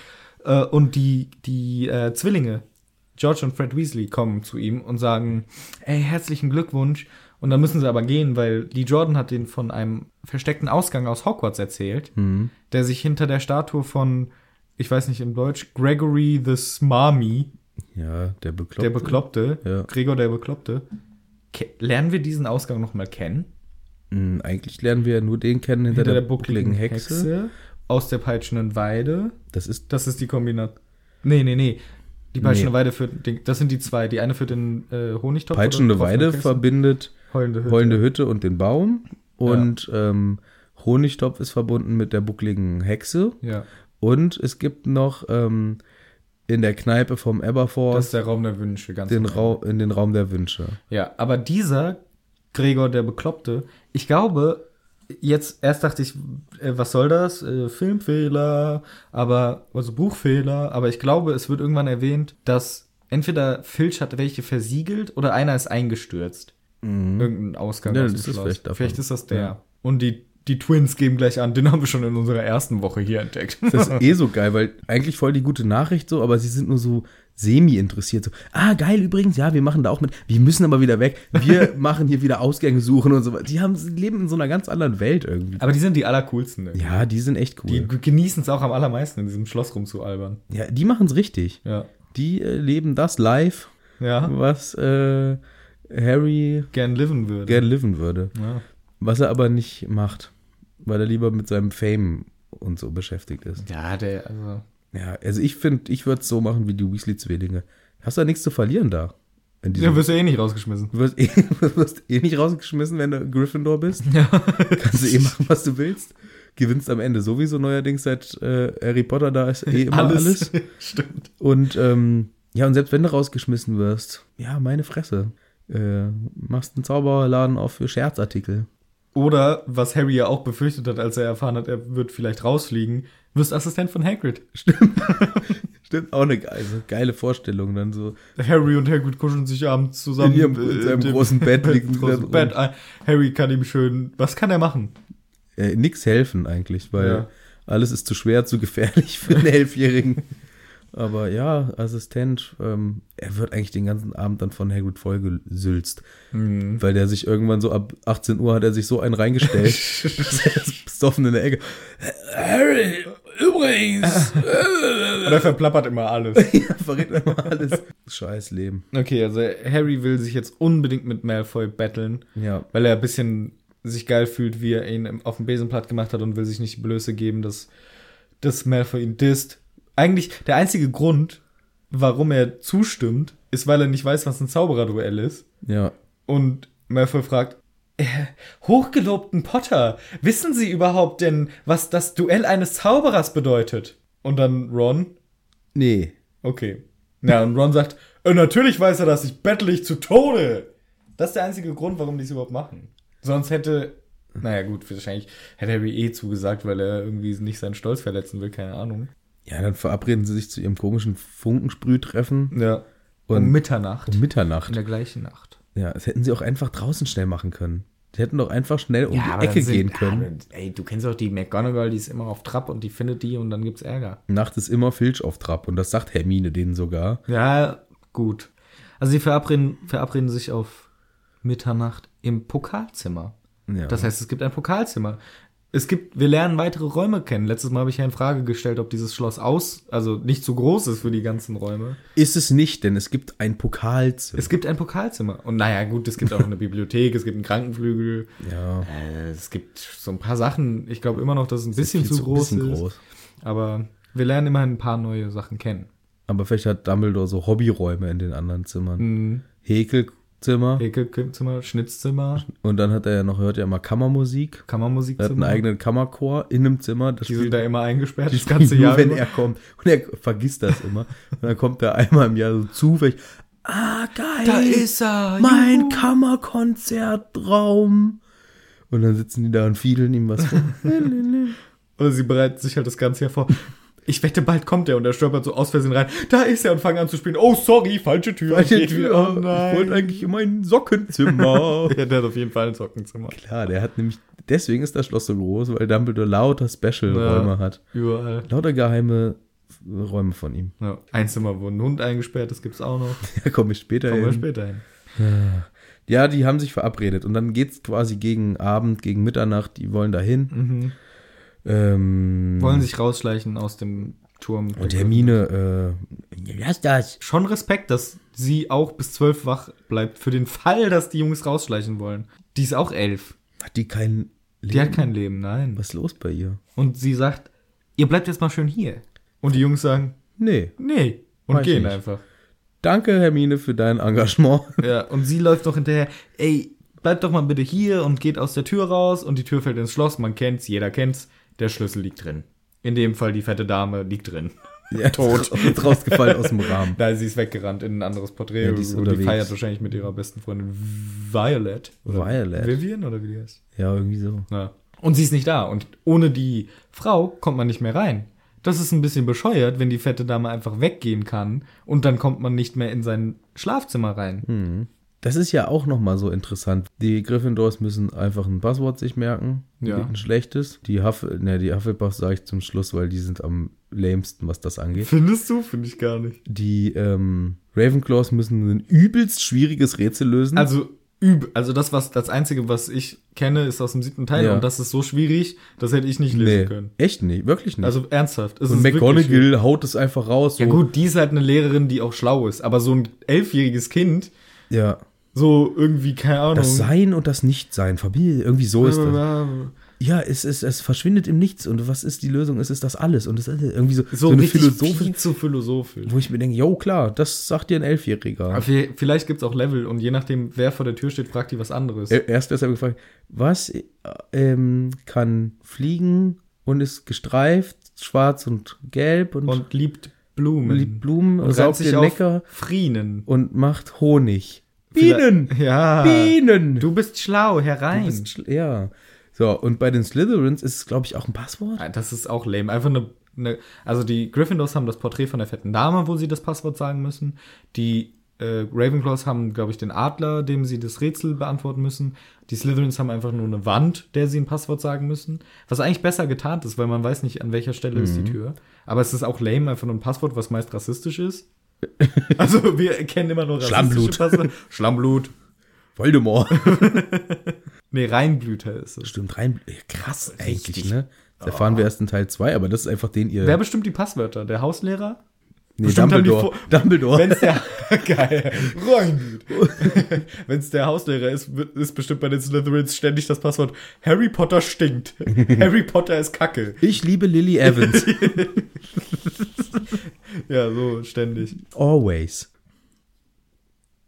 A: Äh, und die, die äh, Zwillinge, George und Fred Weasley, kommen zu ihm und sagen, ey, herzlichen Glückwunsch. Und dann müssen sie aber gehen, weil Lee Jordan hat denen von einem versteckten Ausgang aus Hogwarts erzählt,
B: Mhm.
A: der sich hinter der Statue von, ich weiß nicht im Deutsch, Gregory the Smarmy,
B: ja, der bekloppt.
A: der Bekloppte,
B: Ja.
A: Gregor der Bekloppte. Ke lernen wir diesen Ausgang noch mal kennen?
B: Hm, eigentlich lernen wir ja nur den kennen hinter,
A: Hinter
B: der, buckligen Hexe.
A: aus der peitschenden Weide.
B: Das ist
A: Das ist die Kombination. Nee, nee, nee. Die peitschende
B: Nee.
A: Weide führt den, das sind die zwei. Die eine führt den äh, Honigtopf. oder
B: peitschende
A: Tropfen
B: Weide
A: Kekse?
B: verbindet
A: Heulende Hütte.
B: heulende Hütte und den Baum. Und ähm, Honigtopf ist verbunden mit der buckligen Hexe.
A: Ja,
B: Und es gibt noch ähm, in der Kneipe vom
A: das ist
B: Aberforth
A: der Raum der Wünsche, ganz
B: den
A: genau.
B: Ra in den Raum der Wünsche.
A: Ja, aber dieser Gregor der Bekloppte, ich glaube, jetzt erst dachte ich, äh, was soll das? Äh, Filmfehler, aber, also Buchfehler, aber ich glaube, es wird irgendwann erwähnt, dass entweder Filch hat welche versiegelt oder einer ist eingestürzt. Irgendein Ausgang
B: Mhm. Ja,
A: aus dem
B: das ist
A: Schloss.
B: vielleicht davon.
A: vielleicht ist das der.
B: Ja.
A: Und die, die Twins geben gleich an, den haben wir schon in unserer ersten Woche hier
B: (laughs)
A: entdeckt.
B: Das ist eh so geil, weil eigentlich voll die gute Nachricht so, aber sie sind nur so semi-interessiert. So, ah, geil übrigens, ja, wir machen da auch mit. Wir müssen aber wieder weg. (laughs) Wir machen hier wieder Ausgänge suchen und so. weiter. Die haben, leben in so einer ganz anderen Welt irgendwie.
A: Aber die sind die allercoolsten. Ne?
B: Ja, die sind echt cool.
A: Die genießen es auch am allermeisten, in diesem Schloss rumzualbern.
B: ja, die machen es richtig.
A: Ja.
B: Die äh, leben das live,
A: Ja.
B: was äh, Harry
A: Gern liven würde.
B: gern liven würde.
A: ja.
B: Was er aber nicht macht, weil er lieber mit seinem Fame und so beschäftigt ist.
A: ja, der, also.
B: Ja, also ich finde, ich würde es so machen wie die Weasley-Zwillinge. Hast du ja nichts zu verlieren da. In
A: Ja,
B: diesem,
A: wirst du eh nicht rausgeschmissen.
B: du wirst, eh, (laughs) du wirst eh nicht rausgeschmissen, wenn du Gryffindor bist. Ja. Kannst du eh machen, was du willst. Gewinnst am Ende sowieso neuerdings seit äh, Harry Potter da ist (laughs) eh immer alles.
A: (laughs) Stimmt.
B: Und ähm, ja, und selbst wenn du rausgeschmissen wirst, ja, meine Fresse. Äh, machst einen Zaubererladen auf für Scherzartikel.
A: Oder, was Harry ja auch befürchtet hat, als er erfahren hat, er wird vielleicht rausfliegen, wirst Assistent von Hagrid.
B: Stimmt, auch eine geile, also geile Vorstellung dann so.
A: Harry und Hagrid kuscheln sich abends zusammen. äh,
B: In ihrem- in seinem
A: dem-
B: großen Bett liegen sie
A: großen (laughs)
B: dann
A: Bett. Ah, Harry kann ihm schön. Was kann er machen?
B: äh, nix helfen eigentlich, weil
A: Ja.
B: alles ist zu schwer, zu gefährlich für einen Elfjährigen. (laughs) Aber ja, Assistent, ähm, er wird eigentlich den ganzen Abend dann von Hagrid vollgesülzt, weil der sich irgendwann so ab 18 Uhr hat er sich so einen reingestellt, (laughs) dass er ist besoffen in der Ecke. Harry, (laughs) übrigens,
A: Und er verplappert immer
B: (laughs)
A: alles.
B: ja, verrät mir mal alles. Scheiß Leben.
A: Okay, also Harry will sich jetzt unbedingt mit Malfoy battlen,
B: Ja,
A: weil er ein bisschen sich geil fühlt, wie er ihn im- auf dem Besenblatt gemacht hat und will sich nicht die Blöße geben, dass, dass Malfoy ihn disst. Eigentlich der einzige Grund, warum er zustimmt, ist, weil er nicht weiß, was ein Zaubererduell ist.
B: ja.
A: Und Malfoy fragt, "Äh, hochgelobten Potter, wissen Sie überhaupt denn, was das Duell eines Zauberers bedeutet? Und dann Ron,
B: Nee.
A: okay. Ja, und Ron sagt, "Äh, natürlich weiß er das, ich bettle ich zu Tode. Das ist der einzige Grund, warum die es überhaupt machen. Sonst hätte, naja gut, wahrscheinlich hätte Harry eh zugesagt, weil er irgendwie nicht seinen Stolz verletzen will, keine Ahnung.
B: Ja, dann verabreden sie sich zu ihrem komischen Funkensprühtreffen
A: Ja.
B: Und-
A: Und um Mitternacht.
B: um Mitternacht.
A: In der gleichen Nacht.
B: Ja, das hätten sie auch einfach draußen schnell machen können. Sie hätten doch einfach schnell um die
A: dann
B: Ecke
A: sind-
B: gehen
A: ja,
B: können.
A: aber, ey, du kennst auch die McGonagall, die ist immer auf Trab und die findet die und dann gibt's Ärger.
B: Nacht ist immer Filch auf Trab und das sagt Hermine denen sogar.
A: Ja, gut. Also sie verabreden, verabreden sich auf Mitternacht im Pokalzimmer.
B: Ja.
A: Das heißt, es gibt ein Pokalzimmer. Es gibt, wir lernen weitere Räume kennen. Letztes Mal habe ich ja in Frage gestellt, ob dieses Schloss aus, also nicht so groß ist für die ganzen Räume.
B: ist es nicht, denn es gibt ein Pokalzimmer.
A: Es gibt ein Pokalzimmer. Und naja, gut, es gibt auch
B: (laughs)
A: eine Bibliothek, es gibt einen Krankenflügel,
B: Ja,
A: äh, es gibt so ein paar Sachen. Ich glaube immer noch, dass es ein bisschen
B: viel
A: zu groß
B: bisschen
A: ist. Aber wir lernen immerhin ein paar neue Sachen kennen.
B: Aber vielleicht hat Dumbledore so Hobbyräume in den anderen Zimmern. Häkelzimmer
A: Häkelzimmer, Schnitzzimmer,
B: und dann hat er ja noch, hört ja immer Kammermusik. Er hat einen
A: Kammermusikzimmer.
B: eigenen Kammerchor in einem Zimmer. Das
A: die sind da immer eingesperrt, das
B: spielt
A: ganze
B: nur,
A: Jahr.
B: wenn
A: über.
B: er kommt. Und er vergisst das immer. und dann kommt er einmal im Jahr so zufällig. Ah, geil.
A: da ist er!
B: mein Kammerkonzertraum. Und dann sitzen die da und fiedeln ihm
A: (laughs)
B: was vor.
A: Oder sie bereiten sich halt das ganze Jahr vor. Ich wette, bald kommt er und er stolpert so aus Versehen rein. Da ist er und fangen an zu spielen. Oh, sorry, falsche Tür.
B: Bei der
A: Geht
B: Tür,
A: wieder. Oh,
B: ich wollte
A: nein.
B: eigentlich in
A: (laughs)
B: mein Sockenzimmer.
A: Ja, der hat auf jeden Fall ein Sockenzimmer.
B: Klar, der hat nämlich, deswegen ist das Schloss so groß, weil Dumbledore lauter Special-Räume
A: Ja.
B: hat.
A: Äh, Überall.
B: Lauter geheime Räume von ihm. (laughs)
A: Ja. Ein Zimmer, wo ein Hund eingesperrt ist, gibt's auch noch.
B: Da komme ich später
A: Kommen wir
B: hin.
A: später hin.
B: Ja, die haben sich verabredet und dann geht's quasi gegen Abend, gegen Mitternacht, die wollen da hin.
A: Mhm.
B: Ähm,
A: Wollen sich rausschleichen aus dem Turm.
B: und Hermine, äh, lass das.
A: schon Respekt, dass sie auch bis zwölf wach bleibt, für den Fall, dass die Jungs rausschleichen wollen. Die ist auch elf.
B: Hat die kein Leben?
A: Die hat kein Leben, nein.
B: Was ist los bei ihr?
A: Und sie sagt, ihr bleibt jetzt mal schön hier. Und die Jungs sagen,
B: Nee.
A: nee. Und
B: Weiß
A: gehen
B: nicht.
A: einfach.
B: Danke, Hermine, für
A: (laughs)
B: dein Engagement.
A: Ja, und sie läuft noch hinterher, ey, bleibt doch mal bitte hier und geht aus der Tür raus und die Tür fällt ins Schloss, man kennt's, jeder kennt's, der Schlüssel liegt drin. In dem Fall die fette Dame liegt (laughs) drin.
B: Ja, tot. (laughs) Ist rausgefallen aus
A: (laughs)
B: dem Rahmen.
A: Nein, sie ist weggerannt in ein anderes Porträt.
B: Ja, die ist
A: die,
B: unterwegs.
A: feiert wahrscheinlich mit ihrer besten Freundin Violet.
B: Violet.
A: Vivian oder wie die heißt.
B: Ja, irgendwie so.
A: Ja. Und sie ist nicht da. Und ohne die Frau kommt man nicht mehr rein. Das ist ein bisschen bescheuert, wenn die
B: Hm.
A: fette Dame einfach weggehen kann und dann kommt man nicht mehr in sein Schlafzimmer rein.
B: Das ist ja auch nochmal so interessant. Die Gryffindors müssen einfach ein Passwort sich merken.
A: Ja.
B: Ein schlechtes. Die, Huff ne, die Hufflepuffs sage ich zum Schluss, weil die sind am lämsten, was das angeht.
A: Findest du? Finde ich gar nicht.
B: Die ähm, Ravenclaws müssen ein übelst schwieriges Rätsel lösen.
A: Also üb, also das was das einzige was ich kenne ist aus dem siebten Teil
B: Ja.
A: und das ist so schwierig, das hätte ich nicht lesen
B: Nee,
A: können.
B: Echt nicht, wirklich nicht.
A: Also ernsthaft. Es
B: und
A: ist wirklich schwierig.
B: McGonagall haut es einfach raus. So.
A: Ja gut, die ist halt eine Lehrerin, die auch schlau ist, aber so ein elfjähriges Kind,
B: Ja.
A: so irgendwie keine Ahnung.
B: Das halt- Sein und das Nichtsein, Familie, irgendwie so ist das.
A: Blablabla.
B: Ja, es, es, es verschwindet im Nichts und was ist die Lösung? Es ist das alles und es ist irgendwie so,
A: So,
B: so eine
A: richtig
B: Philosophie,
A: viel zu philosophisch.
B: wo ich mir denke, jo klar, das sagt dir ein Elfjähriger.
A: Aber vi- Vielleicht gibt's auch Level und je nachdem, wer vor der Tür steht, fragt die was anderes.
B: Er- E, Erst deshalb gefragt, was äh, ähm, kann fliegen und ist gestreift, schwarz und gelb und,
A: und liebt Blumen.
B: liebt Blumen und,
A: und reibt
B: saugt
A: sich
B: den
A: auf
B: Neckar
A: Frienen.
B: und macht Honig.
A: Vielleicht- Ja.
B: Bienen!
A: Du bist schlau, herein.
B: Du bist schl- ja. So, und bei den Slytherins ist es, glaube ich, auch ein Passwort.
A: Ah, Das ist auch lame. Einfach eine. eine also die Gryffindors haben das Porträt von der fetten Dame, wo sie das Passwort sagen müssen. Die äh, Ravenclaws haben, glaube ich, den Adler, dem sie das Rätsel beantworten müssen. Die Slytherins haben einfach nur eine Wand, der sie ein Passwort sagen müssen. Was eigentlich besser getarnt ist, weil man weiß nicht, an welcher Stelle ist die Tür. Aber es ist auch lame, einfach nur ein Passwort, was meist rassistisch ist. (laughs) Also wir kennen immer nur
B: Schlammblut.
A: Passwörter. Schlammblut.
B: Voldemort.
A: Nee, Reinblüter ist es.
B: (laughs) Stimmt, rein. ja, Krass, eigentlich,
A: Richtig. Oh.
B: ne? Das erfahren wir erst in Teil 2, aber das ist einfach den ihr.
A: Wer bestimmt die Passwörter? Der Hauslehrer?
B: nee,
A: bestimmt haben die
B: Dumbledore.
A: vor-
B: Dumbledore.
A: Wenn's
B: (laughs)
A: der geil Reinblüt. Wenn's der Hauslehrer ist, wird- ist bestimmt bei den Slytherins ständig das Passwort Harry Potter
B: (laughs)
A: stinkt. Harry Potter ist Kacke.
B: Ich liebe Lily
A: (laughs)
B: Evans.
A: Ja, so ständig.
B: Always.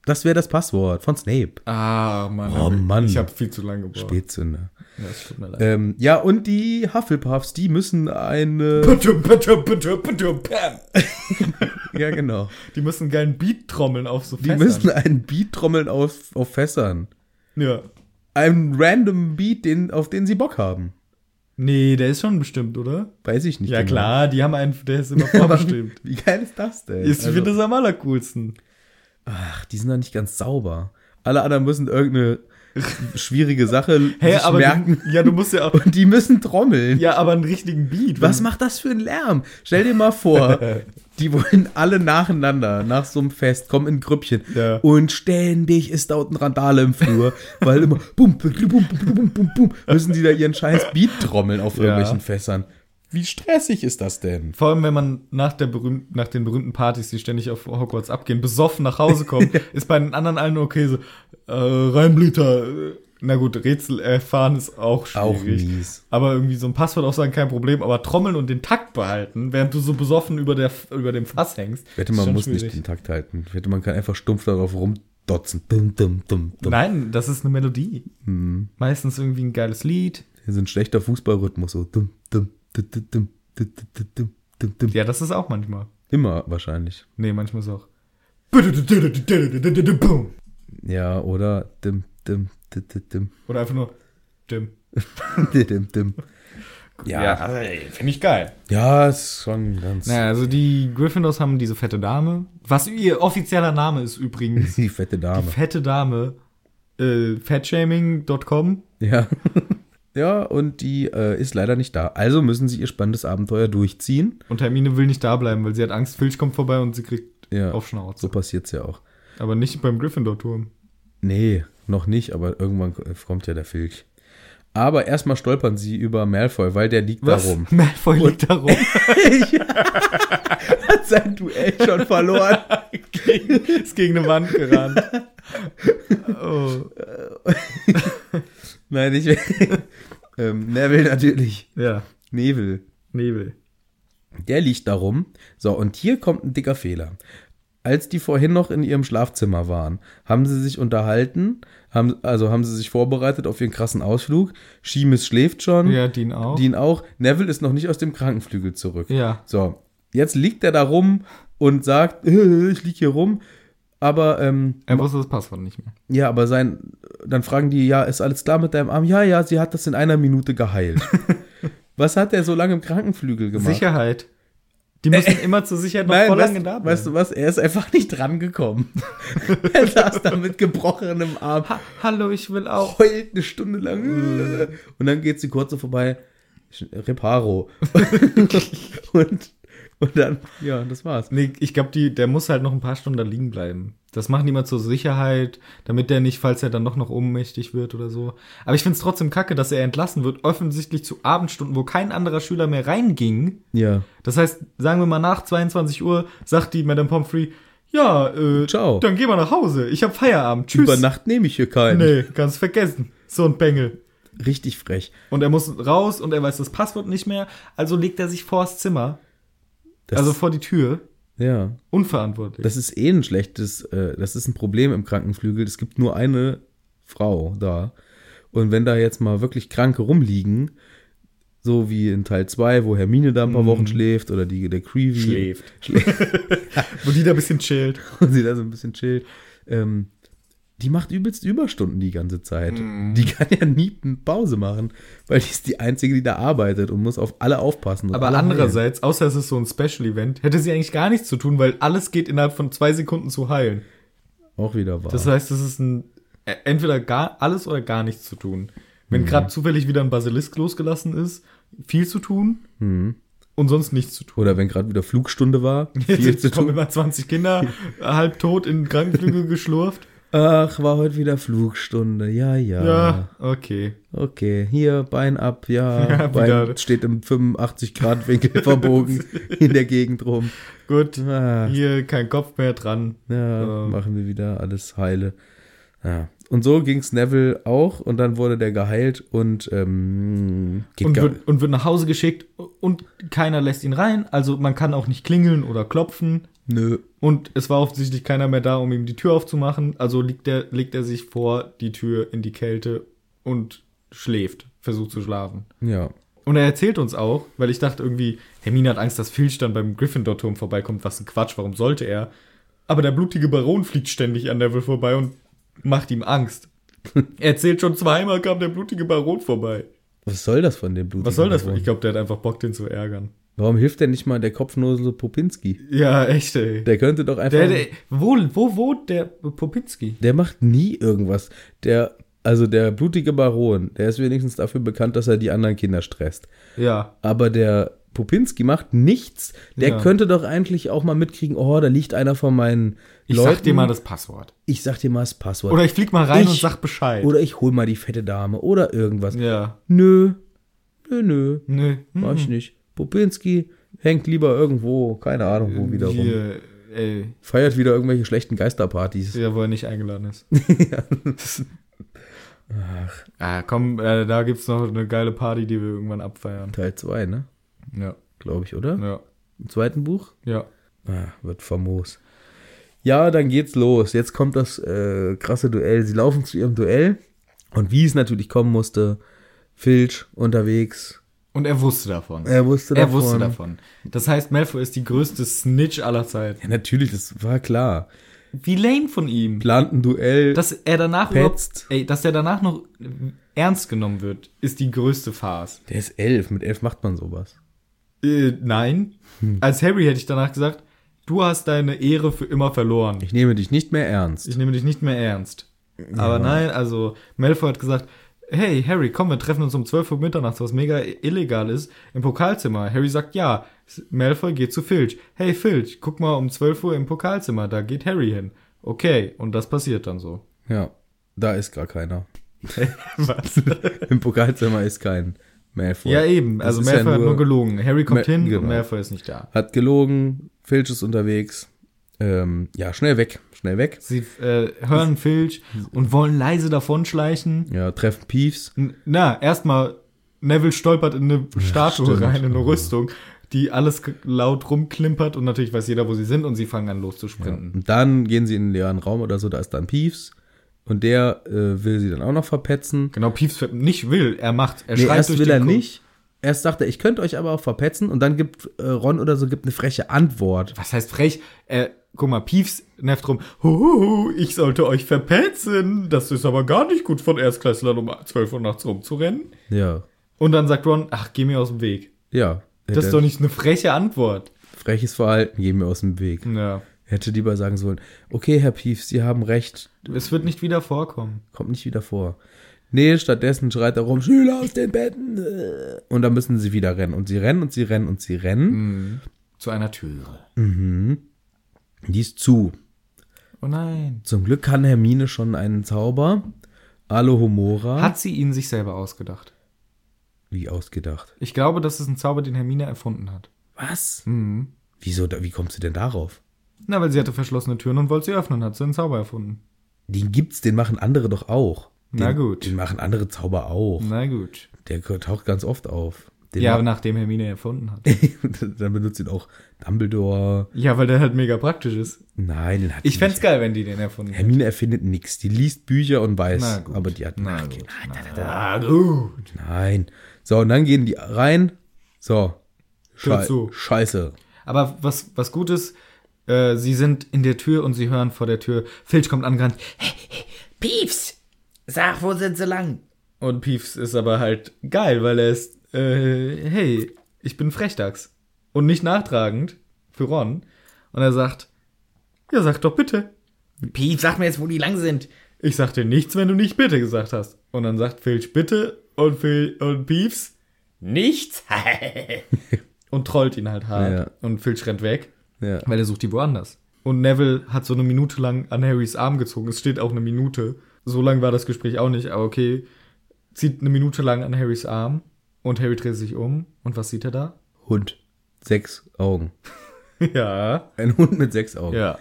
B: Das wäre das Passwort von Snape.
A: Ah, Mann.
B: Oh, Mann.
A: Ich habe viel zu lange gebraucht.
B: Spätzünder.
A: Ja, es tut mir leid.
B: ne? Ähm, ja, und die Hufflepuffs, die
A: (laughs)
B: müssen eine.
A: Putum, putum, putum, putum, pam.
B: ja, genau.
A: Die müssen einen geilen Beat trommeln auf so
B: Die müssen einen Beat trommeln auf, auf Fässern.
A: Ja.
B: Einen random Beat, den, auf den sie Bock haben.
A: Nee, der ist schon bestimmt, oder?
B: Weiß ich nicht.
A: Ja,
B: genau.
A: klar, die haben einen, der ist immer
B: (laughs) Aber
A: vorbestimmt.
B: Wie geil ist das denn?
A: Ich
B: Also-
A: finde das am allercoolsten.
B: Ach, die sind doch nicht ganz sauber. Alle anderen
A: (laughs)
B: müssen irgendeine schwierige Sache sich merken.
A: Du, ja, du musst ja auch.
B: (laughs) Und die müssen trommeln.
A: Ja, aber einen richtigen Beat.
B: Was macht das für einen Lärm? Stell dir
A: (laughs)
B: mal vor, die wollen alle nacheinander nach so einem Fest, kommen in Grüppchen
A: Ja.
B: und ständig ist da unten Randale im Flur, weil immer bum, bum, bum, bum, bum, bum, müssen die da ihren scheiß Beat trommeln auf irgendwelchen Fässern. Wie stressig ist das denn?
A: Vor allem, wenn man nach, der berühm nach den berühmten Partys, die ständig auf Hogwarts abgehen, besoffen nach
B: (laughs)
A: Hause kommt, ist bei den anderen allen okay so, äh, Reinblüter, äh, na gut, Rätsel erfahren ist auch
B: Auch
A: schwierig.
B: mies.
A: Aber irgendwie so ein Passwort aufsagen, kein Problem, aber trommeln und den Takt behalten, während du so besoffen über, der, über dem Fass hängst.
B: Wette,
A: ist
B: man
A: schon
B: muss nicht
A: schwierig.
B: den Takt halten. Wette, man kann einfach stumpf darauf rumdotzen. Dum, dum, dum, dum.
A: Nein, das ist eine Melodie.
B: Mhm.
A: Meistens irgendwie ein geiles Lied.
B: Das ist ein schlechter Fußballrhythmus. So dum, dum, dum, dum, dum, dum, dum, dum, dum, dum.
A: Ja, das ist auch manchmal.
B: Immer wahrscheinlich.
A: Nee, manchmal ist auch.
B: Ja, oder dim, dim, dim, dim, dim,
A: Oder einfach nur. Dim.
B: dim, dim, dim. Ja,
A: finde ich geil.
B: ja, ist schon ganz.
A: Naja, also die Gryffindors haben diese fette Dame. Was ihr offizieller Name ist (laughs) übrigens.
B: Die fette Dame.
A: fette Dame. Äh, fatshaming.com.
B: Ja. (laughs) Ja, und die äh, ist leider nicht da. Also müssen sie ihr spannendes Abenteuer durchziehen.
A: Und Hermine will nicht da bleiben, weil sie hat Angst, Filch kommt vorbei und sie kriegt
B: Ja.
A: auf Schnauze.
B: So passiert's ja auch.
A: Aber nicht beim Gryffindor-Turm.
B: Nee, noch nicht, aber irgendwann kommt ja der Filch. Aber erstmal stolpern sie über Malfoy, weil der liegt
A: (laughs)
B: da rum.
A: Malfoy liegt da rum.
B: (laughs) hat sein Duell schon verloren.
A: ist (laughs) gegen eine Wand gerannt. (laughs) oh.
B: Nein, ich (laughs) ähm, Neville natürlich.
A: Ja,
B: Neville.
A: Nebel.
B: Der liegt darum. So, und hier kommt ein dicker Fehler. Als die vorhin noch in ihrem Schlafzimmer waren, haben sie sich unterhalten, haben, also haben sie sich vorbereitet auf ihren krassen Ausflug. Schiemes schläft schon,
A: Ja, Dean auch.
B: Dean auch. Neville ist noch nicht aus dem Krankenflügel zurück.
A: Ja.
B: So, jetzt liegt er da rum und sagt, (laughs) "Äh, ich lieg hier rum. Aber ähm,
A: Er wusste das Passwort nicht mehr.
B: Ja, aber sein, dann fragen die, ja, ist alles klar mit deinem Arm? Ja, ja, sie hat das
A: (laughs)
B: in einer Minute geheilt. Was hat er so lange im Krankenflügel gemacht?
A: Sicherheit. Die müssen immer zur Sicherheit noch voll
B: weißt,
A: lange da bleiben.
B: weißt du was? Er ist einfach nicht
A: (laughs)
B: drangekommen. er saß da mit gebrochenem Arm,
A: ha hallo, ich will auch.
B: heult eine Stunde
A: Äh.
B: lang. Und dann geht sie kurz so vorbei. Reparo. (laughs) und, und dann, ja, das war's.
A: Nee, ich glaube, der muss halt noch ein paar Stunden da liegen bleiben. Das machen die mal zur Sicherheit, damit der nicht, falls er dann doch noch ohnmächtig wird oder so. Aber ich find's trotzdem kacke, dass er entlassen wird, offensichtlich zu Abendstunden, wo kein anderer Schüler mehr reinging.
B: Ja.
A: Das heißt, sagen wir mal nach 22 Uhr sagt die Madame Pomfrey, ja, äh,
B: Ciao.
A: dann geh mal nach Hause. Ich hab Feierabend. Tschüss.
B: Über Nacht nehme ich hier keinen.
A: Nee, ganz vergessen. So ein Bengel.
B: Richtig frech.
A: Und er muss raus und er weiß das Passwort nicht mehr, also legt er sich vors Zimmer,
B: Das,
A: also vor die Tür.
B: ja.
A: Unverantwortlich.
B: Das ist eh ein schlechtes, äh, das ist ein Problem im Krankenflügel. Es gibt nur eine Frau da. Und wenn da jetzt mal wirklich Kranke rumliegen, so wie in Teil 2, wo Hermine da ein
A: Mhm.
B: paar Wochen schläft oder die, der Creevy (laughs) schläft
A: Wo die da ein bisschen chillt.
B: und sie da so ein bisschen chillt, ähm, die macht übelst Überstunden die ganze Zeit.
A: Mhm.
B: Die kann ja nie eine Pause machen, weil die ist die Einzige, die da arbeitet und muss auf alle aufpassen. und
A: Aber
B: alle heilen.
A: andererseits, außer es ist so ein Special-Event, hätte sie eigentlich gar nichts zu tun, weil alles geht innerhalb von zwei Sekunden zu heilen.
B: Auch wieder wahr.
A: Das heißt, es ist ein äh, entweder gar alles oder gar nichts zu tun.
B: Mhm.
A: Wenn gerade zufällig wieder ein Basilisk losgelassen ist, viel zu tun
B: Mhm.
A: und sonst nichts zu tun.
B: Oder wenn gerade wieder Flugstunde war, viel
A: (laughs)
B: zu
A: Jetzt kommen
B: tun.
A: immer 20
B: (laughs)
A: Kinder äh, halb tot in den Krankenflügel geschlurft.
B: Ach, war heute wieder Flugstunde. Ja, ja.
A: Ja, okay.
B: Okay, hier Bein ab, ja.
A: (laughs) Ja,
B: Bein
A: wieder.
B: steht im 85 Grad
A: (laughs)
B: Winkel verbogen (laughs) in der Gegend rum.
A: Gut.
B: Ah,
A: Hier kein Kopf mehr dran.
B: ja,
A: Ähm.
B: machen wir wieder alles heile. Ja. Und so ging's Neville auch und dann wurde der geheilt und ähm, geht
A: Und
B: gar-
A: wird, und wird nach Hause geschickt und keiner lässt ihn rein. Also man kann auch nicht klingeln oder klopfen.
B: nö.
A: Und es war offensichtlich keiner mehr da, um ihm die Tür aufzumachen. Also liegt er, legt er sich vor die Tür in die Kälte und schläft, versucht zu schlafen.
B: Ja.
A: Und er erzählt uns auch, weil ich dachte irgendwie, Hermine hat Angst, dass Filch dann beim Gryffindor-Turm vorbeikommt. Was ein Quatsch, warum sollte er? Aber der blutige Baron fliegt ständig an Neville vorbei und macht ihm (laughs) Angst. er erzählt schon zweimal kam der blutige Baron vorbei.
B: Was soll das von dem Blut?
A: Was soll das? Ich glaube, der hat einfach Bock, den zu ärgern.
B: Warum hilft denn nicht mal der Kopfnose Popinski?
A: Ja, echt, ey.
B: Der könnte doch einfach.
A: Der, der, wo, wo wohnt der Popinski?
B: Der macht nie irgendwas. Der, also der blutige Baron, der ist wenigstens dafür bekannt, dass er die anderen Kinder stresst.
A: Ja.
B: Aber der Popinski macht nichts. Der
A: Ja.
B: könnte doch eigentlich auch mal mitkriegen, oh, da liegt einer von meinen
A: Ich
B: Leuten.
A: sag dir mal das Passwort.
B: ich sag dir mal das Passwort.
A: Oder ich flieg mal rein
B: Ich-
A: und sag Bescheid.
B: Oder ich hol mal die fette Dame oder irgendwas.
A: ja.
B: Nö, nö, nö,
A: Nö.
B: mach ich nicht. Popinski hängt lieber irgendwo, keine Ahnung wo wieder rum.
A: Äh, Hier, ey.
B: Feiert wieder irgendwelche schlechten Geisterpartys.
A: Ja, wo er nicht eingeladen (laughs) ist. Ah, komm, äh, da gibt's noch eine geile Party, die wir irgendwann abfeiern.
B: Teil 2, ne?
A: Ja.
B: Glaube ich, oder?
A: Ja.
B: Im zweiten Buch?
A: Ja.
B: Ah, wird famos. Ja, dann geht's los. Jetzt kommt das äh, krasse Duell. Sie laufen zu ihrem Duell. Und wie es natürlich kommen musste, Filch unterwegs.
A: Und er wusste davon.
B: Er wusste davon.
A: Er wusste davon. Das heißt, Malfoy ist die größte Snitch aller Zeiten.
B: Ja, natürlich, das war klar.
A: Wie lame von ihm.
B: Plant ein Duell.
A: Dass er danach überhaupt,
B: Petzt.
A: ey, dass er danach noch äh, ernst genommen wird, ist die größte Farce.
B: der ist elf. Mit elf macht man sowas.
A: Äh, nein.
B: Hm.
A: Als Harry hätte ich danach gesagt, du hast deine Ehre für immer verloren.
B: Ich nehme dich nicht mehr ernst.
A: Ich nehme dich nicht mehr ernst. Aber nein, also Malfoy hat gesagt, hey Harry, komm, wir treffen uns um 12 Uhr mitternachts, was mega illegal ist, im Pokalzimmer. Harry sagt ja. Malfoy geht zu Filch. Hey Filch, guck mal um 12 Uhr im Pokalzimmer, da geht Harry hin. Okay, und das passiert dann
B: (laughs)
A: so.
B: Ja, da ist gar keiner.
A: Was?
B: Im Pokalzimmer ist kein Malfoy.
A: ja, eben.
B: Das
A: Also
B: ist
A: Malfoy hat nur gelogen. Harry kommt
B: Ma-
A: hin
B: genau.
A: und Malfoy ist nicht da.
B: Hat gelogen. Filch ist unterwegs. Ähm, ja, schnell weg. Schnell weg.
A: Sie äh, hören Filch und wollen leise davonschleichen.
B: Ja, treffen Peeves.
A: N- Na, erstmal, Neville stolpert in eine Statue
B: stimmt.
A: rein, in eine Rüstung, die alles k- laut rumklimpert und natürlich weiß jeder, wo sie sind und sie fangen an loszusprinten.
B: Und dann gehen sie in den leeren Raum oder so, da ist dann Peeves. Und der äh, will sie dann auch noch verpetzen.
A: Genau, Peeves ver- nicht will, er macht, er
B: Nee,
A: schreit
B: erst
A: durch
B: will
A: den
B: er
A: Ko-
B: nicht. Erst sagt er, ich könnte euch aber auch verpetzen. Und dann gibt äh, Ron oder so gibt eine freche Antwort.
A: Was heißt frech? Äh, guck mal, Peeves nervt rum, Huhuhu, ich sollte euch verpetzen, das ist aber gar nicht gut von Erstklässlern um 12 Uhr nachts rumzurennen.
B: Ja.
A: Und dann sagt Ron, ach, geh mir aus dem Weg.
B: Ja.
A: Das ist
B: Der-
A: doch nicht eine freche Antwort.
B: freches Verhalten, gehen wir aus dem Weg.
A: Ja.
B: Hätte lieber sagen sollen, okay, Herr Pief, Sie haben recht,
A: Es wird nicht wieder vorkommen.
B: kommt nicht wieder vor. Nee, stattdessen schreit er rum, Schüler aus den Betten. Und dann müssen sie wieder rennen. Und sie rennen und sie rennen und sie rennen.
A: Mhm. Zu einer Türe.
B: Die ist zu.
A: Oh nein.
B: Zum Glück kann Hermine schon einen Zauber. Alohomora.
A: Hat sie ihn sich selber ausgedacht?
B: Wie ausgedacht.
A: Ich glaube, das ist ein Zauber, den Hermine erfunden hat.
B: Was? Mhm. Wieso, da- wie kommst du denn darauf?
A: Na, weil sie hatte verschlossene Türen und wollte sie öffnen, hat sie einen Zauber erfunden.
B: Den gibt's, den machen andere doch auch. Den,
A: Na gut.
B: Den machen andere Zauber auch.
A: Na gut.
B: Der taucht ganz oft auf. Den
A: ja,
B: ma-
A: nachdem Hermine erfunden hat. (laughs)
B: (laughs) dann benutzt ihn auch Dumbledore.
A: ja, weil der halt mega praktisch ist.
B: Nein, den hat
A: Ich
B: die
A: fänd's geil, wenn die den erfunden hätten.
B: Hermine erfindet nichts. Die liest Bücher und
A: Na
B: weiß.
A: gut.
B: Aber die hat.
A: Na
B: Ach,
A: gut.
B: keine-
A: Na gut.
B: Nein. So, und dann gehen die rein. So.
A: Tür
B: Schei-
A: zu.
B: Scheiße.
A: Aber was, was gut ist, äh, sie sind in der Tür und sie hören vor der Tür, Filch kommt angerannt.
C: Piefs! Sag, wo sind sie lang?
A: Und Piefs ist aber halt geil, weil er ist, äh, hey, ich bin Frechdachs. Und nicht nachtragend für Ron. Und er sagt, ja, sag doch bitte.
C: Piefs, sag mir jetzt, wo die lang sind.
A: Ich sag dir nichts, wenn du nicht bitte gesagt hast. Und dann sagt Filch bitte und, Fil und Piefs
C: Nichts?
A: und trollt ihn halt hart.
B: Ja.
A: Und Filch rennt weg,
B: Ja.
A: weil er sucht die woanders. Und Neville hat so eine Minute lang an Harrys Arm gezogen. Es steht auch eine Minute. So lang war das Gespräch auch nicht, aber okay. Zieht eine Minute lang an Harrys Arm und Harry dreht sich um. Und was sieht er da? (laughs)
B: Hund. Sechs Augen.
A: Ja.
B: Ein Hund mit sechs Augen.
A: Ja.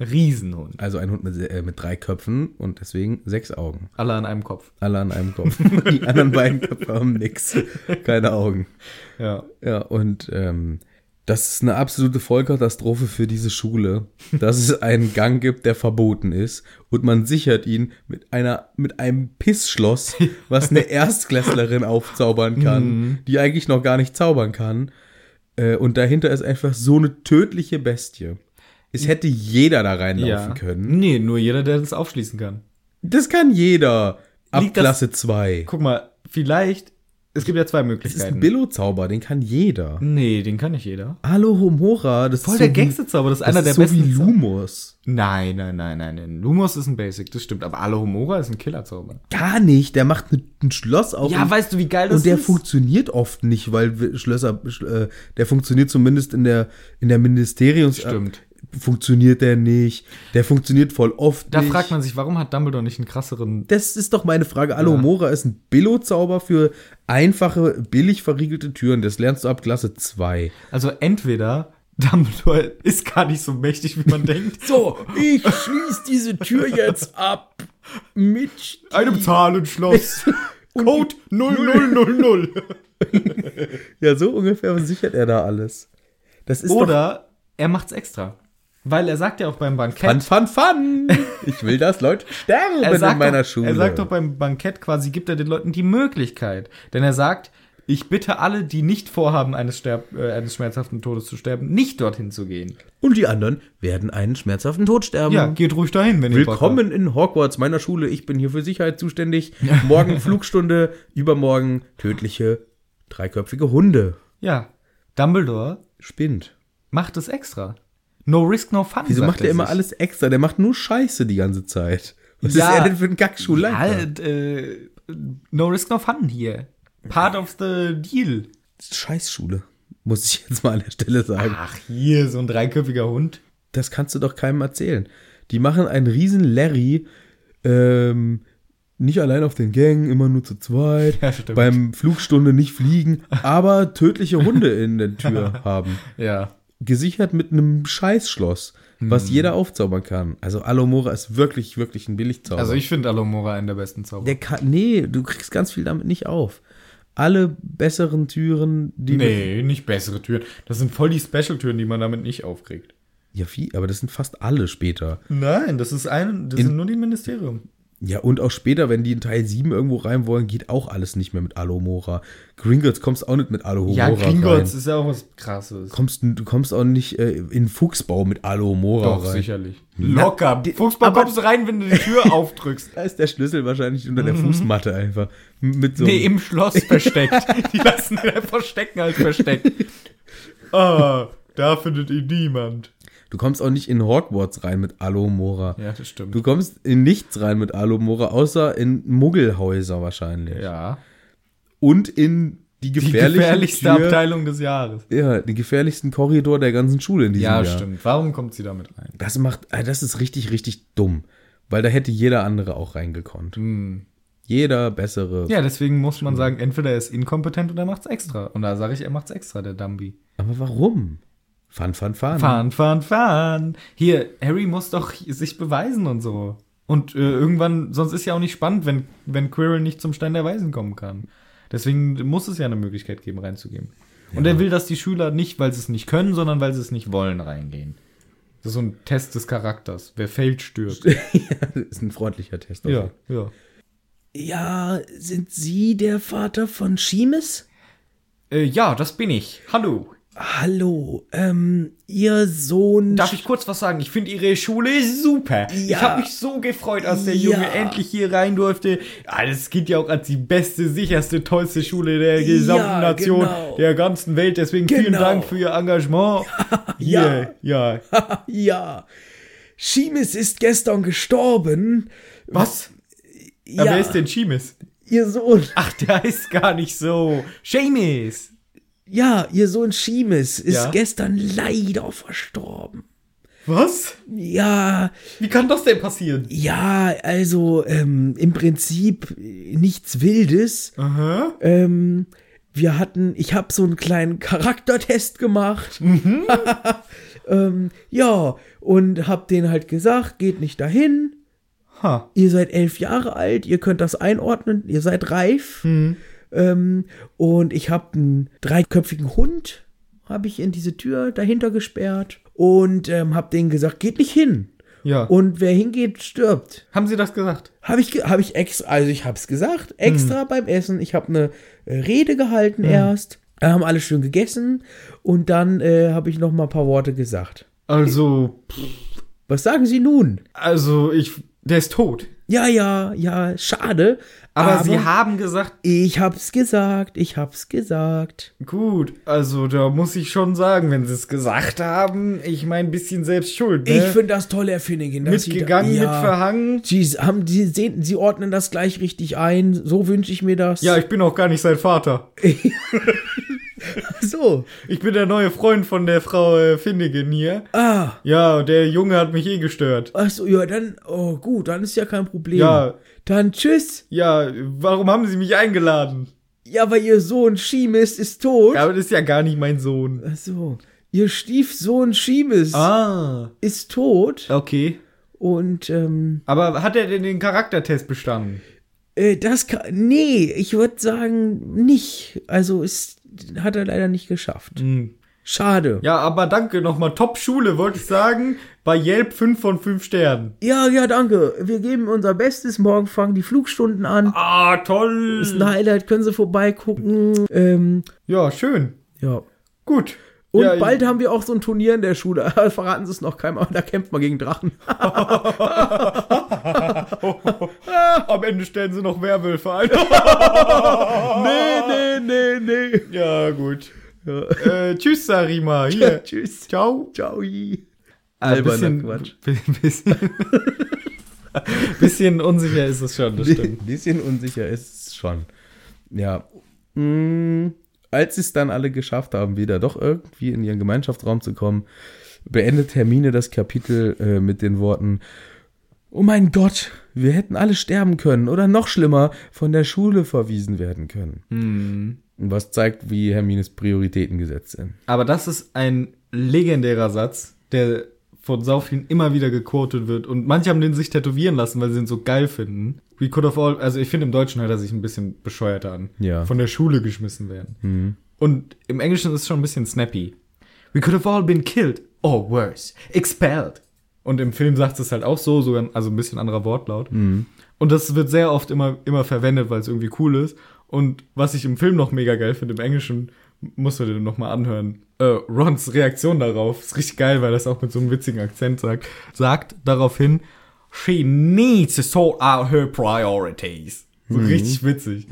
A: Riesenhund.
B: Also ein Hund mit, se- äh, mit drei Köpfen und deswegen sechs Augen.
A: Alle an einem Kopf.
B: Alle an einem Kopf. (laughs) die anderen beiden Köpfe haben nix. Keine Augen.
A: Ja.
B: Ja, und ähm, das ist eine absolute Vollkatastrophe für diese Schule, dass es einen Gang gibt, der verboten ist und man sichert ihn mit einer mit einem Pissschloss,
A: (laughs)
B: was eine Erstklässlerin aufzaubern kann,
A: Mhm.
B: die eigentlich noch gar nicht zaubern kann. Äh, und dahinter ist einfach so eine tödliche Bestie. Es hätte jeder da reinlaufen
A: ja.
B: können.
A: Nee, nur jeder, der das aufschließen kann.
B: Das kann jeder. Ab
A: Liegt das-
B: Klasse 2.
A: Guck mal, vielleicht, es gibt ja zwei
B: Das ist
A: Möglichkeiten.
B: ein Billo-Zauber, den kann jeder.
A: nee, den kann nicht jeder.
B: Hallo Homora, das
A: Voll
B: ist
A: Oh, der
B: wie-
A: Gangsterzauber, das ist
B: das
A: einer
B: ist
A: der
B: so
A: besten.
B: wie
A: Zau-
B: Lumos.
A: Nein, nein, nein, nein, nein. Lumos ist ein Basic, das stimmt. Aber Alohomora ist ein Killerzauber.
B: Gar nicht. Der macht ne- ein Schloss auf. und,
A: weißt du, wie geil
B: und der funktioniert oft nicht, weil wir- Schlösser, sch- äh, der funktioniert zumindest in der, in der Ministeriums.
A: Stimmt.
B: Äh, funktioniert der nicht. Der funktioniert voll oft
A: Da
B: nicht.
A: fragt man sich, warum hat Dumbledore nicht einen krasseren.
B: Das ist doch meine Frage. Alohomora ist ein Billo-Zauber für einfache, billig verriegelte Türen. Das lernst du ab Klasse 2.
A: Also entweder Dumbledore (laughs) ist gar nicht so mächtig, wie man (laughs) denkt.
B: So, ich schließe diese Tür jetzt ab. Mit
A: Einem (laughs) Zahlenschloss. Äh,
B: (laughs)
A: Code 0000.
B: Ja, so ungefähr sichert er da alles. Das ist doch
A: Oder er macht's extra. Weil er sagt ja auch beim Bankett.
B: Fun, fun, fun! Ich will, dass Leute sterben
A: er sagt
B: in meiner
A: doch,
B: Schule.
A: Er sagt doch beim Bankett quasi, gibt er den Leuten die Möglichkeit. Denn er sagt, ich bitte alle, die nicht vorhaben, eines, Sterb äh, eines schmerzhaften Todes zu sterben, nicht dorthin zu gehen.
B: Und die anderen werden einen schmerzhaften Tod sterben.
A: Ja, geht ruhig dahin, wenn ihr Bock habt.
B: Mhm. Willkommen in Hogwarts, meiner Schule. Ich bin hier für Sicherheit zuständig.
A: (laughs)
B: Morgen Flugstunde, übermorgen tödliche dreiköpfige Hunde.
A: Ja, Dumbledore
B: Spinnt.
A: macht es extra. No risk, no fun.
B: Wieso
A: sagt
B: macht er immer
A: sich.
B: alles extra? Der macht nur Scheiße die ganze Zeit. Was
A: Ja.
B: ist er denn für ein Gackschulleiter?
A: Halt, äh, no risk, no fun hier. Part of the deal.
B: Scheißschule, muss ich jetzt mal an der Stelle sagen.
A: Ach, hier, so ein dreiköpfiger Hund.
B: Das kannst du doch keinem erzählen. Die machen einen riesen Larry, ähm, nicht allein auf den Gang, immer nur zu
A: (laughs)
B: zweit,
A: Ja, stimmt.
B: beim Flugstunde nicht
A: (laughs)
B: fliegen, aber tödliche Hunde in der Tür haben.
A: Ja.
B: Gesichert mit einem Scheißschloss, was
A: Hm.
B: jeder aufzaubern kann. Also Alomora ist wirklich, wirklich ein Billigzauber.
A: Also ich finde Alomora einen der besten Zauber.
B: der kann, nee, du kriegst ganz viel damit nicht auf. Alle besseren Türen, die
A: Nee, nicht bessere Türen. Das sind voll die Special-Türen, die man damit nicht aufkriegt.
B: ja, wie, aber das sind fast alle später.
A: Nein, das ist ein, das sind nur die Ministerium.
B: Ja, und auch später, wenn die in Teil 7 irgendwo rein wollen, geht auch alles nicht mehr mit Alohomora. Gringotts kommst auch nicht mit Alohomora
A: Ja, Gringotts
B: rein.
A: ist ja auch was Krasses.
B: Kommst, du kommst auch nicht äh, in Fuchsbau mit Alohomora
A: Doch,
B: rein.
A: sicherlich. Locker.
B: die-
A: Fußball
B: aber-
A: kommst du rein, wenn du die (laughs) Tür aufdrückst.
B: Da ist der Schlüssel wahrscheinlich unter der Fußmatte einfach. M- Mit so
A: Mhm. Nee, im (laughs) Schloss versteckt. die lassen den einfach stecken als versteckt. Ah, Da findet ihn niemand.
B: Du kommst auch nicht in Hogwarts rein mit Alomora.
A: Ja, das stimmt.
B: Du kommst in nichts rein mit Alomora, außer in Muggelhäuser wahrscheinlich.
A: ja.
B: Und in die
A: Die
B: gefährliche
A: gefährlichste
B: Tür,
A: Abteilung des Jahres.
B: Ja, den gefährlichsten Korridor der ganzen Schule in diesem
A: Ja,
B: Jahr.
A: stimmt. Warum kommt sie damit rein?
B: Das macht, äh, das ist richtig, richtig dumm. Weil da hätte jeder andere auch reingekonnt. Jeder bessere.
A: Hm. Ja, deswegen muss man sagen, entweder er ist inkompetent oder er macht's extra. Und da sage ich, er macht's extra, der Dumbi.
B: Aber warum? Fun, fun, fun.
A: Fahren, fahren, fahren. Hier, Harry muss doch sich beweisen und so. Und äh, irgendwann, sonst ist ja auch nicht spannend, wenn, wenn Quirrell nicht zum Stein der Weisen kommen kann. Deswegen muss es ja eine Möglichkeit geben, reinzugehen. Und er will, dass die Schüler nicht, weil sie es nicht können, sondern weil sie es nicht wollen, reingehen. Das ist so ein Test des Charakters. Wer fällt, stirbt.
B: Das ist ein freundlicher Test.
A: Ja, ja.
B: ja, sind Sie der Vater von Schiemes?
A: Äh, ja, das bin ich. Hallo.
B: Hallo, ähm, Ihr Sohn.
A: Darf ich kurz was sagen? Ich finde Ihre Schule super.
B: Ja.
A: Ich habe mich so gefreut, als der
B: Ja.
A: Junge endlich hier rein durfte. Ah, das gilt ja auch als die beste, sicherste, tollste Schule der gesamten
B: Ja,
A: Nation,
B: genau.
A: der ganzen Welt. Deswegen vielen
B: Genau.
A: Dank für Ihr
B: (laughs)
A: Engagement. Hier, ja.
B: ja. Schiemes ist gestern gestorben.
A: Was?
B: Ja,
A: Aber wer ist denn Seamus?
B: Ihr Sohn.
A: Ach, der heißt gar nicht so. Seamus.
B: Ja, Ihr Sohn Schiemes ist
A: Ja.
B: gestern leider verstorben.
A: Was?
B: Ja,
A: Wie kann das denn passieren?
B: Ja, also ähm, im Prinzip äh, nichts Wildes.
A: Aha.
B: Ähm, wir hatten, ich habe so einen kleinen Charaktertest gemacht. (laughs) ähm, ja, und hab denen halt gesagt, geht nicht dahin.
A: Ha.
B: Ihr seid elf Jahre alt, ihr könnt das einordnen, ihr seid reif. Ähm, und ich habe einen dreiköpfigen Hund, habe ich in diese Tür dahinter gesperrt und ähm, habe denen gesagt, geht nicht hin.
A: Ja.
B: Und wer hingeht, stirbt.
A: Haben Sie das gesagt?
B: Habe ich, ge- hab ich extra, also ich hab's gesagt, extra beim Essen. Ich habe eine äh, Rede gehalten erst. Da haben alle schön gegessen und dann äh, habe ich noch mal ein paar Worte gesagt.
A: Also,
B: Was sagen Sie nun?
A: also ich, der ist tot.
B: Ja, ja, ja, schade.
A: Aber, Sie haben gesagt,
B: Ich hab's gesagt, ich hab's gesagt. Ne?
A: Gut, also da muss ich schon sagen, wenn sie es gesagt haben, ich mein, ein bisschen selbst schuld. Ne?
B: Ich finde das toll, Herr Finnegan. dass Sie da-
A: Mitgegangen, mitverhangen.
B: Sie, haben, Sie, sehen, Sie ordnen das gleich richtig ein. So wünsche ich mir das.
A: Ja, ich bin auch gar nicht sein Vater.
B: (laughs) so.
A: Ich bin der neue Freund von der Frau äh, Finnegan hier.
B: Ah,
A: Ja, und der Junge hat mich eh gestört.
B: ach so, ja, dann, oh gut, dann ist ja kein Problem.
A: Ja.
B: Dann tschüss.
A: Ja, warum haben sie mich eingeladen?
B: Ja, aber ihr Sohn Schiemes ist tot.
A: Ja, aber das ist ja gar nicht mein Sohn.
B: Ach so. Ihr Stiefsohn Schiemes
A: Ah,
B: ist tot.
A: okay.
B: Und, ähm,
A: Aber hat er denn den Charaktertest bestanden?
B: äh, das kann. Nee, ich würde sagen, nicht. Also, ist, hat er leider nicht geschafft. Schade.
A: Hm. Ja, aber danke nochmal. Top Schule, wollte ich sagen. Bei Yelp 5 von 5 Sternen.
B: Ja, ja, danke. Wir geben unser Bestes. Morgen fangen die Flugstunden an.
A: Ah, toll.
B: Ist ein Highlight, können Sie vorbeigucken. Ähm,
A: Ja, schön.
B: ja.
A: Gut.
B: Und
A: ja,
B: bald haben wir auch so ein Turnier in der Schule. (laughs) Verraten Sie es noch keinem, aber da kämpft man gegen Drachen.
A: Ah, Am Ende stellen sie noch Werwölfe
B: (laughs)
A: ein. Ah.
B: nee, nee, nee.
A: ja, gut. Äh, tschüss, Sarima. Hier.
B: (laughs) Tschüss.
A: Ciao.
B: Ciao.
A: Ein bi- (laughs) Bisschen,
B: (laughs)
A: bisschen unsicher ist es schon, das stimmt.
B: Ein bisschen unsicher ist es schon. Ja. Mm, Als sie es dann alle geschafft haben, wieder doch irgendwie in ihren Gemeinschaftsraum zu kommen, beendet Hermine das Kapitel äh, mit den Worten: Oh mein Gott, wir hätten alle sterben können oder noch schlimmer, von der Schule verwiesen werden können. Was zeigt, wie Hermines Prioritäten gesetzt sind.
A: Aber das ist ein legendärer Satz, der von sau vielen immer wieder gequotet wird. Und manche haben den sich tätowieren lassen, weil sie den so geil finden. We could have all, also ich finde im Deutschen hört er sich ein bisschen bescheuerter an.
B: Ja.
A: Von der Schule geschmissen werden. Und im Englischen ist es schon ein bisschen snappy. We could have all been killed or worse, expelled. Und im Film sagt es halt auch so, sogar, also ein bisschen anderer Wortlaut. Und das wird sehr oft immer, immer verwendet, weil es irgendwie cool ist. Und was ich im Film noch mega geil finde, im Englischen, musst du dir nochmal anhören. Äh, Rons Reaktion darauf ist richtig geil, weil das auch mit so einem witzigen Akzent sagt. Sagt daraufhin, she needs to sort out her priorities. So
B: Mhm.
A: richtig witzig.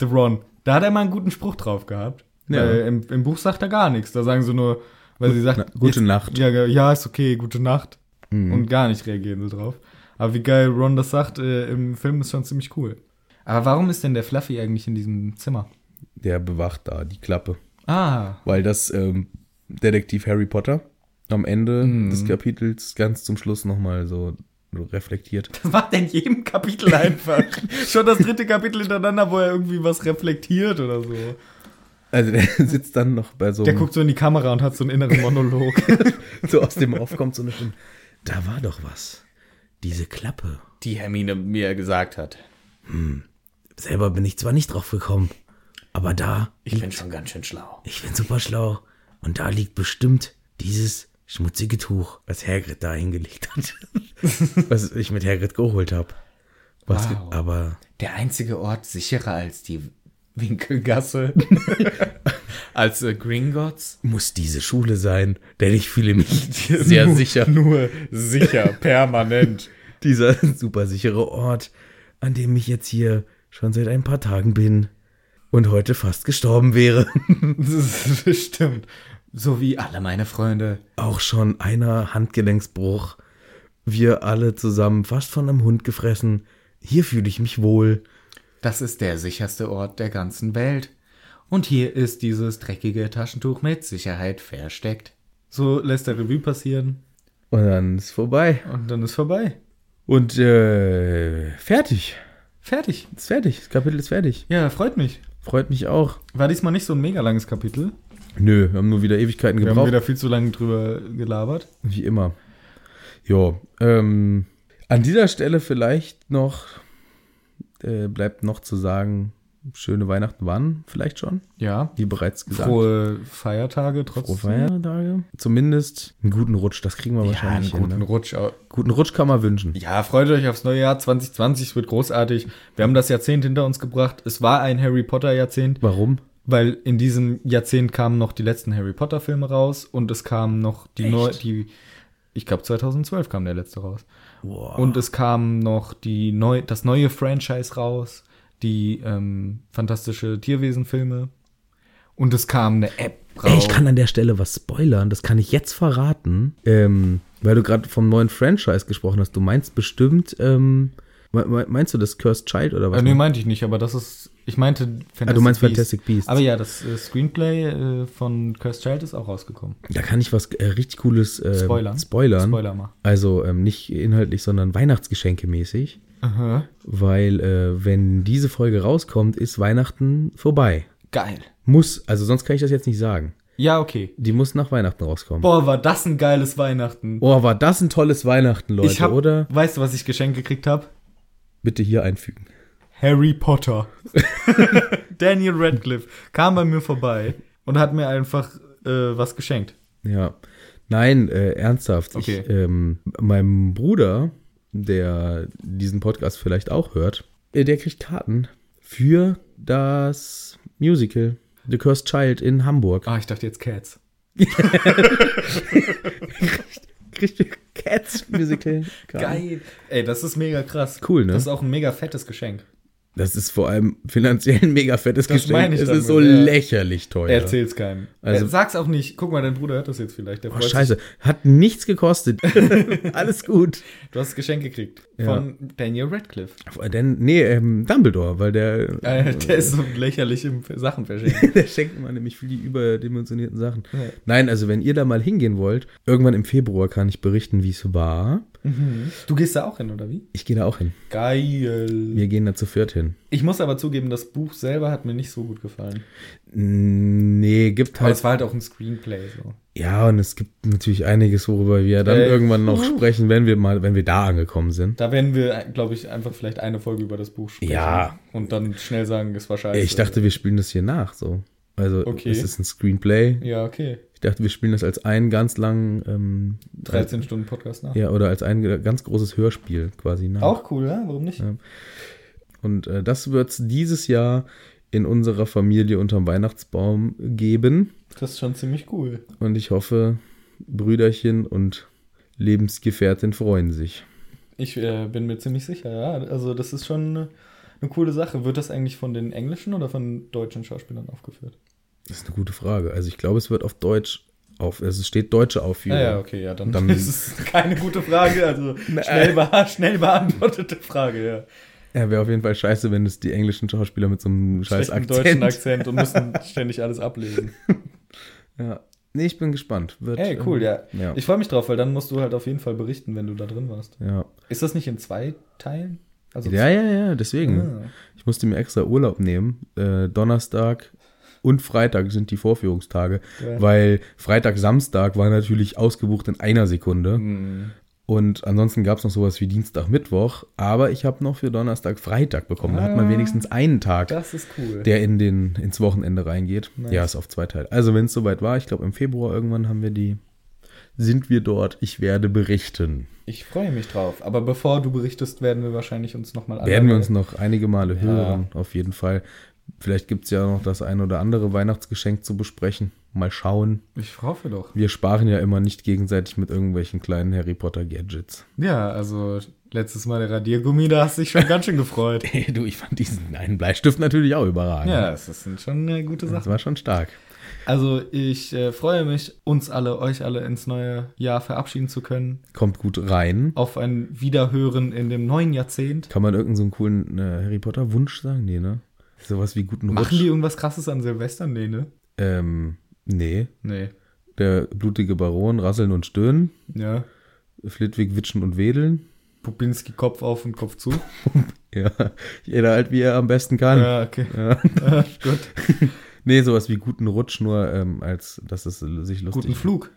A: The Ron. Da hat er mal einen guten Spruch drauf gehabt.
B: Ja.
A: Weil im, im Buch sagt er gar nichts. Da sagen sie nur, Weil sie sagt,
B: Na,
A: jetzt,
B: gute Nacht.
A: Ja, ge- ja, ist okay, gute Nacht.
D: Mhm.
A: Und gar nicht reagieren sie drauf. Aber wie geil Ron das sagt, äh, im Film ist schon ziemlich cool. Aber warum ist denn der Fluffy eigentlich in diesem Zimmer?
B: Der bewacht da die Klappe.
A: Ah,
D: (laughs)
B: Weil das ähm, Detektiv Harry Potter am Ende des Kapitels ganz zum Schluss nochmal so reflektiert.
A: das macht er in jedem Kapitel einfach. (laughs) schon das dritte Kapitel hintereinander, wo er irgendwie was reflektiert oder so.
B: Also der (laughs) sitzt dann noch bei so,
A: Der
B: einem,
A: guckt so in die Kamera und hat so einen inneren Monolog.
B: so aus dem Aufkommen so eine Stimme. Da war doch was. Diese Klappe.
D: die Hermine mir gesagt hat.
B: Selber bin ich zwar nicht drauf gekommen, aber da,
D: Ich bin schon ganz schön schlau.
B: ich bin super schlau. Und da liegt bestimmt dieses schmutzige Tuch, was Hagrid da hingelegt hat. (laughs) was ich mit Hagrid geholt habe. Was,
D: Wow.
B: Aber
D: Der einzige Ort sicherer als die
B: (laughs)
D: Winkelgasse. als äh, Gringotts.
B: muss diese Schule sein, denn ich fühle mich (laughs) sehr sicher.
D: Nur sicher, (laughs) permanent.
B: Dieser super sichere Ort, an dem ich jetzt hier schon seit ein paar Tagen bin und heute fast gestorben wäre. (laughs)
A: das ist- stimmt.
D: So wie alle meine Freunde.
B: Auch schon einer Handgelenksbruch. Wir alle zusammen fast von einem Hund gefressen. Hier fühle ich mich wohl.
D: (laughs) Das ist der sicherste Ort der ganzen Welt. Und hier ist dieses dreckige Taschentuch mit Sicherheit versteckt.
A: So lässt der Revue passieren
B: Und dann ist vorbei.
A: und dann ist vorbei.
B: Und äh, fertig.
A: Fertig.
B: Ist fertig. Das Kapitel ist fertig.
A: Ja, freut mich.
B: Freut mich auch.
A: War diesmal nicht so ein mega langes Kapitel.
B: Nö, wir haben nur wieder Ewigkeiten
A: Wir
B: gebraucht.
A: haben wieder viel zu lange drüber gelabert.
B: Wie immer. Ja, ähm, an dieser Stelle vielleicht noch, äh, bleibt noch zu sagen, schöne Weihnachten waren vielleicht schon,
A: Ja.
B: wie bereits gesagt.
A: Frohe Feiertage
B: Frohe
A: trotzdem.
B: Feiertage. Zumindest einen guten Rutsch, das kriegen wir wahrscheinlich hin. ne?
A: Rutsch. au-
B: Guten Rutsch kann man wünschen.
A: Ja, freut euch aufs neue Jahr 2020. Es wird großartig. Wir haben das Jahrzehnt hinter uns gebracht. Es war ein Harry Potter Jahrzehnt.
B: Warum?
A: Weil in diesem Jahrzehnt kamen noch die letzten Harry Potter Filme raus und es kamen noch die neu, die ich glaube 2012 kam der letzte raus. Und es kamen noch die neu, das neue Franchise raus, die ähm, fantastische Tierwesen Filme und es kam eine App
B: Ey, ich kann an der Stelle was spoilern, das kann ich jetzt verraten. Ähm, weil du gerade vom neuen Franchise gesprochen hast, du meinst bestimmt, ähm, me- me- meinst du das Cursed Child oder was?
A: Äh, nee, meinte ich nicht, aber das ist ich meinte Fantastic
B: Ah, du meinst Fantastic Beasts.
A: Aber ja, das äh, Screenplay äh, von Cursed Child ist auch rausgekommen.
B: Da kann ich was äh, richtig Cooles äh,
A: Spoilern?
B: spoilern.
A: Spoiler mal.
B: Also ähm, nicht inhaltlich, sondern Weihnachtsgeschenke mäßig. Weil äh, wenn diese Folge rauskommt, ist Weihnachten vorbei.
A: Geil.
B: Muss, also sonst kann ich das jetzt nicht sagen.
A: Ja, okay.
B: Die muss nach Weihnachten rauskommen.
A: Boah, war das ein geiles Weihnachten.
B: Oh, war das ein tolles Weihnachten, Leute,
A: ich hab,
B: oder?
A: Weißt du, was ich geschenkt gekriegt habe?
B: Bitte hier einfügen.
A: Harry
B: (laughs)
A: Potter. Daniel Radcliffe kam bei mir vorbei und hat mir einfach äh, was geschenkt.
B: Ja. Nein, äh, ernsthaft.
A: Okay.
B: Ich, ähm, meinem Bruder, der diesen Podcast vielleicht auch hört, äh, der kriegt Karten für das Musical The Cursed Child in Hamburg.
A: Ah, ich dachte jetzt Cats.
B: Kriegt ihr
A: (laughs)
B: Cats Musical? Geil.
A: Ey, das ist mega krass.
B: Cool, ne?
A: Das ist auch ein mega fettes Geschenk.
B: Das ist vor allem finanziell ein mega fettes
A: Das
B: Geschenk.
A: meine ich
B: es
A: damit,
B: ist so
A: ja.
B: lächerlich teuer.
A: Erzähl's keinem.
B: Also-
A: Also, Sag's auch nicht. Guck mal, dein Bruder hört das jetzt vielleicht. Der
B: Oh,
A: freut sich.
B: scheiße, hat
A: (laughs)
B: nichts gekostet. Alles gut.
A: Du hast das Geschenk gekriegt.
B: Ja.
A: Von Daniel Radcliffe.
B: Denn, nee, ähm, Dumbledore, weil der,
A: Äh, (laughs) der ist so lächerlich im Sachen verschenken.
B: (laughs) der schenkt man nämlich für die überdimensionierten Sachen. Nein, also wenn ihr da mal hingehen wollt, irgendwann im Februar kann ich berichten, wie es war.
A: Du gehst da auch hin, oder wie?
B: Ich gehe da auch hin.
A: Geil.
B: Wir gehen da zu viert hin.
A: Ich muss aber zugeben, das Buch selber hat mir nicht so gut gefallen.
B: Nee, gibt
A: Aber
B: halt.
A: es war halt auch ein Screenplay. So.
B: Ja, und es gibt natürlich einiges, worüber wir dann
A: Äh,
B: irgendwann noch sprechen, wenn wir mal, wenn wir da angekommen sind.
A: Da werden wir, glaube ich, einfach vielleicht eine Folge über das Buch sprechen.
B: Ja.
A: Und dann schnell sagen, es war scheiße.
B: Ich dachte, wir spielen das hier nach, so. Also,
A: Okay.
B: es ist ein Screenplay.
A: Ja, okay.
B: Ich dachte, wir spielen das als einen ganz langen, ähm,
A: 13 Stunden Podcast nach.
B: ja, oder als ein ge- ganz großes Hörspiel quasi nach.
A: Auch cool, ja? Warum nicht?
B: Und äh, das wird's dieses Jahr in unserer Familie unterm Weihnachtsbaum geben.
A: Das ist schon ziemlich cool.
B: Und ich hoffe, Brüderchen und Lebensgefährtin freuen sich.
A: Ich äh, bin mir ziemlich sicher, ja. Also, das ist schon eine, eine coole Sache. Wird das eigentlich von den englischen oder von deutschen Schauspielern aufgeführt?
B: Das ist eine gute Frage. Also ich glaube, es wird auf Deutsch auf, also es steht deutsche Aufführung.
A: Ah, Ja, ja, okay, ja, dann, (laughs)
B: Dann-
A: ist es keine gute Frage,
B: (laughs)
A: also schnell, beh- schnell beantwortete Frage, ja.
B: ja wäre auf jeden Fall scheiße, wenn es die englischen Schauspieler mit so einem scheiß
A: Schlechten deutschen
B: Akzent.
A: Akzent und müssen ständig alles
B: (laughs)
A: ablesen.
B: Ja. Nee, ich bin gespannt. Wird,
A: Ey, cool, ja.
B: ähm, Ja.
A: Ich freue mich drauf, weil dann musst du halt auf jeden Fall berichten, wenn du da drin warst.
B: ja.
A: Ist das nicht in zwei Teilen? Also
B: Ja, ja, ja, deswegen.
A: Ah.
B: Ich musste mir extra Urlaub nehmen. Äh, Donnerstag und Freitag sind die Vorführungstage,
A: Geil.
B: weil Freitag, Samstag war natürlich ausgebucht in einer Sekunde.
A: Mhm.
B: Und ansonsten gab es noch sowas wie Dienstag, Mittwoch. Aber ich habe noch für Donnerstag, Freitag bekommen. Da hat man wenigstens einen Tag,
A: Ah. das ist cool.
B: der in den, ins Wochenende reingeht. Ja, ist auf zwei Teile. Also wenn es soweit war, ich glaube im Februar irgendwann haben wir die, sind wir dort. Ich werde berichten.
A: Ich freue mich drauf. Aber bevor du berichtest, werden wir wahrscheinlich uns nochmal
B: Werden wir uns noch einige Male hören, auf jeden Fall. Vielleicht gibt es ja noch das ein oder andere Weihnachtsgeschenk zu besprechen. Mal schauen.
A: Ich hoffe doch.
B: Wir sparen ja immer nicht gegenseitig mit irgendwelchen kleinen Harry Potter Gadgets.
A: Ja, also letztes Mal der Radiergummi, da hast du dich schon ganz schön gefreut.
B: (laughs) du, ich fand diesen einen Bleistift natürlich auch überragend.
A: Ja, das ist schon eine gute
B: Das
A: Sache.
B: war schon stark.
A: Also ich äh, freue mich, uns alle, euch alle ins neue Jahr verabschieden zu können.
B: Kommt gut rein.
A: Auf ein Wiederhören in dem neuen Jahrzehnt.
B: Kann man irgendeinen so einen coolen äh, Harry Potter Wunsch sagen? Nee, ne? Sowas wie guten
A: Machen die
B: Rutsch.
A: irgendwas krasses an Silvester? Nee, ne?
B: Ähm, nee.
A: Nee.
B: Der blutige Baron, Rasseln und Stöhnen.
A: Ja.
B: Flitwick, Witschen und Wedeln.
A: Pupinski Kopf auf und Kopf
B: (laughs)
A: zu.
B: Ja, jeder halt, wie er am besten kann.
A: ja, okay. (laughs) Ja, gut.
B: Nee, sowas wie guten Rutsch, nur ähm, als dass es sich lustig
A: Guten Flug.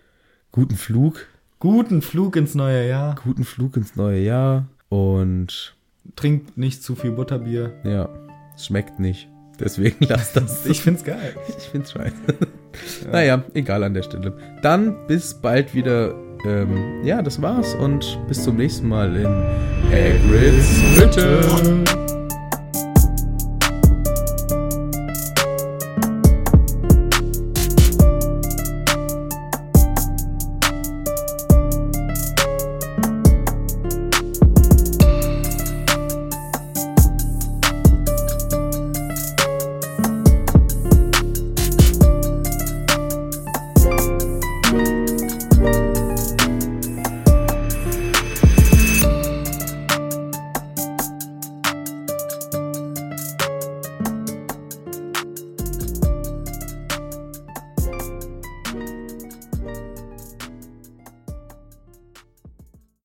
B: Guten Flug.
A: Guten Flug ins neue Jahr.
B: Guten Flug ins neue Jahr. Und
A: Trinkt nicht zu viel Butterbier.
B: ja, es schmeckt nicht. Deswegen (laughs) lass das.
A: Ich find's geil.
B: ich find's scheiße. Naja, egal an der Stelle. Dann bis bald wieder. Ähm, ja, das war's und bis zum nächsten Mal in Hagrid's Hütte.